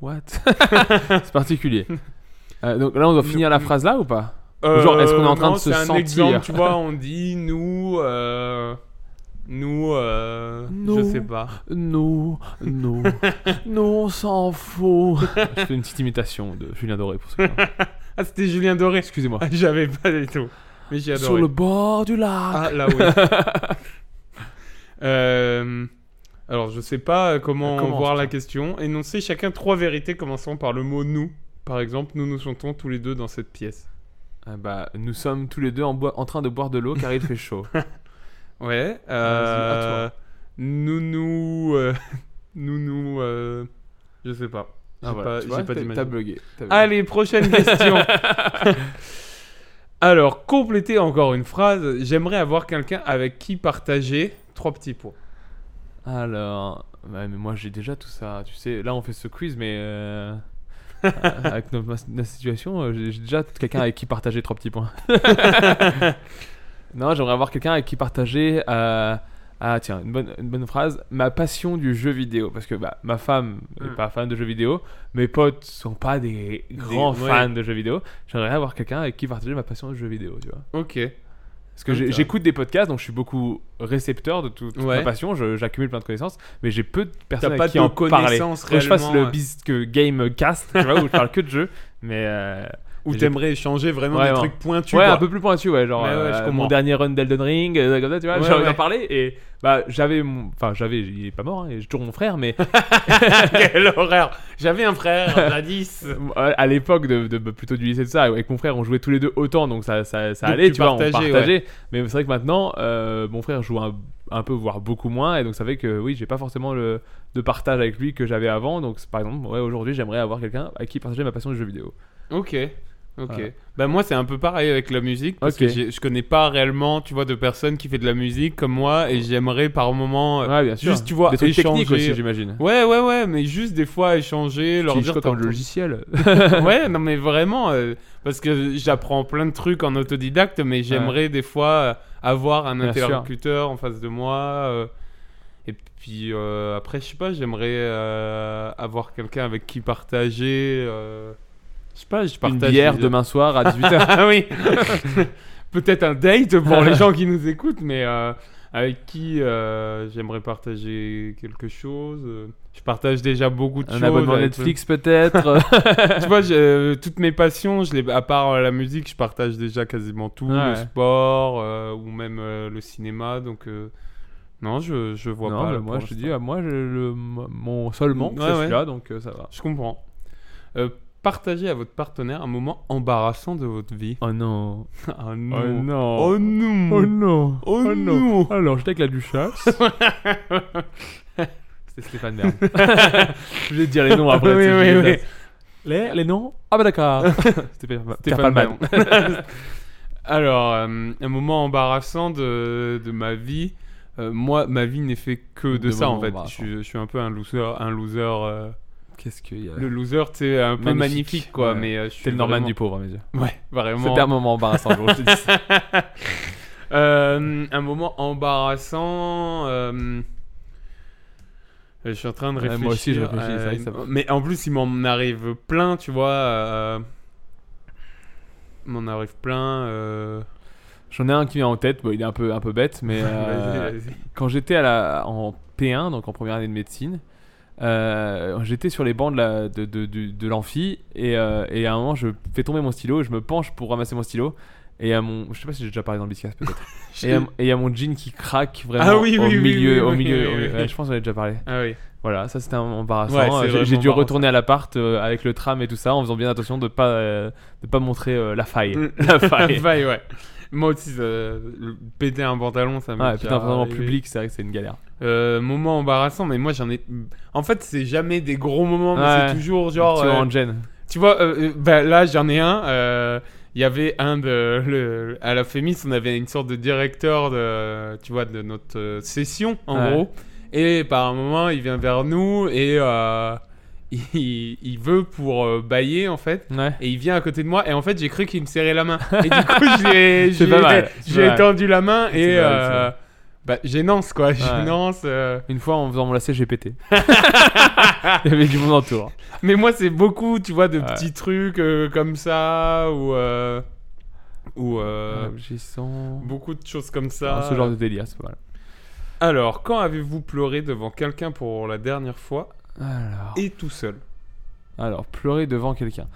H: What C'est particulier. Euh, donc là, on doit finir la phrase là ou pas Genre, est-ce qu'on est en train
I: Euh, non,
H: de se
I: c'est un
H: sentir
I: exemple, tu vois, on dit nous, euh, nous, euh, je
H: Nous.
I: sais pas.
H: Non, non, non, on s'en fout. je fais une petite imitation de Julien Doré pour ça.
I: Ah, c'était Julien Doré.
H: Excusez-moi.
I: Ah, J'avais pas du tout. Mais j'ai adoré.
H: Sur le bord du lac.
I: Ah, là, oui. Euh, alors, je sais pas comment,
H: Comment,
I: voir
H: putain.
I: la question. Énoncer chacun trois vérités commençant par le mot nous. Par exemple, nous nous sentons tous les deux dans cette pièce.
H: Ah bah, nous sommes tous les deux en, boi- en train de boire de l'eau car il fait chaud. Ah,
I: Ouais.
H: Vas-y,
I: Euh, nous nous. euh, nous nous. euh, je sais pas. J'ai
H: Ah, voilà,
I: pas,
H: tu
I: j'ai
H: vois,
I: pas
H: t'as-
I: d'image.
H: T'as bugué. t'as bugué.
I: Allez, prochaine question. Alors, compléter encore une phrase. J'aimerais avoir quelqu'un avec qui partager trois petits points.
H: Alors, ouais, mais moi j'ai déjà tout ça. Tu sais, là on fait ce quiz, mais euh, avec no- ma, ma situation, euh, j'ai j'ai déjà quelqu'un avec qui partager trois petits points. non, j'aimerais avoir quelqu'un avec qui partager. euh, ah tiens, une bonne, une bonne phrase. Ma passion du jeu vidéo, parce que bah, ma femme n'est
I: Hmm.
H: pas fan de jeux vidéo, mes potes sont pas des grands
I: ouais.
H: fans de jeux vidéo. J'aimerais avoir quelqu'un avec qui partager ma passion de jeux vidéo, tu vois.
I: Ok.
H: Parce que j'ai-
I: Putain.
H: j'écoute des podcasts, donc je suis beaucoup récepteur de tout- toute
I: Ouais.
H: ma passion, je- j'accumule plein de connaissances, mais j'ai peu de personnes
I: T'as pas
H: à qui
I: de
H: en parler.
I: connaissances
H: Faudrait que je fasse
I: réellement,
H: le
I: ouais.
H: bisque game cast, tu vois, où je parle que de jeux, mais euh,
I: Ou
H: J'ai-
I: t'aimerais échanger vraiment
H: Ouais,
I: des
H: ouais.
I: trucs pointus.
H: ouais,
I: quoi.
H: un peu plus pointu, ouais, genre
I: Ouais, ouais,
H: euh,
I: je comprends.
H: mon dernier run d'Elden Ring, euh, comme ça, tu vois,
I: Ouais,
H: j'ai envie d'en
I: ouais.
H: parler et bah j'avais, mon- enfin j'avais, il est pas mort, hein, et je tourne mon frère, mais
I: Quel horreur J'avais un frère, jadis.
H: Euh, à l'époque de, de- plutôt du lycée de ça avec mon frère on jouait tous les deux autant donc ça ça, ça
I: Donc
H: allait
I: tu
H: tu vois on
I: partageais,
H: partageait mais c'est vrai que maintenant euh, mon frère joue un, un peu voire beaucoup moins et donc ça fait que oui j'ai pas forcément le de partage avec lui que j'avais avant donc c'est- par exemple ouais aujourd'hui j'aimerais avoir quelqu'un à qui partager ma passion du jeu vidéo
I: Ok. Ok.
G: Voilà.
I: Bah moi c'est un peu pareil avec la musique parce
H: Ok.
I: que j'ai- je connais pas réellement, tu vois, de personnes qui fait de la musique comme moi et j'aimerais par moment. euh,
H: Ouais, bien sûr.
I: Juste, tu vois,
H: des trucs
I: échanger.
H: techniques aussi, j'imagine.
I: Ouais, ouais, ouais, mais juste des fois échanger, leur
H: Qui,
I: dire
H: je crois, comme
I: t'as-
H: le logiciel.
I: ouais, non mais vraiment, euh, parce que j'apprends plein de trucs en autodidacte, mais j'aimerais des fois euh, avoir un
H: Bien sûr.
I: interlocuteur en face de moi. euh, et puis euh, après, je sais pas, j'aimerais euh, avoir quelqu'un avec qui partager. euh, je sais pas, je
H: Une
I: partage.
H: bière
I: déjà-
H: demain soir à 18h.
I: ah oui Peut-être un date pour les gens qui nous écoutent, mais euh, avec qui euh, j'aimerais partager quelque chose. euh, Je partage déjà beaucoup de choses.
H: Un abonnement
I: avec-
H: Netflix, peut-être.
I: tu vois, j'ai, euh, toutes mes passions, je les, à part euh, la musique, je partage déjà quasiment tout, le
H: Ouais.
I: sport euh, ou même euh, le cinéma. Donc, euh, non, je, je vois
H: non,
I: pas.
H: mais
I: là,
H: moi
I: pour
H: je te dis,
I: l'instant.
H: ah, moi je- le, mon seulement,
I: Ouais,
H: c'est
I: ouais.
H: celui-là, donc euh, ça va.
I: Je comprends. Euh, partagez à votre partenaire un moment embarrassant de votre vie.
H: Oh non.
I: Ah
H: Oh
I: non.
H: non.
I: Oh non.
H: Oh non.
I: Oh
H: Oh
I: non.
H: Alors j'étais avec la Duchasse. C'était Stéphane Bern. je vais te dire les noms après.
I: Oui,
H: tu sais,
I: oui,
H: je
I: oui.
H: les laisse. Les, les noms Ah bah d'accord. C'était
I: Stéphane
H: Stéphane Bern.
I: Bern. Alors, euh, un moment embarrassant de, de ma vie. Euh, moi, ma vie n'est fait que de,
H: De
I: ça en
H: moments
I: fait. Je,
H: embarrassants.
I: suis- je suis un peu un loser, un loser. euh,
H: Qu'est-ce qu'il y a
I: Le loser, c'est un peu
H: Magnifique.
I: magnifique, quoi.
H: Ouais.
I: Mais euh, je suis
H: C'est le Norman
I: vraiment-
H: du pauvre à mes yeux.
I: Ouais, vraiment.
H: C'était un moment embarrassant, je te dis. ça.
I: Euh, un moment embarrassant. euh, Je suis en train de
H: Ouais,
I: réfléchir. euh,
H: moi aussi, je réfléchis, c'est vrai que ça va.
I: Mais en plus, il m'en arrive plein, tu vois. euh, Il m'en arrive plein. euh,
H: J'en ai un qui vient en tête, bon, il est un peu, un peu bête, mais euh,
I: vas-y, vas-y.
H: quand j'étais à la- en P1, donc en première année de médecine, euh, j'étais sur les bancs de la- de, de, de- de l'amphi et, euh, et à un moment je fais tomber mon stylo et je me penche pour ramasser mon stylo et il y a mon je sais pas si j'ai déjà parlé dans le biscas peut-être et il y a- et il y a mon jean qui craque vraiment
I: Ah oui,
H: au,
I: oui, oui,
H: milieu,
I: oui,
H: au
I: oui,
H: milieu
I: oui,
H: au milieu.
I: oui.
H: Ouais, je pense que j'en ai déjà parlé
I: Ah oui.
H: voilà ça c'était
I: Ouais,
H: embarrassant Euh,
I: c'est
H: J'ai- j'ai
I: vraiment
H: dû
I: embarrassant.
H: retourner à l'appart euh, avec le tram et tout ça en faisant bien attention de pas euh, de pas montrer euh, la faille la faille
I: Vaille, Mm. ouais. Moi aussi, ça- le- péter un pantalon, ça me
H: ouais putain
I: Ah,
H: vraiment public c'est vrai que c'est une galère
I: Euh, moment embarrassant, mais moi j'en ai. En fait, c'est jamais des gros moments, mais
H: Ouais.
I: c'est toujours genre.
H: tu vois
I: euh,
H: en gêne
I: tu vois, euh, euh, bah, là j'en ai un. euh, Il y avait un de. Le, à la Fémis, on avait une sorte de directeur de, tu vois, de notre euh, session, en
H: Ouais.
I: gros. Et par un moment, il vient vers nous et euh, il, il veut pour euh, bailler, en fait.
H: ouais
I: Et il vient à côté de moi et en fait j'ai cru qu'il me serrait la main. Et du coup j'ai
H: C'est pas mal, c'est pas
I: j'ai
H: mal.
I: tendu la main
H: C'est
I: et
H: pas mal,
I: euh, bah gênance quoi, gênance. euh.
H: Une fois en faisant mon lacet, j'ai pété. Il y avait du monde autour.
I: Mais moi c'est beaucoup tu vois de
H: Ouais.
I: petits trucs euh, comme ça ou euh, ou euh,
H: Abgissant.
I: beaucoup de choses comme ça.
H: Ah, Ce genre de délire, c'est pas mal.
I: Alors quand avez-vous pleuré devant quelqu'un pour la dernière fois
H: Alors,
I: et tout seul
H: alors, pleurer devant quelqu'un.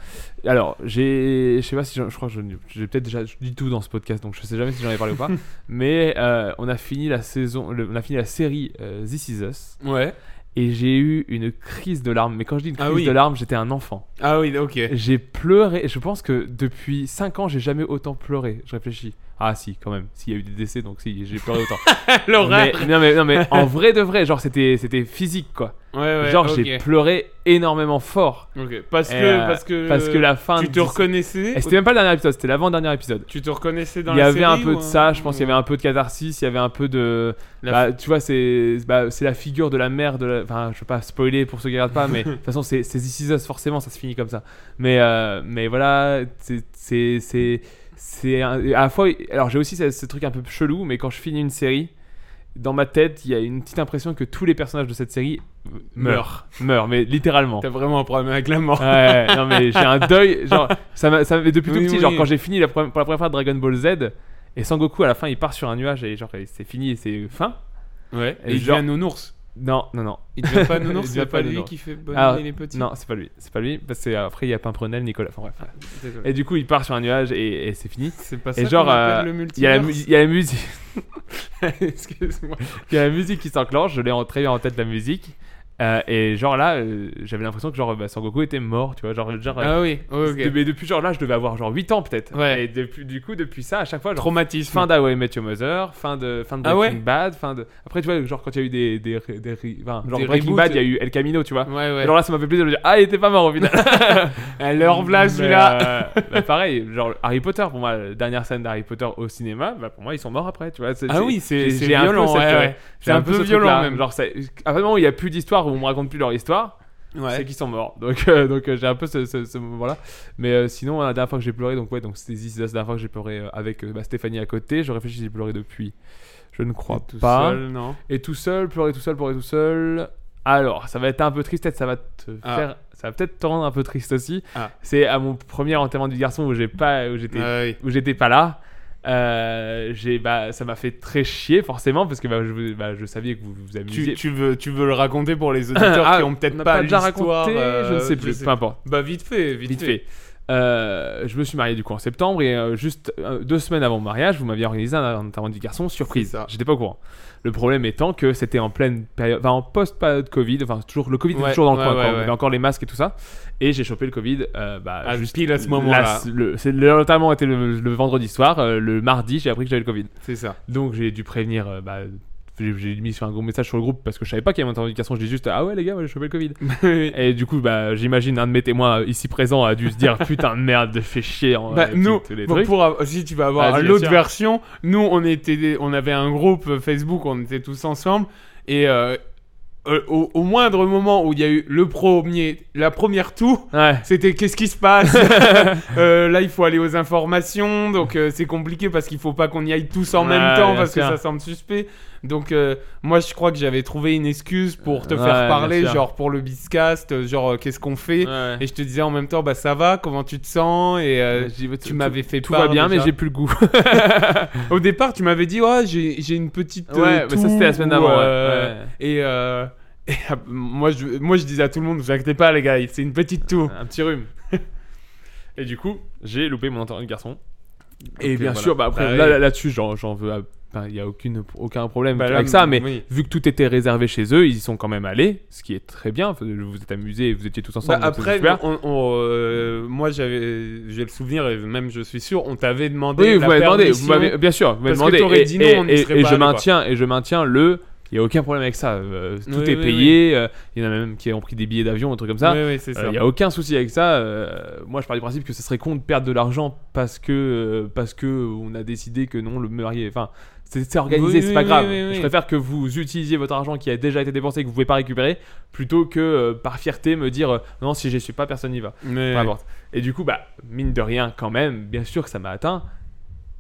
H: Alors, j'ai. Je sais pas si. j'en- Je crois que je- j'ai peut-être déjà dit tout dans ce podcast, donc je sais jamais si j'en ai parlé ou pas. Mais euh, on a fini la saison. le- on a fini la série euh, This Is Us.
I: Ouais.
H: Et j'ai eu une crise de larmes. Mais quand je dis une
I: Ah
H: crise
I: oui.
H: de larmes, j'étais un enfant.
I: Ah oui ok.
H: J'ai pleuré. Je pense que depuis 5 ans, j'ai jamais autant pleuré. Je réfléchis. Ah, si, quand même. S'il y a eu des décès, donc si, j'ai pleuré autant.
I: L'horreur.
H: Mais- non mais non mais en vrai de vrai, genre c'était c'était physique quoi.
I: Ouais ouais.
H: genre
I: ok.
H: j'ai pleuré énormément fort
I: Ok. Parce que
H: Et, euh,
I: parce que
H: parce que la fin.
I: tu
H: de-
I: te reconnaissais.
H: Eh, C'était même pas le dernier épisode, c'était l'avant dernier épisode.
I: Tu te reconnaissais dans
H: Il y
I: la
H: avait un
I: série
H: peu
I: ou
H: de ça, je pense qu'il y avait un peu de catharsis, il y avait un peu de.
I: La
H: bah, tu vois, c'est bah, c'est la figure de la mère de. La... Enfin, je veux pas spoiler pour ceux qui regardent pas, mais de toute façon, c'est c'est This Is Us, forcément, ça se finit comme ça. Mais euh, mais voilà, c'est- c'est c'est c'est un- à la fois. Alors j'ai aussi ce, ce truc un peu chelou, mais quand je finis une série, dans ma tête, il y a une petite impression que tous les personnages de cette série meurent, meurent, mais littéralement.
I: T'as vraiment un problème avec la mort.
H: Ouais, non mais j'ai un deuil. Genre, ça m'a, ça m'a- depuis tout
I: Oui,
H: petit,
I: oui.
H: genre quand j'ai fini la première- pour la première fois Dragon Ball Z, et Sangoku à la fin il part sur un nuage et genre c'est fini et c'est fin.
I: Ouais.
H: Et
I: Et il
H: genre-
I: devient nounours.
H: Non, non, non.
I: Il devient pas
H: Il
I: nounours,
H: devient
I: c'est
H: pas
I: pas lui
H: nounours.
I: qui fait bonne
H: Ah,
I: année les petits.
H: Non, c'est pas lui. C'est pas lui. Parce que euh, après il y a Pimprenel, Nicolas. Enfin bref.
I: Désolé.
H: Et du coup il part sur un nuage et, et c'est fini.
I: C'est pas
H: Et
I: ça
H: genre,
I: qu'on appelle
H: euh,
I: le
H: il y a la mu-
I: multiverse.
H: il y a la musique.
I: Excuse-moi.
H: Il y a la musique qui s'enclenche, je l'ai en- très bien en tête la musique. Euh, et genre là, euh, j'avais l'impression que genre bah, Sangoku était mort, tu vois. Genre, genre, euh,
I: Ah oui, oh,
H: de-
I: ok.
H: mais depuis genre là, je devais avoir genre 8 ans peut-être.
I: Ouais.
H: Et depuis, du coup, depuis ça, à chaque fois, genre,
I: Traumatisme.
H: fin d'Away Met Your Mother, fin de, fin de
I: Ah
H: Breaking
I: ouais
H: Bad, fin de. Après, tu vois, genre quand il y a eu des. des, des, des- enfin, genre
I: Des
H: Breaking
I: reboots.
H: Bad, il y a eu El Camino, tu vois.
I: Ouais, ouais.
H: Alors là, ça m'a fait plaisir de me dire Ah, il était pas mort au final.
I: à leur
H: Mais,
I: place, celui-là.
H: euh, bah, pareil, genre Harry Potter, pour moi, la dernière scène d'Harry Potter au cinéma, bah, pour moi, ils sont morts après, tu vois. C'est-
I: Ah oui, c'est-
H: j'ai-
I: c'est
H: j'ai un peu
I: violent,
H: cette,
I: ouais,
H: euh,
I: ouais.
H: j'ai
I: C'est un
H: peu
I: peu
H: ce
I: violent,
H: truc-là.
I: même.
H: Genre, c'est- à partir du moment où il n'y a plus d'histoire, où on me raconte plus leur histoire, c'est qu'ils sont morts. Donc, euh, donc euh, j'ai un peu ce, ce- ce moment-là. Mais euh, sinon, la dernière fois que j'ai pleuré, donc ouais, donc c'était This Is Us, la dernière fois que j'ai pleuré euh, avec euh, bah, Stéphanie à côté. Je réfléchis, si j'ai pleuré depuis. Je ne crois
I: Tout
H: pas.
I: seul, non
H: Et tout seul, pleurer tout seul, pleurer tout seul. Alors, ça va être un peu triste, peut-être ça va te
I: Ah.
H: faire, ça va peut-être te rendre un peu triste aussi.
I: Ah.
H: C'est à mon premier enterrement du garçon où j'ai pas, où j'étais,
I: Ah oui.
H: où j'étais pas là. Euh, j'ai, bah, ça m'a fait très chier forcément parce que bah, je, vous- bah, je savais que vous vous amusiez.
I: Tu, tu veux, tu veux le raconter pour les auditeurs
H: Ah,
I: qui ont peut-être
H: on n'a
I: pas,
H: déjà
I: l'histoire,
H: raconté,
I: euh,
H: je ne sais plus, peu importe.
I: Bah vite fait, vite,
H: Vite
I: fait.
H: fait. Euh, je me suis marié du coup en septembre et euh, juste euh, deux semaines avant mon mariage, vous m'aviez organisé un enterrement du garçon surprise.
I: C'est ça.
H: J'étais pas au courant. Le problème étant que c'était en pleine période, enfin en post période Covid, enfin toujours le Covid était
I: Ouais,
H: toujours dans le
I: ouais,
H: coin,
I: ouais,
H: quoi. on
I: ouais.
H: avait encore les masques et tout ça, et j'ai chopé le Covid. euh, bah,
I: Ah,
H: juste
I: pile à ce moment-là.
H: la- le, c'est- le- notamment était le, le vendredi soir, euh, le mardi j'ai appris que j'avais le Covid.
I: C'est ça.
H: Donc j'ai dû prévenir. euh, bah, j'ai j'ai mis sur un gros message sur le groupe parce que je savais pas qu'il y avait un enterrement du garçon. Je dis juste ah ouais les gars, ouais, j'ai chopé le Covid. Et du coup, bah, j'imagine un de mes témoins euh, ici présent a dû se dire putain de merde, de fait chier. en-
I: Bah,
H: euh,
I: nous,
H: tous les
I: bon,
H: trucs.
I: pour av- si tu vas avoir
H: Vas-y, bien
I: l'autre
H: sûr.
I: version, nous on était, des- on avait un groupe Facebook, on était tous ensemble et euh, euh, au, au moindre moment où il y a eu le premier, la première toux,
H: Ouais.
I: c'était qu'est-ce qui se passe Euh, Là, il faut aller aux informations, donc euh, c'est compliqué parce qu'il faut pas qu'on y aille tous en
H: Ouais,
I: même temps
H: bien
I: parce
H: sûr.
I: que ça semble suspect. Donc euh, moi, je crois que j'avais trouvé une excuse pour te
H: Ouais,
I: faire
H: bien
I: parler,
H: sûr.
I: genre pour le biscast, euh, genre euh, qu'est-ce qu'on fait
H: Ouais.
I: et je te disais en même temps, bah ça va, comment tu te sens Et euh,
H: Ouais, je dis, bah,
I: tu
H: tout-
I: m'avais fait
H: Tout va
I: part
H: bien,
I: déjà.
H: mais j'ai plus le goût.
I: Au départ, tu m'avais dit, ouais, j'ai j'ai une petite. euh,
H: Ouais, mais ça,
I: toux
H: c'était la semaine
I: ou,
H: d'avant, ouais,
I: euh,
H: ouais.
I: Et, euh, et, euh, moi, je, moi, je disais à tout le monde, vous inquiétez pas, les gars, c'est une petite toux.
H: un petit rhume. Et du coup, j'ai loupé mon enterrement de garçon. Et
I: Ok,
H: bien
I: voilà.
H: sûr, bah, après,
I: Bah,
H: là-
I: oui.
H: là- là-dessus, j'en j'en veux. à- enfin, Il n'y a aucune, aucun problème
I: Bah, là,
H: avec ça, mais
I: oui.
H: vu que tout était réservé chez eux, ils y sont quand même allés, ce qui est très bien. Vous vous êtes amusés, vous étiez tous
I: Bah,
H: ensemble. donc c'est
I: après,
H: super.
I: on- on, euh, moi, j'avais, j'ai le souvenir, et même je suis sûr, on t'avait demandé.
H: Oui,
I: la
H: vous m'avez demandé, vous
I: permission.
H: m'avez- bien sûr, vous m'avez
I: Parce que
H: demandé.
I: t'aurais
H: et,
I: dit non,
H: et-
I: on n'y
H: et-
I: serait
H: et
I: pas
H: je
I: allé, quoi.
H: maintiens, et je maintiens le. Il n'y a aucun problème avec ça. euh, tout
I: Oui,
H: est
I: oui,
H: payé. euh, Il y en a même qui ont pris des billets d'avion, un truc comme ça. Euh,
I: Oui, oui, c'est ça.
H: Il n'y a aucun souci avec ça. euh, moi, je pars du principe que ce serait con de perdre de l'argent parce que euh, parce que on a décidé que non, le marié. Enfin, c'est c'est organisé,
I: Oui,
H: c'est
I: oui,
H: pas
I: oui,
H: grave.
I: oui, oui.
H: Je préfère que vous utilisiez votre argent qui a déjà été dépensé et que vous pouvez pas récupérer, plutôt que euh, par fierté me dire euh, non, si je suis pas, personne n'y va.
I: Mais-
H: Peu importe. Et du coup, bah, mine de rien, quand même, bien sûr que ça m'a atteint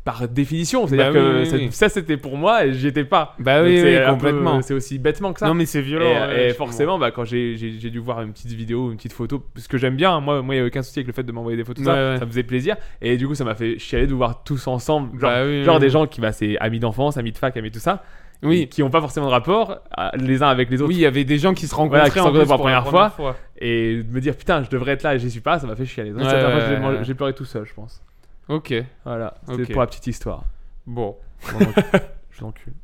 H: par définition. C'est-à-dire
I: Bah oui,
H: que
I: oui,
H: c'est-
I: oui.
H: ça, c'était pour moi et j'y étais pas.
I: Bah
H: Donc
I: oui,
H: c'est
I: oui,
H: un peu-
I: complètement.
H: C'est aussi bêtement que ça.
I: Non, mais c'est
H: Et,
I: violent. ouais,
H: et
I: je comprends.
H: forcément, bah, quand j'ai j'ai- j'ai dû voir une petite vidéo, une petite photo, parce que j'aime bien, hein, moi, moi, il n'y avait aucun souci avec le fait de m'envoyer des photos, tout
I: Ouais,
H: ça,
I: ouais.
H: ça me faisait plaisir. Et du coup, ça m'a fait chialer de vous voir tous ensemble, genre,
I: Bah oui,
H: genre
I: oui.
H: des gens qui, bah, c'est amis d'enfance, amis de fac, amis de tout ça,
I: Oui.
H: qui n'ont pas forcément de rapport euh, les uns avec les autres.
I: Oui, il y avait des gens qui se rencontraient
H: Voilà, qui se
I: en
H: rencontraient
I: plus
H: pour la
I: la
H: première
I: première
H: fois.
I: fois.
H: Et de me dire, putain, je devrais être là et j'y suis pas, ça m'a fait chialer. Donc,
I: Ouais,
H: c'est la première
I: ouais,
H: fois que j'ai
I: ouais,
H: mangé-
I: ouais.
H: j'ai pleuré tout seul, je pense.
I: Ok.
H: Voilà, c'était
I: Ok.
H: pour la petite histoire.
I: Bon.
H: Je l'encule.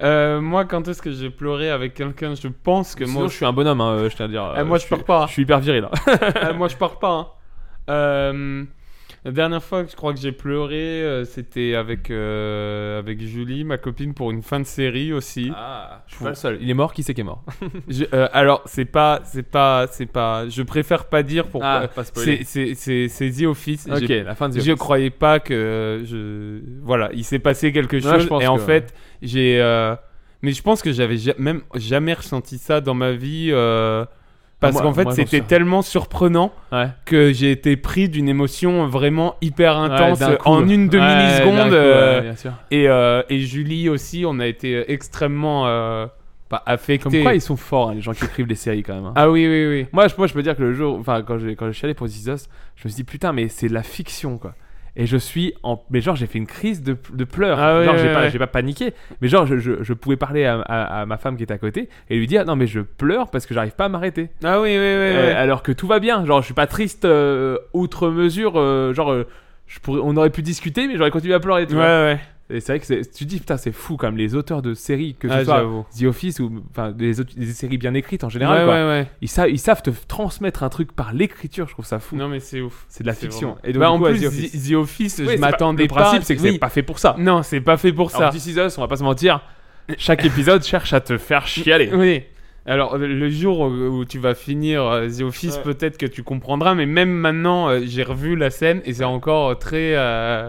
I: Euh, moi, quand est-ce que j'ai pleuré avec quelqu'un Je pense que
H: Sinon,
I: moi.
H: je suis un bonhomme, hein, euh, je tiens à dire.
I: Eh,
H: euh,
I: moi, je
H: suis-
I: pars pas.
H: Je suis hyper viril. hein. là.
I: Ah, moi, je pars pas. hein. Euh, la dernière fois que je crois que j'ai pleuré, euh, c'était avec, euh, avec Julie, ma copine, pour une fin de série aussi.
H: Ah, je suis pas le seul. Il est mort, qui c'est qui est mort
I: Je- euh, alors, c'est pas, c'est pas, c'est pas. Je préfère pas dire pour.
H: Ah,
I: euh,
H: pas spoiler.
I: c'est, c'est, c'est, c'est The Office. J'ai-
H: Ok, la fin de The
I: Je
H: Office.
I: croyais pas que euh, je voilà, il s'est passé quelque chose
H: je pense
I: et en
H: que-
I: fait, j'ai euh, mais je pense que j'avais ja- même jamais ressenti ça dans ma vie euh, parce
H: moi-
I: qu'en fait,
H: moi, j'en
I: c'était
H: sais.
I: tellement surprenant
H: Ouais.
I: que j'ai été pris d'une émotion vraiment hyper intense
H: Ouais, d'un coup. euh.
I: en une
H: Ouais, d'un
I: demi-seconde
H: coup,
I: euh,
H: ouais, bien sûr.
I: et, euh, et Julie aussi, on a été extrêmement euh, pas affectés.
H: Comme quoi, ils sont forts, hein, les gens qui écrivent les séries quand même. hein.
I: Ah oui oui oui.
H: Moi, je, moi, je peux dire que le jour, enfin, quand j'ai quand je suis allé pour This Is Us, je me suis dit putain, mais c'est de la fiction quoi. Et je suis en. Mais genre, j'ai fait une crise de, de pleurs.
I: Ah ouais,
H: genre, j'ai
I: ouais,
H: pas,
I: ouais.
H: j'ai pas paniqué. Mais genre, je, je, je pouvais parler à, à- à ma femme qui était à côté et lui dire non, mais je pleure parce que j'arrive pas à m'arrêter.
I: Ah oui oui oui.
H: Euh,
I: oui.
H: alors que tout va bien. Genre, je suis pas triste euh, outre mesure. euh, genre, euh, je pourrais, on aurait pu discuter, mais j'aurais continué à pleurer. tu
I: Ouais
H: vois.
I: ouais.
H: Et c'est vrai que c'est- tu te dis, putain, c'est fou quand même, les auteurs de séries, que ce
I: Ah,
H: soit
I: j'avoue.
H: The Office ou enfin, des, autres- des séries bien écrites en général,
I: Ouais,
H: quoi.
I: ouais, ouais.
H: Ils, sa- ils savent te f- transmettre un truc par l'écriture, je trouve ça fou.
I: Non, mais c'est ouf.
H: C'est de la
I: C'est
H: fiction.
I: vraiment-
H: Et donc,
I: Bah,
H: du
I: en
H: coup, à
I: plus,
H: The Office.
I: The Office,
H: Oui,
I: je
H: c'est pas-
I: m'attendais
H: Le
I: pas.
H: principe, c'est que
I: Oui.
H: c'est pas fait pour ça.
I: Non, c'est pas fait pour ça.
H: Alors, This Is Us, on va pas se mentir, chaque épisode cherche à te faire chialer.
I: Oui. Alors, euh, le jour où où tu vas finir euh, The Office,
H: Ouais.
I: peut-être que tu comprendras, mais même maintenant, euh, j'ai revu la scène et c'est encore euh, très. euh,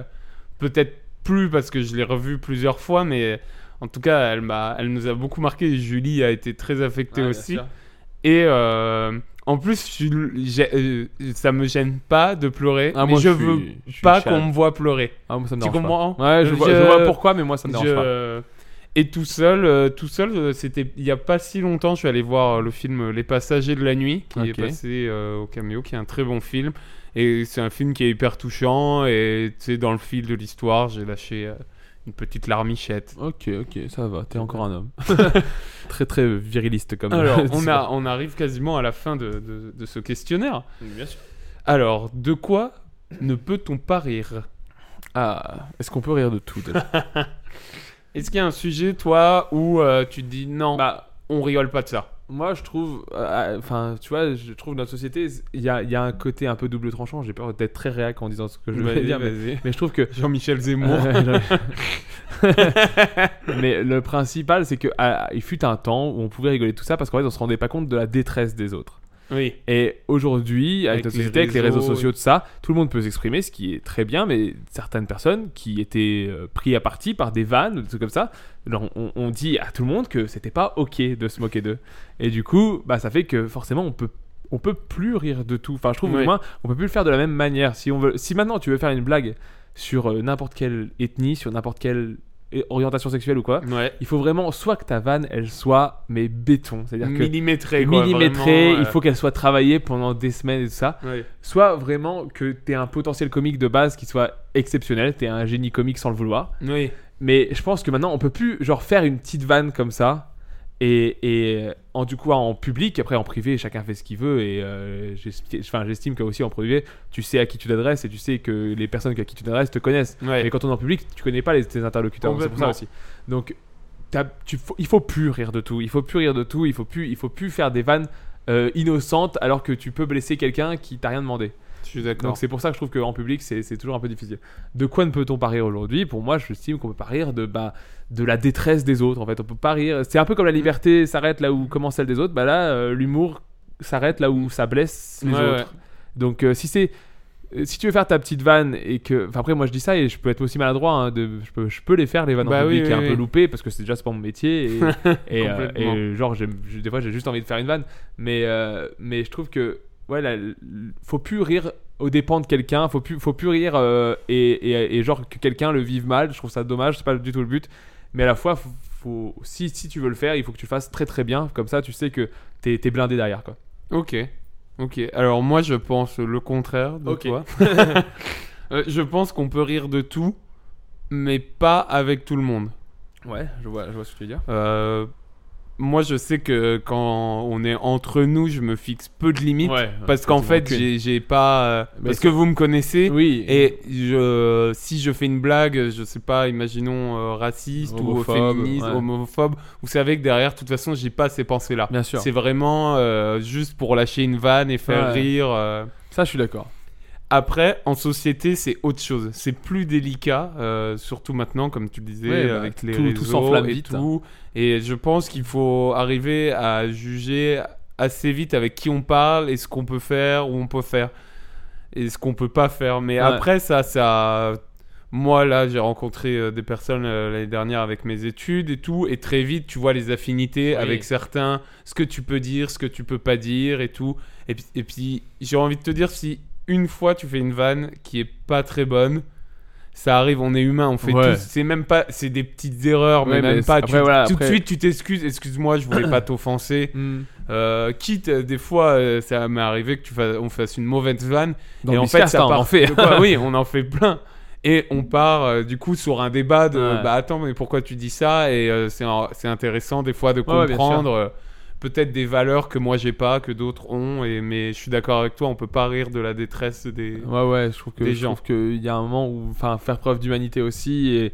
I: peut-être plus parce que je l'ai revu plusieurs fois, mais euh, en tout cas, elle, m'a, elle nous a beaucoup marqué. Julie a été très affectée aussi. Et euh, en plus, je suis l- j'ai- euh, ça me gêne pas de pleurer,
H: Ah,
I: mais
H: moi,
I: je
H: je suis-
I: veux
H: je suis
I: pas
H: chial.
I: qu'on me voit pleurer.
H: Ah, moi, ça me
I: Tu
H: dérange pas.
I: comprends hein
H: Ouais, je,
I: Je-
H: Vois, je vois pourquoi, mais moi, ça me dérange
I: Je-
H: pas.
I: Et tout seul, euh, tout seul, euh, c'était il y a pas si longtemps, je suis allé voir euh, le film Les Passagers de la nuit, qui est
H: Ok.
I: passé euh, au caméo, qui est un très bon film. Et c'est un film qui est hyper touchant. Et tu sais, dans le fil de l'histoire, j'ai lâché euh, une petite larmichette.
H: Ok, ok, ça va, t'es encore un homme. très, très viriliste comme
I: Alors, on, a, on arrive quasiment à la fin de, de- de ce questionnaire. Alors, de quoi ne peut-on pas rire
H: Ah, est-ce qu'on peut rire de tout déjà
I: Est-ce qu'il y a un sujet, toi, où euh, tu te dis non, on rigole pas de ça
H: Moi, je trouve, euh, enfin, tu vois, je trouve notre société, il y a, il y a un côté un peu double tranchant. J'ai peur d'être très réac en disant ce que je vais
I: Vas-y,
H: dire, mais,
I: vas-y.
H: mais je trouve que.
I: Jean-Michel Zemmour.
H: mais le principal, c'est que ah, il fut un temps où on pouvait rigoler de tout ça parce qu'en fait, on se rendait pas compte de la détresse des autres.
I: oui.
H: Et aujourd'hui, avec,
I: Avec
H: notre
I: les
H: société, avec les réseaux
I: réseaux,
H: sociaux, de ça, tout le monde peut s'exprimer, ce qui est très bien, mais certaines personnes qui étaient euh, pris à partie par des vannes ou des trucs comme ça, leur- on, on dit à tout le monde que c'était pas ok de se moquer d'eux. Et du coup, bah, ça fait que forcément, on peut on peut plus rire de tout. Enfin, je trouve au
I: Oui.
H: moins, on peut plus le faire de la même manière. Si on veut, si maintenant tu veux faire une blague sur euh, n'importe quelle ethnie, sur n'importe quelle euh, orientation sexuelle ou quoi,
I: Ouais.
H: il faut vraiment soit que ta vanne elle soit mais béton, c'est-à-dire que
I: Millimétré, quoi.
H: millimétrée,
I: vraiment,
H: il
I: euh,
H: faut qu'elle soit travaillée pendant des semaines et tout ça.
I: ouais.
H: Soit vraiment que t'aies un potentiel comique de base qui soit exceptionnel, t'es un génie comique sans le vouloir.
I: Oui.
H: Mais je pense que maintenant on peut plus genre faire une petite vanne comme ça et, et, euh, en du coup en public, après en privé chacun fait ce qu'il veut et euh, j'esti- enfin, j'estime que aussi en privé tu sais à qui tu t'adresses et tu sais que les personnes à qui tu t'adresses te connaissent.
I: Ouais.
H: Mais quand on est en public, tu connais pas les, tes interlocuteurs. donc C'est pour ça aussi.
I: Complètement.
H: Donc, t'as- tu, faut- il faut plus rire de tout. Il faut plus rire de tout. Il faut plus, il faut plus faire des vannes euh, innocentes alors que tu peux blesser quelqu'un qui t'a rien demandé.
I: Je suis d'accord.
H: Donc c'est pour ça que je trouve qu'en public c'est c'est toujours un peu difficile. De quoi ne peut-on pas rire aujourd'hui Pour moi, je estime qu'on peut pas rire de bah, de la détresse des autres. En fait, on peut pas rire. C'est un peu comme
I: Mm.
H: la liberté s'arrête là où commence celle des autres. Bah là, euh, l'humour s'arrête là où ça blesse les
I: Ouais,
H: autres.
I: ouais.
H: Donc euh, si c'est euh, si tu veux faire ta petite vanne et que enfin après moi je dis ça et je peux être aussi maladroit hein, de, je, peux, je peux les faire les vannes
I: Bah
H: en
I: oui,
H: public et
I: oui,
H: un peu
I: oui.
H: loupé parce que c'est déjà c'est pas mon métier et, et, euh,
I: Complètement.
H: et genre j'aime- je- des fois j'ai juste envie de faire une vanne mais euh, mais je trouve que ouais là, l- faut plus rire aux dépens de quelqu'un faut plus faut plus rire euh, et, et, et genre que quelqu'un le vive mal je trouve ça dommage c'est pas du tout le but mais à la fois faut, faut- si, si tu veux le faire il faut que tu le fasses très très bien comme ça tu sais que t'es t'es blindé derrière quoi
I: Ok. Ok. Alors, moi, je pense le contraire de
H: Ok.
I: toi. Euh, je pense qu'on peut rire de tout, mais pas avec tout le monde.
H: ouais je vois je vois ce que tu veux dire
I: Euh, moi, je sais que quand on est entre nous, je me fixe peu de limites. Parce qu'en fait, j'ai j'ai pas. euh,
H: Mais
I: parce
H: ça-
I: que vous me connaissez.
H: Bah, Oui.
I: Et je, si je fais une blague, je sais pas, imaginons euh, raciste
H: Homophobe,
I: ou féministe,
H: ouais.
I: homophobe, vous savez que derrière, de toute façon, j'ai pas ces pensées-là.
H: Bien sûr.
I: C'est vraiment euh, juste pour lâcher une vanne et faire
H: Ouais.
I: rire. euh.
H: Ça, je suis d'accord.
I: Après, en société, c'est autre chose. C'est plus délicat, euh, surtout maintenant, comme tu le disais,
H: Ouais, bah,
I: avec les
H: tout- tout
I: réseaux
H: s'enflamme
I: et
H: vite. hein.
I: tout. Et je pense qu'il faut arriver à juger assez vite avec qui on parle et ce qu'on peut faire ou on peut faire et ce qu'on peut pas faire. Mais
H: Ouais.
I: après, ça, ça. Moi, là, j'ai rencontré euh, des personnes euh, l'année dernière avec mes études et tout, et très vite, tu vois les affinités
H: Oui.
I: avec certains, ce que tu peux dire, ce que tu peux pas dire et tout. Et puis, et puis j'ai envie de te dire, si une fois tu fais une vanne qui est pas très bonne, ça arrive, on est humain, on fait
H: Ouais.
I: tous. C'est même pas, c'est des petites erreurs, mais
H: Ouais,
I: même
H: mais
I: pas.
H: après,
I: tu-
H: voilà,
I: tout
H: après-
I: de suite, tu t'excuses, excuse-moi, je voulais pas t'offenser. Euh, quitte, euh, des fois, euh, ça m'est arrivé que tu fasses, on fasse une mauvaise vanne
H: Dans
I: et en fait,
H: Biscard,
I: ça
H: ça, on
I: part-
H: en fait.
I: de quoi, oui, on en fait plein. Et on part euh, du coup sur un débat de
H: Ouais.
I: bah attends, mais pourquoi tu dis ça Et euh, c'est un- c'est intéressant des fois de
H: Ouais, ouais, bien
I: comprendre euh, peut-être des valeurs que moi j'ai pas, que d'autres ont. Et, mais je suis d'accord avec toi, on peut pas rire de la détresse des.
H: Ouais, ouais, je trouve que
I: Des
H: je
I: gens.
H: trouve qu'il y a un moment où enfin faire preuve d'humanité aussi et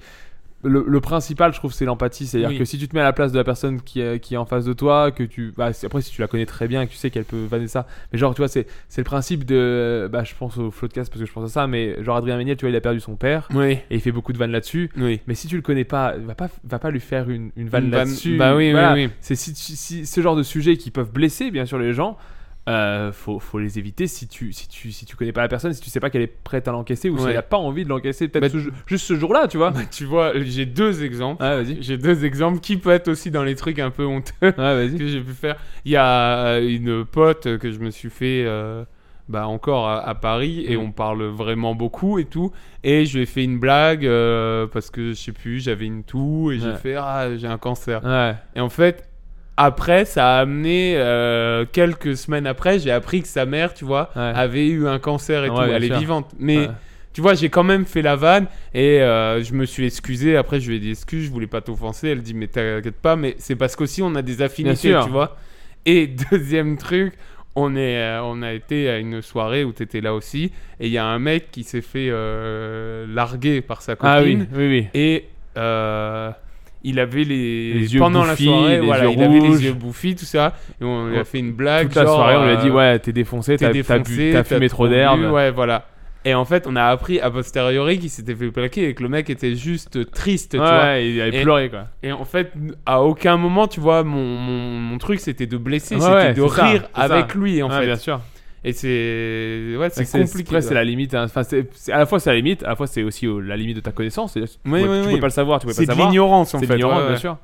H: le, le principal, je trouve, c'est l'empathie. C'est-à-dire
I: Oui.
H: que si tu te mets à la place de la personne qui, est- qui est en face de toi, que tu. bah, c'est- après, si tu la connais très bien, que tu sais qu'elle peut vanner ça. Mais genre, tu vois, c'est c'est le principe de. Bah, je pense au Floodcast parce que je pense à ça, mais genre, Adrien Méniel, tu vois, il a perdu son père
I: Oui,
H: et il fait beaucoup de vannes là-dessus.
I: oui.
H: Mais si tu le connais pas, va pas, va pas lui faire une, une vanne
I: Une vanne-
H: là-dessus.
I: bah oui, oui,
H: Voilà.
I: oui.
H: C'est si, tu- si- ce genre de sujets qui peuvent blesser, bien sûr, les gens. euh, faut, faut les éviter si tu, si, tu, si tu connais pas la personne, si tu sais pas qu'elle est prête à l'encaisser ou si
I: Ouais.
H: elle a pas envie de l'encaisser, peut-être
I: Bah,
H: ce- juste ce jour-là, tu vois.
I: Bah, tu vois, j'ai deux exemples.
H: Ouais, vas-y.
I: J'ai deux exemples qui peuvent être aussi dans les trucs un peu honteux.
H: Ouais, vas-y.
I: que j'ai pu faire. Il y a euh, une pote que je me suis fait euh, bah, encore à, à Paris et
H: Mhm.
I: on parle vraiment beaucoup et tout. Et je lui ai fait une blague euh, parce que je sais plus, j'avais une toux et j'ai
H: Ouais.
I: fait ah j'ai un cancer.
H: Ouais.
I: Et en fait, après, ça a amené euh, quelques semaines après, j'ai appris que sa mère, tu vois,
H: Ouais.
I: avait eu un cancer et
H: Ouais,
I: tout.
H: bien
I: Elle
H: sûr.
I: est vivante, mais
H: Ouais.
I: tu vois, j'ai quand même fait la vanne et euh, je me suis excusé. Après, je lui ai dit excuse, je voulais pas t'offenser. Elle dit mais t'inquiète pas, mais c'est parce qu'aussi on a des affinités,
H: sûr.
I: tu vois. Et deuxième truc, on est, euh, on a été à une soirée où t'étais là aussi et il y a un mec qui s'est fait euh, larguer par sa copine
H: Ah oui, oui, oui.
I: et euh, il avait les,
H: Les yeux
I: pendant
H: bouffis,
I: la soirée,
H: les
I: voilà,
H: yeux
I: il avait
H: rouges.
I: les yeux bouffis, tout ça. Et on lui
H: Ouais.
I: a fait une blague.
H: Toute la
I: genre,
H: soirée, on lui a
I: euh,
H: dit Ouais, t'es défoncé,
I: t'es
H: t'as t'as bu-
I: défoncé,
H: t'as fumé trop d'herbe.
I: bu, Ouais, voilà. Et en fait, on a appris a posteriori qu'il s'était fait plaquer et que le mec était juste triste, tu
H: Ouais,
I: vois.
H: il avait
I: Et-
H: pleuré quoi.
I: Et en fait, à aucun moment, tu vois, mon, mon, mon truc, c'était de blesser,
H: Ouais, ouais,
I: c'était de
H: c'est ça,
I: rire
H: c'est ça.
I: avec lui, en
H: Ouais,
I: fait.
H: bien sûr.
I: Et c'est... Ouais, c'est
H: C'est
I: compliqué.
H: Après, c'est la limite. hein. Enfin, c'est c'est- à la fois c'est la limite, à la fois c'est aussi euh, la limite de ta connaissance. C'est-à-dire que tu
I: Oui,
H: pouvais-
I: oui,
H: tu
I: oui.
H: pouvais pas le savoir, tu pouvais pas
I: C'est
H: le
I: de
H: savoir.
I: l'ignorance, en
H: C'est
I: fait.
H: de l'ignorance,
I: ouais, ouais.
H: bien sûr.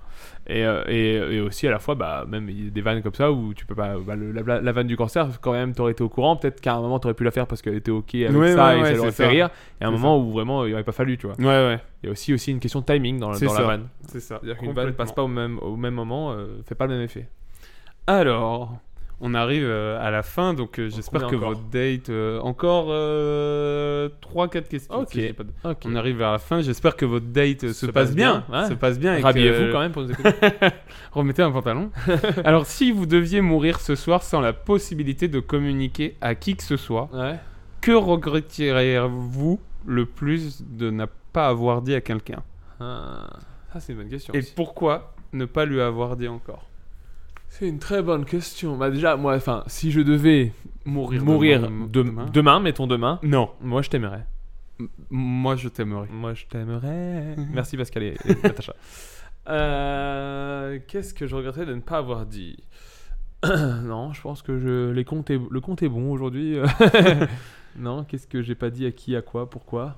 H: Et, euh, et, et aussi à la fois, bah, même il y a des vannes comme ça où tu peux pas. bah, le- la, la vanne du cancer, quand même, t'aurais été au courant. Peut-être qu'à un moment, t'aurais pu la faire parce qu'elle était ok avec
I: Ouais,
H: ça
I: ouais,
H: et ça
I: ouais,
H: l'aurait
I: c'est
H: fait
I: ça.
H: rire. Et à un
I: C'est
H: moment où vraiment, il aurait pas fallu, tu vois.
I: Ouais, ouais,
H: Il y a aussi, aussi une question de timing dans, la-
I: C'est
H: dans la
I: ça.
H: vanne.
I: c'est ça.
H: C'est-à-dire qu'une vanne passe
I: Complètement.
H: pas au même, au même moment, euh, fait pas le même effet.
I: Alors, on arrive euh, à la fin, donc euh, j'espère
H: combien
I: que
H: encore
I: votre date... euh, encore 3-4 questions.
H: Ok.
I: si j'ai pas de-
H: Ok.
I: On arrive vers la fin, j'espère que votre date euh, se, passe, bien.
H: ouais.
I: Se passe bien. et que-
H: Rhabillez-vous quand même pour nous écouter.
I: Remettez un pantalon. Alors, si vous deviez mourir ce soir sans la possibilité de communiquer à qui que ce soit,
H: ouais.
I: que regretteriez-vous le plus de ne pas avoir dit à quelqu'un
H: Ah, ça, c'est une bonne question.
I: Et
H: aussi.
I: pourquoi ne pas lui avoir dit encore
H: C'est une très bonne question. Bah déjà, moi, enfin, si je devais mourir,
I: Mourir demain-
H: de- demain.
I: demain.
H: mettons demain,
I: Non.
H: moi je t'aimerais.
I: Moi, je t'aimerais.
H: Moi je t'aimerais. Merci Pascal et, et Natacha. Euh, Qu'est-ce que je regretterais de ne pas avoir dit Non, je pense que je, les comptes est- le compte est bon aujourd'hui. non, qu'est-ce que j'ai pas dit à qui, à quoi, pourquoi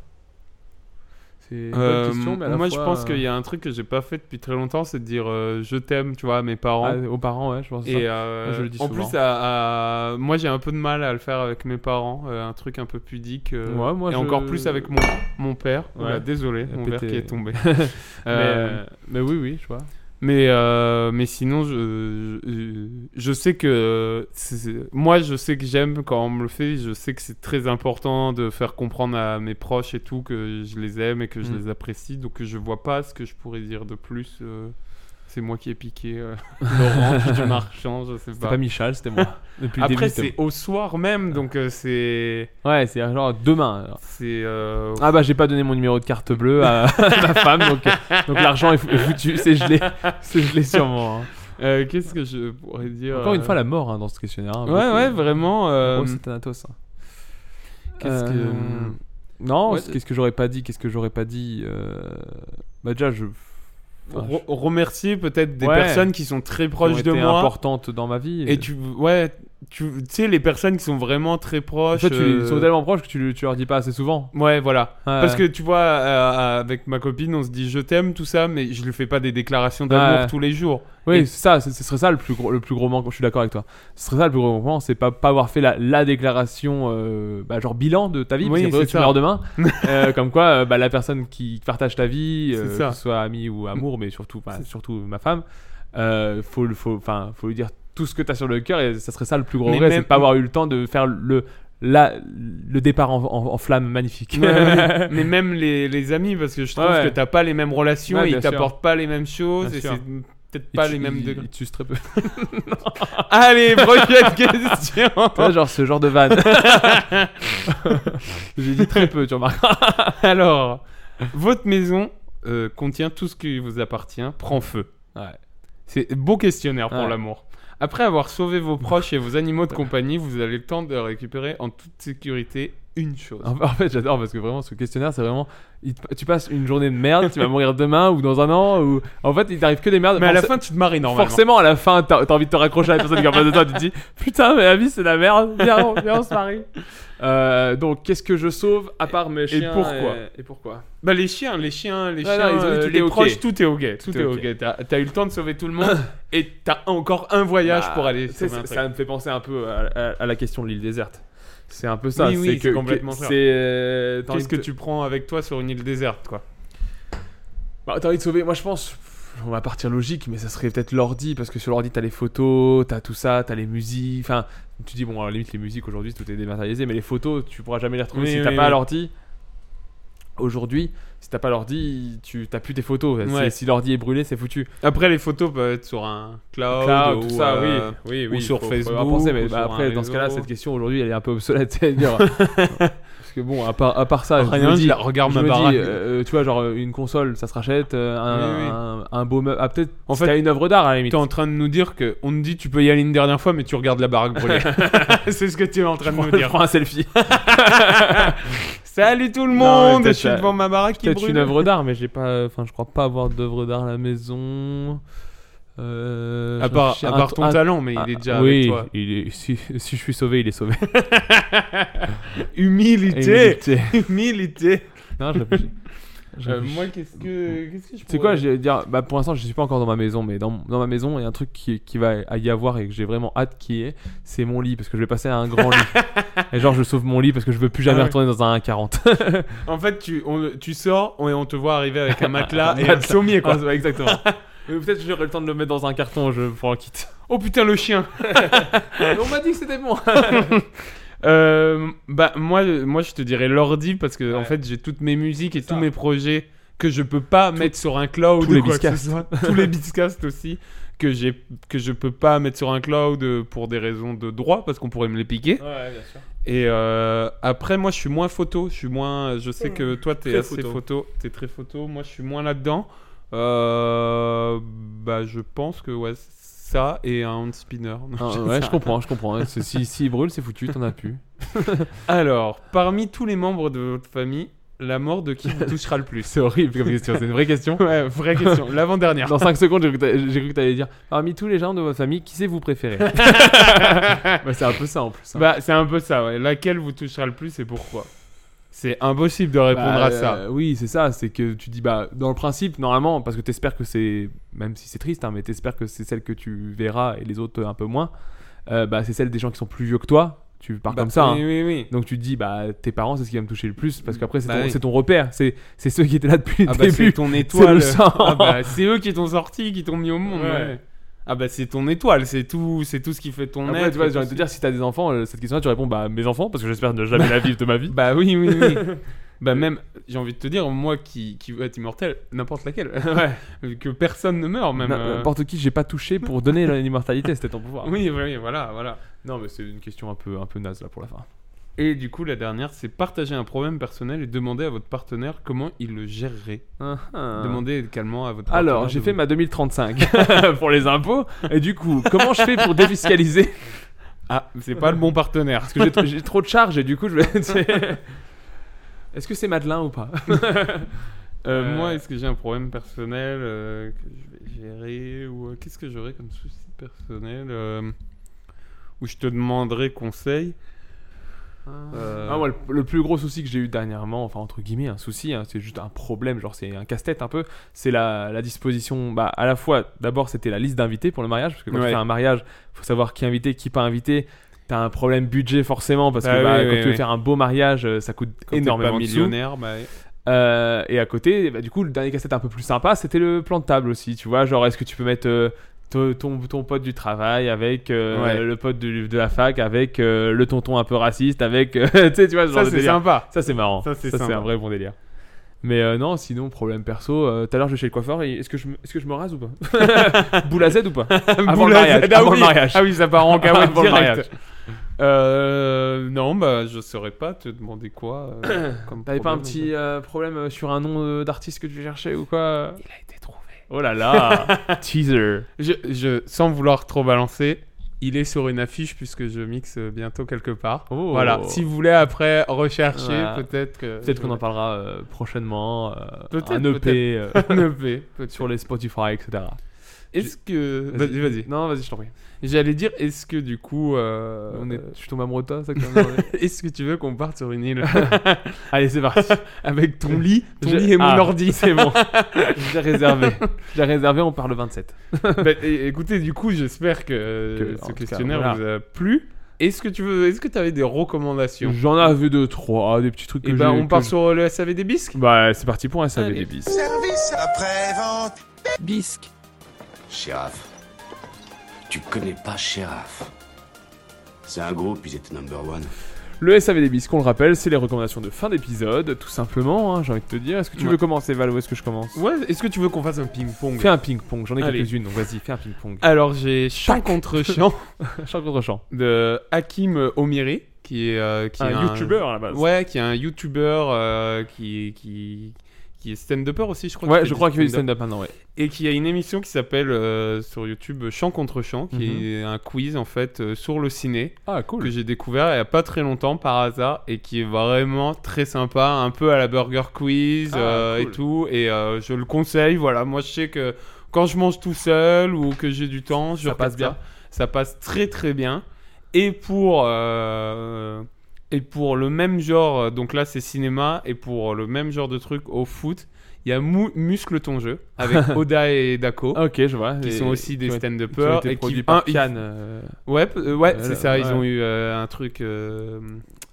H: C'est une bonne
I: Euh,
H: question, mais à la
I: moi, je
H: fois,
I: pense
H: euh,
I: qu'il y a un truc que j'ai pas fait depuis très longtemps, c'est de dire euh, je t'aime, tu vois, à mes parents.
H: ah, aux parents, ouais, je pense.
I: Et
H: ça.
I: euh,
H: Moi, je le dis
I: en
H: souvent.
I: plus, à- à- moi j'ai un peu de mal à le faire avec mes parents, euh, un truc un peu pudique. euh,
H: Ouais, moi,
I: et
H: je-
I: encore plus avec mon, mon père.
H: Ouais.
I: Oula, désolé,
H: Il a
I: mon
H: pété.
I: verre qui est tombé.
H: mais,
I: Euh,
H: euh, mais oui, oui, je vois.
I: mais, euh, mais sinon, je, je, je sais que. c'est- c'est- moi, je sais que j'aime quand on me le fait. Je sais que c'est très important de faire comprendre à mes proches et tout que je les aime et que je
H: Mm.
I: les apprécie. Donc, je vois pas ce que je pourrais dire de plus. euh, c'est moi qui ai piqué euh, l'orange du marchand, je sais
H: C'était pas Michal, c'était moi. Bah, Depuis le
I: Après,
H: début,
I: c'est
H: c'était
I: au soir même, donc euh, c'est.
H: moi. Ouais, c'est genre demain. alors.
I: C'est. euh,
H: Ah bah j'ai pas donné mon numéro de carte bleue à ma femme, donc, euh, donc l'argent est fou- est foutu, c'est gelé, c'est gelé sûrement. hein.
I: euh, Qu'est-ce que je pourrais dire
H: Encore une
I: euh,
H: fois la mort hein, dans ce questionnaire. hein,
I: Ouais,
H: beaucoup.
I: ouais, vraiment. euh,
H: Gros, c'est Thanatos. hein. Euh,
I: Qu'est-ce que-
H: Non,
I: Ouais,
H: c'est- qu'est-ce que j'aurais pas dit Qu'est-ce que j'aurais pas dit euh, Bah déjà, je... enfin,
I: re- remercier peut-être des
H: Ouais.
I: personnes qui sont très
H: qui ont
I: proches
H: été
I: de moi.
H: importante dans ma vie.
I: Et tu. Ouais, tu tu sais, les personnes qui sont vraiment très
H: En
I: proches.
H: fait, tu, ils
I: euh,
H: sont tellement proches que tu, tu leur dis pas assez souvent.
I: Ouais, voilà.
H: Ouais,
I: Parce
H: ouais.
I: que tu vois, euh, avec ma copine, on se dit je t'aime, tout ça, mais je lui fais pas des déclarations d'amour
H: Ouais.
I: tous les jours.
H: Oui,
I: Et-
H: c'est ça, c'est- ce serait ça le plus gros, le plus gros manque, je suis d'accord avec toi. Ce serait ça le plus gros manque, c'est pas, pas avoir fait la, la déclaration, euh, bah, genre bilan de ta vie,
I: Oui,
H: parce qu'après,
I: c'est
H: tu
I: ça.
H: meurs demain. Euh, comme quoi, euh, bah, la personne qui partage ta vie, euh,
I: C'est ça.
H: que ce soit ami ou amour, mais surtout, bah, surtout ma femme, euh, faut, le- faut, enfin, faut lui dire tout ce que t'as sur le cœur, et ça serait ça le plus gros
I: Mais
H: regret, c'est
I: même-
H: de pas avoir eu le temps de faire le, la, le départ en, en- en flamme magnifique.
I: Ouais, ouais. mais même les, les amis, parce que je trouve
H: Ouais, ouais.
I: que t'as pas les mêmes relations,
H: Ouais,
I: et
H: bien
I: ils t'apportent pas les mêmes choses,
H: Bien
I: et
H: sûr.
I: c'est peut-être
H: Et
I: pas
H: tu-
I: les mêmes
H: il-
I: degrés.
H: il te suce très peu.
I: Allez, prochaine question
H: Ouais, genre ce genre de vanne. J'ai dit très peu, tu remarques.
I: Alors, votre maison euh, contient tout ce qui vous appartient, prend feu. C'est beau questionnaire pour
H: Ouais.
I: l'amour. Après avoir sauvé vos proches et vos animaux de compagnie, vous avez le temps de récupérer en toute sécurité une chose.
H: En en fait, j'adore parce que vraiment, ce questionnaire, c'est vraiment. il te- Tu passes une journée de merde, tu vas mourir demain ou dans un an. ou En fait, il t'arrive que des merdes.
I: Mais à la
H: Forc-
I: fin, tu te maries normalement.
H: Forcément, à la fin, t'as t'as envie de te raccrocher à la personne qui est en face de toi. Tu te dis Putain, mais la vie, c'est de la merde. Viens, on, viens, on se marie. Euh, donc, qu'est-ce que je sauve à part mes chiens
I: pourquoi
H: Et, et pourquoi
I: Bah les chiens, les chiens, les
H: Ouais,
I: chiens,
H: non, ils ont dit
I: euh,
H: tout
I: les
H: est ok.
I: proches, tout est ok, tout,
H: Tout
I: est
H: est
I: ok.
H: ok.
I: T'as, t'as eu le temps de sauver tout le monde et t'as encore un voyage
H: Bah,
I: pour aller
H: tu sais,
I: sauver
H: ça-
I: un truc.
H: Ça me fait penser un peu à, à- à la question de l'île déserte. C'est un peu ça.
I: Oui, oui,
H: c'est
I: c'est
H: que
I: complètement
H: que-
I: ça.
H: c'est, euh, t'as
I: Qu'est-ce
H: envie
I: que
H: de-
I: tu prends avec toi sur une île déserte, quoi
H: Bah, t'as envie de sauver, moi je pense, pff, on va partir logique, mais ça serait peut-être l'ordi, parce que sur l'ordi t'as les photos, t'as tout ça, t'as les musiques, enfin, tu dis, bon, à la limite, les musiques aujourd'hui tout est dématérialisé, mais les photos tu pourras jamais les retrouver
I: Oui,
H: si
I: oui,
H: t'as pas
I: oui.
H: l'ordi. Aujourd'hui, si t'as pas l'ordi, tu t'as plus tes photos. C'est-
I: Ouais.
H: Si l'ordi est brûlé, c'est foutu.
I: Après, les photos peuvent être sur un cloud,
H: Cloud,
I: ou,
H: tout ça,
I: euh,
H: oui, oui,
I: ou
H: oui,
I: sur
H: faut- faut
I: Facebook,
H: avoir pensé, mais
I: ou
H: bah,
I: sur
H: après,
I: un
H: dans ce cas-là,
I: réseau.
H: cette question aujourd'hui, elle est un peu obsolète. c'est-à-dire- Parce que bon, à part, à part ça, je
I: Rien,
H: me
I: Ah, je
H: dis,
I: la regarde
H: je
I: ma
H: me
I: baraque.
H: dis, euh, tu vois, genre une console, ça se rachète, euh, un,
I: Oui, oui.
H: un- un beau meuble, ah peut-être,
I: En
H: en
I: fait,
H: fait, t'as une œuvre d'art à la limite.
I: T'es en train de nous dire que on te dit tu peux y aller une dernière fois, mais tu regardes la baraque brûlée. C'est ce que tu es en train de nous
H: Je
I: dire.
H: prends un selfie.
I: Salut tout le
H: Non, mais
I: monde, je
H: peut-être
I: suis
H: la-
I: devant ma baraque qui
H: Peut-être
I: brûle.
H: une œuvre d'art, mais j'ai pas, enfin, je crois pas avoir d'œuvre d'art à la maison. Euh,
I: À part,
H: je-
I: à
H: un-
I: part ton
H: un-
I: talent, mais il est
H: ah,
I: déjà
H: oui,
I: avec toi.
H: il est- si, si je suis sauvé, il est sauvé.
I: Humilité,
H: Humilité.
I: humilité.
H: Non, je- je-
I: Euh, moi, qu'est-ce que, qu'est-ce que je
H: C'est quoi,
I: pourrais-
H: je vais dire, bah pour l'instant je suis pas encore dans ma maison, mais dans, dans ma maison il y a un truc qui, qui va à y avoir et que j'ai vraiment hâte qui est, c'est mon lit, parce que je vais passer à un grand lit. et genre je sauve mon lit parce que je veux plus jamais
I: Ah ouais.
H: retourner dans un 40.
I: En fait, tu, on- tu sors on- et on te voit arriver avec un matelas et un sommier, quoi.
H: exactement. Peut-être que j'aurai le temps de le mettre dans un carton, je prends un kit.
I: Oh putain, le chien
H: on m'a dit que c'était bon.
I: Euh, bah moi, euh, moi je te dirais l'ordi parce que en fait j'ai toutes mes musiques et tous mes projets que je peux pas mettre sur un cloud
H: tous
I: ou
H: les
I: quoi que ce
H: Beatcasts.
I: soit. tous les biscasts aussi que j'ai que je peux pas mettre sur un cloud euh, pour des raisons de droit parce qu'on pourrait me les piquer.
H: Ouais, bien sûr.
I: Et euh, après moi je suis moins photo, je suis moins je sais que toi t'es
H: Très
I: assez
H: photo.
I: photo, t'es très photo, moi je suis moins là-dedans. Euh, bah je pense que ouais ça et un hand spinner.
H: Ah, ouais, je comprends, je comprends. C'est- Si, si il brûle, c'est foutu, t'en as plus.
I: Alors, parmi tous les membres de votre famille, la mort de qui vous touchera le plus
H: C'est horrible comme question, c'est une vraie question.
I: Ouais, vraie question. L'avant-dernière.
H: Dans 5 secondes, j'ai cru que t'a- j'ai cru que t'allais dire parmi tous les gens de votre famille, qui c'est vous préférez Bah, C'est un peu simple. ça.
I: Bah, c'est un peu ça, ouais. Laquelle vous touchera le plus et pourquoi C'est impossible de répondre
H: Bah,
I: à ça.
H: euh, oui, c'est ça, c'est que tu dis, bah, dans le principe, normalement, parce que t'espères que c'est, même si c'est triste, hein, mais t'espères que c'est celle que tu verras et les autres euh, un peu moins, euh, bah, c'est celle des gens qui sont plus vieux que toi, tu pars
I: Bah,
H: comme ça. hein.
I: Oui, oui, oui.
H: Donc tu te dis, bah, tes parents, c'est ce qui va me toucher le plus, parce qu'après, c'est
I: Bah
H: ton,
I: oui.
H: c'est ton repère, c'est c'est ceux qui étaient là depuis
I: Ah
H: le
I: bah, c'est
H: début.
I: ton étoile.
H: sang.
I: Ah bah, c'est eux qui t'ont sorti, qui t'ont mis au monde.
H: Ouais.
I: ouais. Ah bah, c'est ton étoile, c'est tout, c'est tout ce qui fait ton
H: Après,
I: être
H: tu vois,
I: et
H: j'ai envie de
I: tout
H: te dire, si t'as des enfants, euh, cette question-là, tu réponds, bah, mes enfants, parce que j'espère ne jamais la vivre de ma vie.
I: Bah oui, oui, oui. bah même, j'ai envie de te dire, moi qui, qui veux être immortel, n'importe laquelle. que personne ne meurt, même.
H: N-
I: euh.
H: N'importe qui, j'ai pas touché pour donner l'immortalité, c'était ton pouvoir.
I: Oui, oui, voilà, voilà.
H: Non, mais c'est une question un peu, un peu naze là pour la fin.
I: Et du coup, la dernière, c'est partager un problème personnel et demander à votre partenaire comment il le gérerait. ah. Demandez calmement à votre partenaire.
H: Hein. Alors, j'ai
I: de
H: fait
I: vous-
H: ma 2035 pour les impôts. Et du coup, comment je fais pour défiscaliser
I: Ah, c'est pas le bon partenaire.
H: Parce que j'ai tr- j'ai trop de charges et du coup, je vais. Est-ce que c'est Madelin ou pas
I: Euh,
H: Euh,
I: Moi, est-ce que j'ai un problème personnel euh, que je vais gérer Ou euh, qu'est-ce que j'aurais comme souci personnel euh, Ou je te demanderai conseil Euh,
H: Ah, moi, le, le plus gros souci que j'ai eu dernièrement, enfin entre guillemets, un souci, hein, c'est juste un problème, genre c'est un casse-tête un peu, c'est la, la disposition, bah à la fois, d'abord c'était la liste d'invités pour le mariage, parce que quand
I: Ouais.
H: tu fais un mariage, faut savoir qui inviter, qui pas inviter, t'as un problème budget forcément, parce
I: Ah
H: que bah,
I: oui,
H: quand
I: oui,
H: tu veux
I: oui.
H: faire un beau mariage, euh, ça coûte
I: quand t'es
H: énormément
I: pas
H: de sous.
I: millionnaire, bah,
H: Euh, et à côté, bah, du coup, le dernier casse-tête un peu plus sympa, c'était le plan de table aussi. Tu vois, genre, est-ce que tu peux mettre euh, to- ton, ton pote du travail avec euh,
I: Ouais.
H: le pote du- de la fac, avec euh, le tonton un peu raciste, avec. euh, tu sais, tu vois, ce genre
I: ça
H: de
I: c'est
H: délire.
I: sympa.
H: Ça, c'est marrant.
I: Ça,
H: Ça,
I: c'est
H: c'est
I: sympa.
H: un vrai bon délire. Mais euh, non, sinon, problème perso, euh, tout à l'heure, je vais chez le coiffeur, et est-ce que, je me- est-ce que je me rase ou pas Boule à Z ou pas Avant
I: Boule
H: le
I: à
H: mariage,
I: Z, ah
H: avant le
I: oui.
H: mariage.
I: Ah oui, ça part en cacahuète
H: Avant le
I: direct.
H: mariage.
I: Euh, non, bah, je saurais pas te demander quoi. euh, comme
H: T'avais pas un
I: problème, en
H: petit
I: fait.
H: euh, problème euh, sur un nom euh, d'artiste que tu cherchais ou quoi
I: Il a été trouvé.
H: Oh là là Teaser
I: Je, je- sans vouloir trop balancer, il est sur une affiche puisque je mixe euh, bientôt quelque part.
H: Oh.
I: Voilà. Si vous voulez après rechercher,
H: Voilà.
I: peut-être que.
H: Peut-être qu'on en parlera euh, prochainement. euh,
I: Peut-être,
H: un EP euh,
I: Un EP, peut-être.
H: sur les Spotify, etc.
I: Est-ce que.
H: Vas-y.
I: Vas-y, vas-y.
H: Non, vas-y, je t'en prie.
I: J'allais dire, est-ce que du coup. euh,
H: On est...
I: euh,
H: Je tombe amoureux de toi, ça, quand même, ouais.
I: Est-ce que tu veux qu'on parte sur une île
H: Allez, c'est parti.
I: avec ton lit, ton
H: Je-
I: lit et mon
H: Ah,
I: ordi
H: C'est bon. J'ai réservé. J'ai réservé, on part le 27.
I: Bah, é- écoutez, du coup, j'espère que, euh,
H: Que, en
I: ce
H: tout cas,
I: questionnaire
H: voilà.
I: vous a plu. Est-ce que tu veux, est-ce que tu avais des recommandations
H: J'en avais deux, trois, ah, des petits trucs que
I: Et bah,
H: j'ai-
I: on
H: que
I: part
H: je-
I: sur le SAV des bisques.
H: Bah, c'est parti pour un SAV
I: Allez.
H: des bis.
G: bisque,
B: Sheriff. Tu connais pas Sheriff. C'est un groupe, ils étaient number one.
H: Le SAV des bis, qu'on le rappelle, c'est les recommandations de fin d'épisode, tout simplement, hein, j'ai envie de te dire. Est-ce que tu
I: Ouais.
H: veux commencer, Val, ou est-ce que je commence
I: Ouais, est-ce que tu veux qu'on fasse un ping-pong
H: Fais un ping-pong, j'en ai
I: Allez.
H: quelques-unes, donc vas-y, fais un ping-pong.
I: Alors, j'ai chant contre chant
H: Chant contre chant.
I: de Hakim Omiri, qui est, euh, qui est
H: Un YouTuber à la base.
I: Ouais, qui est un youtubeur euh, qui, qui, qui est stand-upper aussi, je crois.
H: Ouais,
I: qu'il
H: je crois qu'il fait du
I: stand-up.
H: stand-up maintenant, ouais.
I: Et qui a une émission qui s'appelle euh, sur YouTube Chant contre chant, qui
H: Mhm.
I: est un quiz en fait euh, sur le ciné.
H: Ah,
I: que
H: cool.
I: j'ai découvert il n'y a pas très longtemps par hasard et qui est vraiment très sympa, un peu à la Burger Quiz
H: Ah,
I: euh,
H: cool.
I: et tout. Et euh, je le conseille, voilà. Moi, je sais que quand je mange tout seul ou que j'ai du temps, je
H: Ça
I: regarde
H: passe bien.
I: ça. Ça passe très très bien. Et pour euh, et pour le même genre, euh, donc là c'est cinéma et pour le même genre de truc au foot, il y a Mou- Muscle ton jeu avec Oda et Dako.
H: Ok, je vois. Ah
I: Qui
H: Et-
I: sont aussi des
H: Oh. qui ont- qui ont
I: stand-uppers
H: été
I: et qui
H: produits par
I: un-
H: Cannes, euh,
I: Ouais, p- euh, ouais,
H: Euh,
I: c'est ça. Ils
H: ouais.
I: ont eu euh, un truc. euh,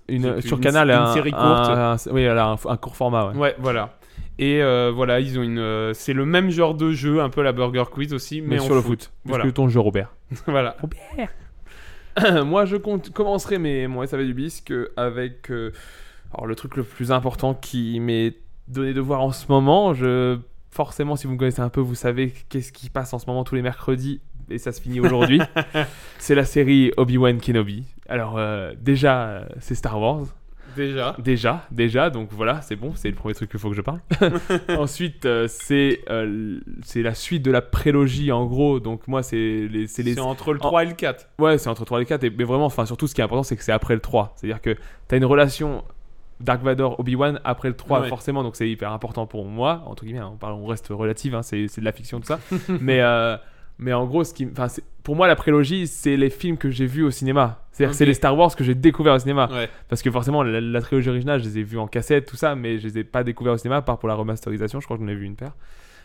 H: une,
I: C'est
H: sur
I: une-
H: Canal,
I: une
H: un-
I: série courte.
H: un- un- oui, voilà, un, un court format, ouais.
I: ouais. voilà. Et euh, voilà, ils ont une. euh, c'est le même genre de jeu, un peu la Burger Quiz aussi, mais,
H: Mais,
I: en
H: sur le foot.
I: Voilà.
H: Puisque ton jeu, Robert.
I: voilà.
H: Moi, je compte- commencerai mes, mon SAV du bisque avec euh, alors, le truc le plus important qui m'est donné de voir en ce moment. Je, forcément, si vous me connaissez un peu, vous savez qu'est-ce qui passe en ce moment tous les mercredis. Et ça se finit aujourd'hui. c'est la série Obi-Wan Kenobi. Alors, euh, déjà, euh, c'est Star Wars.
I: Déjà.
H: Déjà, déjà, donc voilà, c'est bon, c'est le premier truc qu'il faut que je parle. Ensuite, euh, c'est euh, l- c'est la suite de la prélogie en gros, donc moi c'est les, c'est les...
I: C'est entre le 3 et le 4.
H: Ouais, c'est entre 3 et 4, et, mais vraiment, enfin surtout ce qui est important c'est que c'est après le 3, c'est-à-dire que t'as une relation Dark Vador, Obi-Wan après le 3
I: Ouais.
H: forcément, donc c'est hyper important pour moi, entre guillemets, hein, on, parle, on reste relative, hein, c'est c'est de la fiction tout ça, mais, euh, mais en gros, ce qui, enfin, c'est- pour moi la prélogie c'est les films que j'ai vus au cinéma, c'est-à-dire que c'est
I: Ok.
H: les Star Wars que j'ai découvert au cinéma.
I: Ouais.
H: Parce que forcément, la, la trilogie originale, je les ai vus en cassette, tout ça, mais je les ai pas découverts au cinéma, à part pour la remasterisation, je crois que j'en ai vu une paire.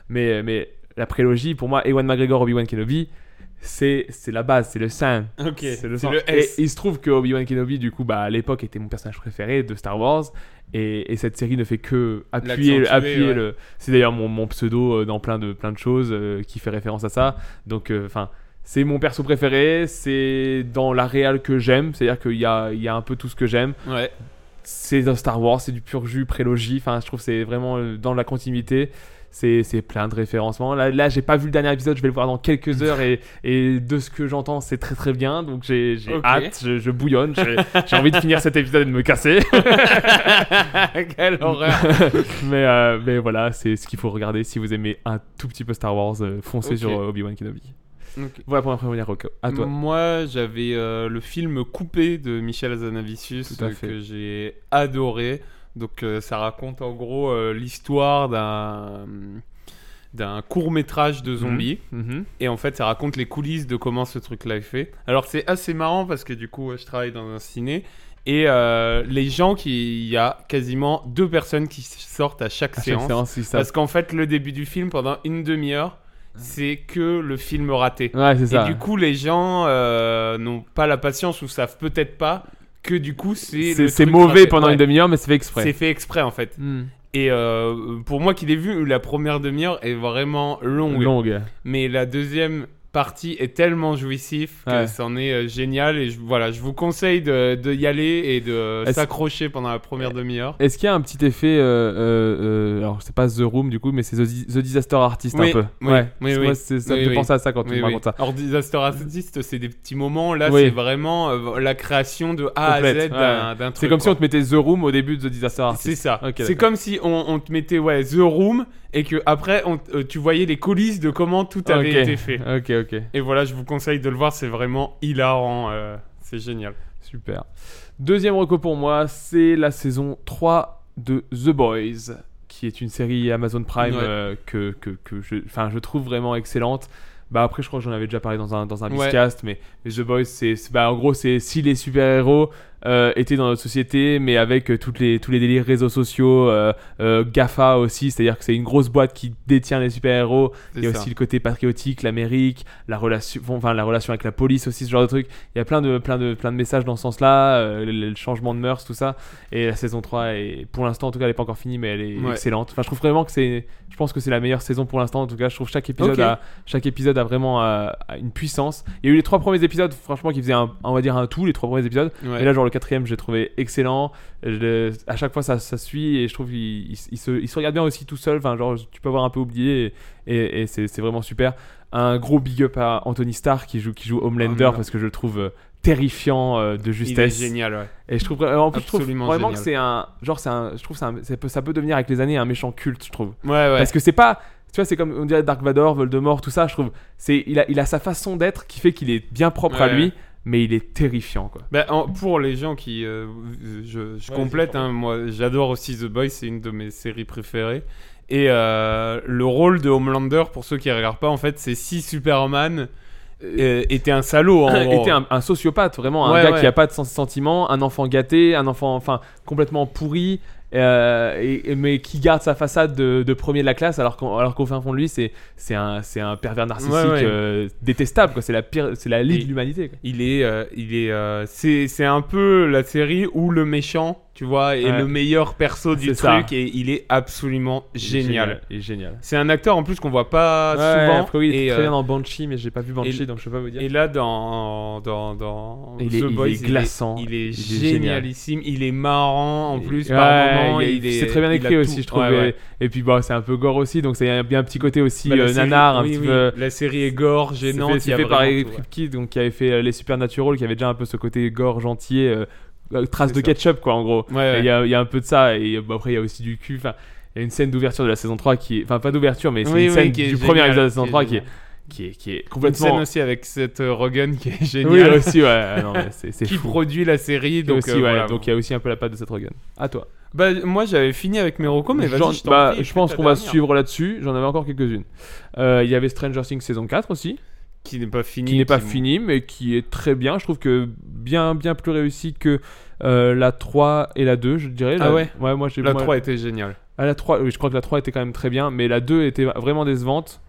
H: Mais, mais la prélogie, pour moi, Ewan McGregor, Obi-Wan Kenobi, c'est c'est la base, c'est le sein.
I: Ok. C'est le,
H: sein.
I: S.
H: Et il se trouve que Obi-Wan Kenobi, du coup, bah, à l'époque, était mon personnage préféré de Star Wars. Et, et cette série ne fait que appuyer,
I: L'accentuer,
H: appuyer
I: ouais.
H: le. C'est d'ailleurs mon, mon pseudo euh, dans plein de, plein de choses euh, qui fait référence à ça. Donc, euh, enfin, c'est mon perso préféré. C'est dans la réal que j'aime. C'est-à-dire qu'il y a, il y a un peu tout ce que j'aime
I: Ouais.
H: c'est dans Star Wars, c'est du pur jus, prélogie. Enfin, je trouve que c'est vraiment euh, dans la continuité. C'est c'est plein de référencements. Là, là j'ai pas vu le dernier épisode, je vais le voir dans quelques heures. Et, et de ce que j'entends, c'est très très bien. Donc j'ai j'ai
I: Ok.
H: hâte, je, je bouillonne. J'ai j'ai envie de finir cet épisode et de me casser. Ah,
I: Quelle horreur.
H: mais, euh, mais voilà, c'est ce qu'il faut regarder. Si vous aimez un tout petit peu Star Wars, euh, foncez
I: Ok.
H: sur euh, Obi-Wan Kenobi.
I: Ok.
H: Voilà pour ma première reco. À toi.
I: Moi, j'avais euh, le film Coupé de Michel Zanavicius
H: Tout à fait.
I: que j'ai adoré. Donc, euh, ça raconte en gros euh, l'histoire d'un d'un court métrage de zombies.
H: Mhm.
I: Et en fait, ça raconte les coulisses de comment ce truc-là est fait. Alors, c'est assez marrant parce que du coup, euh, je travaille dans un ciné. Et euh, les gens qui. Il y a quasiment deux personnes qui sortent à chaque
H: À chaque
I: séance.
H: séance, si ça-
I: Parce qu'en fait, le début du film, pendant une demi-heure, c'est que le film raté.
H: Ouais, c'est
I: Et
H: ça.
I: du coup, les gens euh, n'ont pas la patience ou savent peut-être pas que du coup, c'est.
H: C'est
I: le
H: c'est
I: truc
H: mauvais
I: raté.
H: pendant
I: Ouais.
H: une demi-heure, mais c'est fait exprès.
I: C'est fait exprès en fait.
H: Mm.
I: Et euh, pour moi qui l'ai vu, la première demi-heure est vraiment longue.
H: Longue.
I: Mais la deuxième parti est tellement jouissif que
H: Ouais.
I: c'en est euh, génial. Et je, voilà, je vous conseille de, de y aller et
H: Est-ce-
I: de
H: Euh,
I: s'accrocher pendant la première demi-heure.
H: Est-ce qu'il y a un petit effet. euh, euh, euh, alors, c'est pas The Room du coup, mais c'est The, Di- The Disaster Artist
I: Oui,
H: un peu.
I: oui,
H: ouais,
I: oui,
H: Parce que
I: oui.
H: moi, c'est- ça me
I: Oui,
H: fait
I: oui.
H: penser à ça quand tu
I: Oui,
H: me
I: oui.
H: racontes ça.
I: Or, Disaster Artist, c'est des petits moments. Là,
H: Oui.
I: c'est vraiment euh, la création de A à
H: Complète,
I: Z d'un d'un truc.
H: C'est comme si
I: quoi.
H: on te mettait The Room au début de The Disaster Artist.
I: C'est ça.
H: Ok,
I: c'est
H: d'accord.
I: comme si on, on te mettait ouais, The Room et que après on t- euh, tu voyais les coulisses de comment tout avait
H: Ok.
I: été fait.
H: Ok, ok.
I: Et voilà, je vous conseille de le voir, c'est vraiment hilarant. euh, c'est génial.
H: Super. Deuxième reco pour moi, c'est la saison 3 de The Boys, qui est une série Amazon Prime
I: Ouais.
H: euh, que, que, que je, enfin, je trouve vraiment excellente. Bah après, je crois que j'en avais déjà parlé dans un, dans un
I: Ouais.
H: Beastcast, mais, mais The Boys, c'est, c'est- bah, en gros, c'est si les super-héros euh, étaient dans notre société, mais avec euh, toutes les, tous les délires réseaux sociaux, euh, euh, GAFA aussi, c'est-à-dire que c'est une grosse boîte qui détient les super-héros,
I: C'est
H: il y a
I: ça.
H: aussi le côté patriotique, l'Amérique, la relation, bon, enfin la relation avec la police aussi, ce genre de truc. Il y a plein de, plein de, plein de messages dans ce sens-là, euh, le, le changement de mœurs, tout ça. Et la saison 3 est, pour l'instant, en tout cas, elle est pas encore finie, mais elle est
I: Ouais.
H: excellente. Enfin, je trouve vraiment que c'est, je pense que c'est la meilleure saison pour l'instant. En tout cas, je trouve chaque épisode
I: Ok.
H: a, chaque épisode a vraiment euh, a une puissance. Il y a eu les trois premiers épisodes, franchement, qui faisaient un, on va dire un tout, les trois premiers épisodes.
I: Ouais.
H: Et là, genre le quatrième, j'ai trouvé excellent. Je- à chaque fois, ça, ça suit et je trouve qu'il il se, il se- il se regarde bien aussi tout seul. Enfin, genre, tu peux avoir un peu oublié et, et- et c'est c'est vraiment super. Un gros big up à Anthony Starr qui joue, qui joue Homelander
I: Ah, mais-
H: parce que je le trouve euh, terrifiant euh, de
I: Il est
H: justesse.
I: génial, ouais.
H: Et je trouve euh, en plus, je trouve
I: Absolument
H: vraiment
I: génial.
H: que c'est un genre, c'est un, je trouve ça, ça peut, ça peut devenir avec les années un méchant culte, je trouve.
I: Ouais, ouais.
H: Parce que c'est pas. Tu vois, c'est comme on dirait Dark Vador, Voldemort, tout ça, je trouve. c'est Il a, il a sa façon d'être qui fait qu'il est bien propre à
I: Ouais.
H: lui, mais il est terrifiant, quoi.
I: Bah, en- pour les gens qui. euh, je je
H: Ouais,
I: complète,
H: vas-y,
I: hein, moi j'adore aussi The Boys, c'est une de mes séries préférées. Et euh, le rôle de Homelander, pour ceux qui ne regardent pas, en fait, c'est si Superman euh, était un salaud. En gros.
H: était un, un sociopathe, vraiment,
I: Ouais,
H: un gars
I: ouais.
H: qui a pas de sens- sentiment, un enfant gâté, un enfant enfin complètement pourri, euh, et, et- mais qui garde sa façade de, de premier de la classe, alors qu'au alors qu'au fin fond de lui, c'est c'est un, c'est un pervers narcissique
I: Ouais, ouais.
H: euh, détestable, quoi. C'est la pire, c'est la lie
I: Et-
H: de l'humanité. quoi.
I: Il est. euh, il est euh, c'est c'est un peu la série où le méchant, tu vois, est
H: Ouais.
I: le meilleur perso du
H: C'est ça.
I: truc et il est absolument génial.
H: il est génial.
I: C'est un acteur en plus qu'on voit pas
H: Ouais,
I: souvent.
H: après, oui, il était
I: et,
H: très
I: euh,
H: bien dans Banshee, mais j'ai pas vu Banshee,
I: et-
H: donc je peux pas vous dire.
I: Et là, dans, dans, dans
H: Il est- il
I: The
H: est
I: Boys,
H: glaçant,
I: il est,
H: il est génial.
I: génialissime, il est marrant en
H: Et-
I: plus.
H: Ouais,
I: par moment,
H: il y a-
I: il est-
H: c'est très bien
I: il a
H: écrit aussi,
I: tout.
H: je trouve.
I: Ouais,
H: et-
I: ouais.
H: Et, puis bon, c'est un peu gore aussi, donc c'est bien un petit côté aussi
I: Bah, la
H: euh,
I: série-
H: nanar, un
I: oui,
H: petit
I: oui,
H: peu.
I: La série est gore,
H: C'est
I: gênante.
H: fait,
I: il y a
H: c'est fait par
I: vraiment
H: Eric
I: tout, ouais.
H: Kripke, donc qui avait fait euh, les Supernatural, qui avait déjà un peu ce côté gore gentil, euh, euh, trace
I: C'est
H: de
I: ça.
H: ketchup quoi en gros.
I: Ouais, ouais.
H: Et Il y, a- il y a un peu de ça et euh, bah, après il y a aussi du cul. Enfin, il y a une scène d'ouverture de la saison 3 qui est, enfin pas d'ouverture mais c'est
I: Oui,
H: une
I: oui,
H: scène
I: qui est
H: du premier
I: géniale,
H: épisode de la saison
I: qui est
H: 3 qui est,
I: géniale.
H: qui est qui est
I: Une scène
H: complètement.
I: aussi avec cette euh, Rogen qui est
H: Oui
I: géniale,
H: aussi ouais. Ah non, mais c'est c'est
I: qui
H: fou.
I: produit la série.
H: Donc,
I: Donc,
H: aussi,
I: euh,
H: ouais,
I: voilà.
H: donc il y a aussi un peu la patte de cette Rogen. À toi.
I: Bah, moi, j'avais fini avec mes recos, mais vas-y,
H: J'en-
I: je t'en
H: bah,
I: prie,
H: je
I: fais
H: pense
I: ta
H: qu'on va
I: dernière.
H: suivre là-dessus. J'en avais encore quelques-unes. Euh, Il y avait Stranger Things saison 4 aussi.
I: Qui n'est pas fini.
H: qui n'est pas
I: qui-
H: fini mais qui est très bien je trouve que bien bien plus réussi que euh, la 3 et la 2 je dirais
I: Ah
H: La-
I: ouais
H: moi j'ai
I: La
H: moi-
I: 3 était géniale.
H: ah, la 3 oui, je crois que la 3 était quand même très bien mais la 2 était vraiment décevante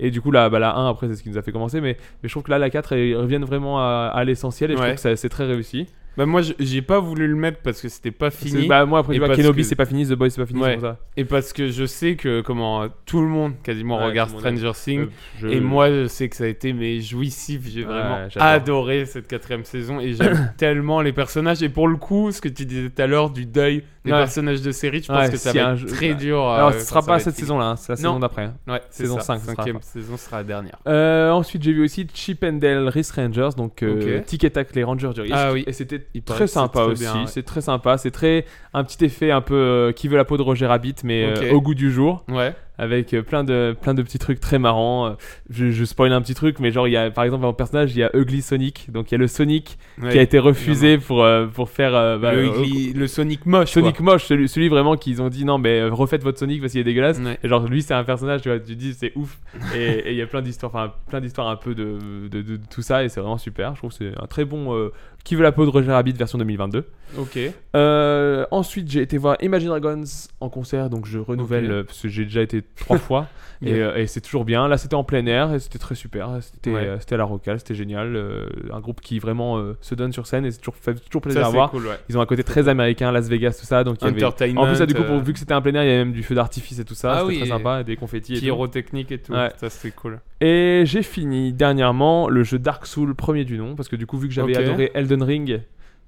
H: et du coup la, bah, la 1 après c'est ce qui nous a fait commencer mais, mais je trouve que là la 4 ils reviennent vraiment à, à l'essentiel et je
I: Ouais.
H: trouve que ça- c'est très réussi
I: Bah, moi, je- j'ai pas voulu le mettre parce que c'était pas
H: C'est-
I: fini.
H: bah, moi après
I: Et
H: tu vois
I: parce
H: Kenobi
I: que-
H: c'est pas fini The Boys c'est pas fini
I: Ouais.
H: c'est pour ça
I: Et parce que je sais que comment euh, tout le monde quasiment
H: Ouais,
I: regarde
H: tout le monde
I: Stranger Things.
H: Euh, je-
I: Et moi, je sais que ça a été mais jouissif. J'ai
H: Ouais,
I: vraiment
H: j'adore.
I: adoré cette quatrième saison et j'aime tellement les personnages. Et pour le coup, ce que tu disais tout à l'heure du deuil des
H: Ouais.
I: personnages de série, je pense
H: Ouais,
I: que ça
H: si
I: va
H: un
I: être
H: jeu-
I: très dur.
H: alors
I: euh,
H: ce
I: quand
H: sera
I: ça
H: pas
I: va être
H: cette
I: fini.
H: saison là c'est la
I: Non.
H: saison d'après hein.
I: Ouais, c'est
H: Saison
I: ça.
H: cinq, ce sera la
I: Cinquième saison sera la dernière.
H: Euh, ensuite, j'ai vu aussi Chip and Dale Risk Rangers, donc euh,
I: Ok.
H: Tic et Tac, les Rangers du risque.
I: Ah oui.
H: Et c'était
I: Il paraît
H: très
I: que c'est
H: sympa
I: très
H: aussi.
I: bien, ouais.
H: C'est très sympa. C'est très un petit effet un peu euh, qui veut la peau de Roger Rabbit, mais euh,
I: Ok.
H: au goût du jour,
I: Ouais.
H: avec euh, plein de plein de petits trucs très marrants. Euh, Je, je spoil un petit truc, mais genre il y a par exemple un personnage, il y a Ugly Sonic, donc il y a le Sonic qui a
I: Ouais.
H: été refusé pour euh, pour faire euh, bah,
I: le,
H: euh,
I: Ugly- le Sonic moche.
H: Sonic moche, celui, celui vraiment qu'ils ont dit non mais euh, refaites votre Sonic parce qu'il est dégueulasse.
I: Ouais.
H: Et genre lui c'est un personnage, tu vois, tu dis c'est ouf. Et et il y a plein d'histoires, enfin plein d'histoires un peu de, de- de- de tout ça et c'est vraiment super. Je trouve que c'est un très bon euh, qui veut la peau de Roger Rabbit version 2022.
I: quoi. Ok.
H: Euh, ensuite j'ai été voir Imagine Dragons en concert donc je renouvelle
I: Ok.
H: euh, parce que j'ai déjà été trois fois. Et,
I: Bien.
H: euh, et c'est toujours bien. Là, c'était en plein air et c'était très super. C'était
I: Ouais.
H: euh, c'était à la rocale, c'était génial. Euh, un groupe qui vraiment euh, se donne sur scène et c'est toujours, fait toujours plaisir
I: Ça,
H: à
I: c'est
H: voir.
I: cool, ouais.
H: Ils ont un côté très américain, Las Vegas, tout ça. Donc il y avait...
I: Entertainment.
H: En plus, là, du coup, pour-
I: euh,
H: vu que c'était un plein air, il y avait même du feu d'artifice et tout ça.
I: Ah
H: c'était
I: oui,
H: très
I: et-
H: sympa, et des confettis. et tout.
I: pyrotechnique et tout.
H: Ouais.
I: Ça, c'est cool.
H: Et j'ai fini dernièrement le jeu Dark Souls, premier du nom, parce que du coup, vu que j'avais
I: Ok.
H: adoré Elden Ring,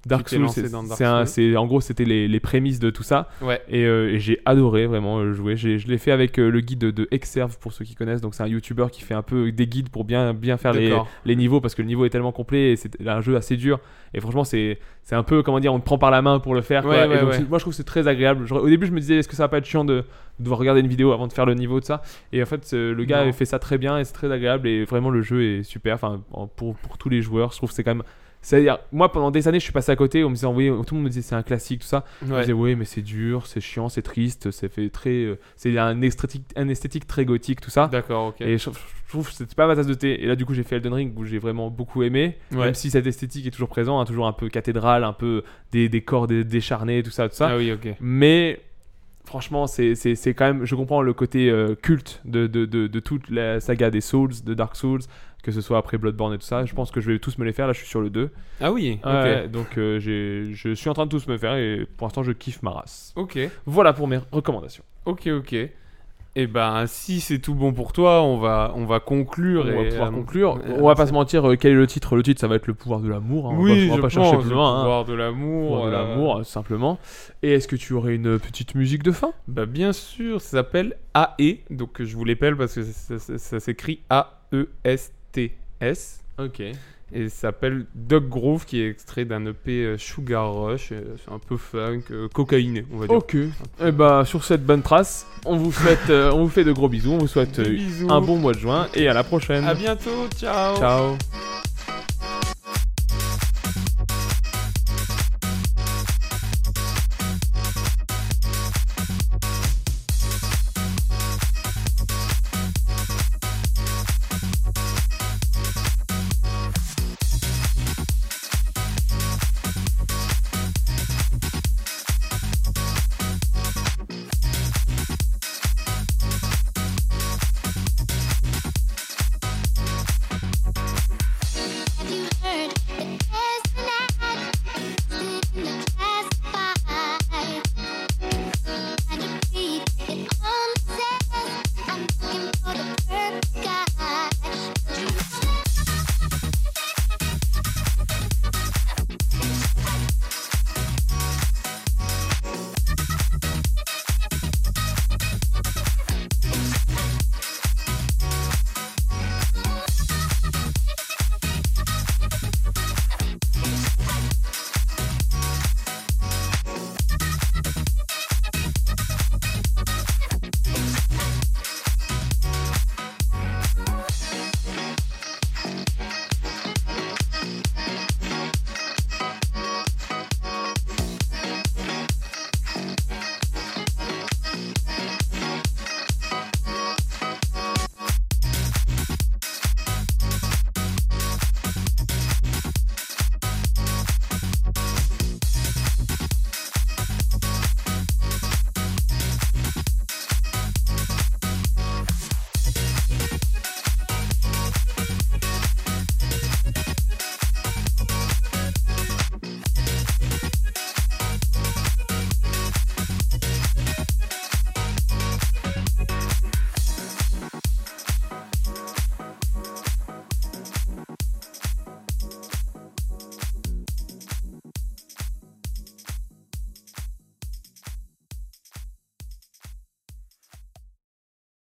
H: Dark
I: t'es
H: Souls,
I: lancé
H: c'est-
I: dans Dark
H: c'est un-
I: Souls.
H: c'est- en gros, c'était les, les prémices de tout ça.
I: Ouais.
H: Et, euh, et j'ai adoré vraiment euh, jouer. J'ai- Je l'ai fait avec euh, le guide de, de Exerve, pour ceux qui connaissent. Donc, c'est un YouTuber qui fait un peu des guides pour bien, bien faire les,
I: D'accord.
H: les niveaux, parce que le niveau est tellement complet et c'est un jeu assez dur. Et franchement, c'est c'est un peu, comment dire, on te prend par la main pour le faire. quoi.
I: Ouais,
H: Et
I: ouais,
H: donc,
I: ouais.
H: c'est- Moi, je trouve que c'est très agréable. Je- au début, je me disais, est-ce que ça va pas être chiant de, de devoir regarder une vidéo avant de faire le niveau de ça Et en fait, euh, le gars
I: Non.
H: avait fait ça très bien et c'est très agréable. Et vraiment, le jeu est super. Enfin, en- pour, pour tous les joueurs, je trouve que c'est quand même. C'est-à-dire, moi, pendant des années, je suis passé à côté. On me disait, oui, tout le monde me disait, c'est un classique, tout ça. Je me disais, oui, mais c'est dur, c'est chiant, c'est triste, c'est fait très. euh, c'est un esthétique, un esthétique très gothique, tout ça.
I: D'accord, ok.
H: Et je, je trouve que c'était pas ma tasse de thé. Et là, du coup, j'ai fait Elden Ring où j'ai vraiment beaucoup aimé.
I: Ouais.
H: Même si cette esthétique est toujours présente, hein, toujours un peu cathédrale, un peu des, des corps dé- décharnés, tout ça, tout ça.
I: Ah oui, ok.
H: Mais franchement, c'est- c'est c'est quand même. Je comprends le côté euh, culte de, de, de, de toute la saga des Souls, de Dark Souls, que ce soit après Bloodborne et tout ça. Je pense que je vais tous me les faire. Là, je suis sur le 2.
I: Ah oui, ok.
H: Ouais, donc, euh, j'ai- je suis en train de tous me faire et pour l'instant, je kiffe ma race.
I: Ok,
H: Voilà pour mes recommandations.
I: ok, ok. Et ben, si c'est tout bon pour toi, on va, on va conclure.
H: on va
I: et,
H: pouvoir
I: euh,
H: conclure.
I: euh,
H: on va pas se mentir, euh, quel est le titre Le titre, ça va être le pouvoir de l'amour. hein. On va
I: Oui,
H: pas- on va, pas
I: je pense,
H: chercher plus
I: le
H: loin. hein.
I: pouvoir de
H: Le
I: l'amour.
H: pouvoir de
I: euh,
H: l'amour, euh, simplement. Et est-ce que tu aurais une petite musique de fin
I: Bah bien sûr, ça s'appelle AE, donc euh, je vous l'épelle parce que ça, ça- ça s'écrit E A-E-S-T-S.
H: Ok.
I: Et ça s'appelle Dog Groove, qui est extrait d'un EP euh, Sugar Rush, euh, c'est un peu funk, euh, cocaïné, on va dire.
H: Ok. Et bah sur cette bonne trace, on vous souhaite, euh, on vous fait de gros bisous, on vous souhaite euh,
I: Bisous.
H: un bon mois de juin et à la prochaine.
I: À bientôt, ciao.
H: Ciao.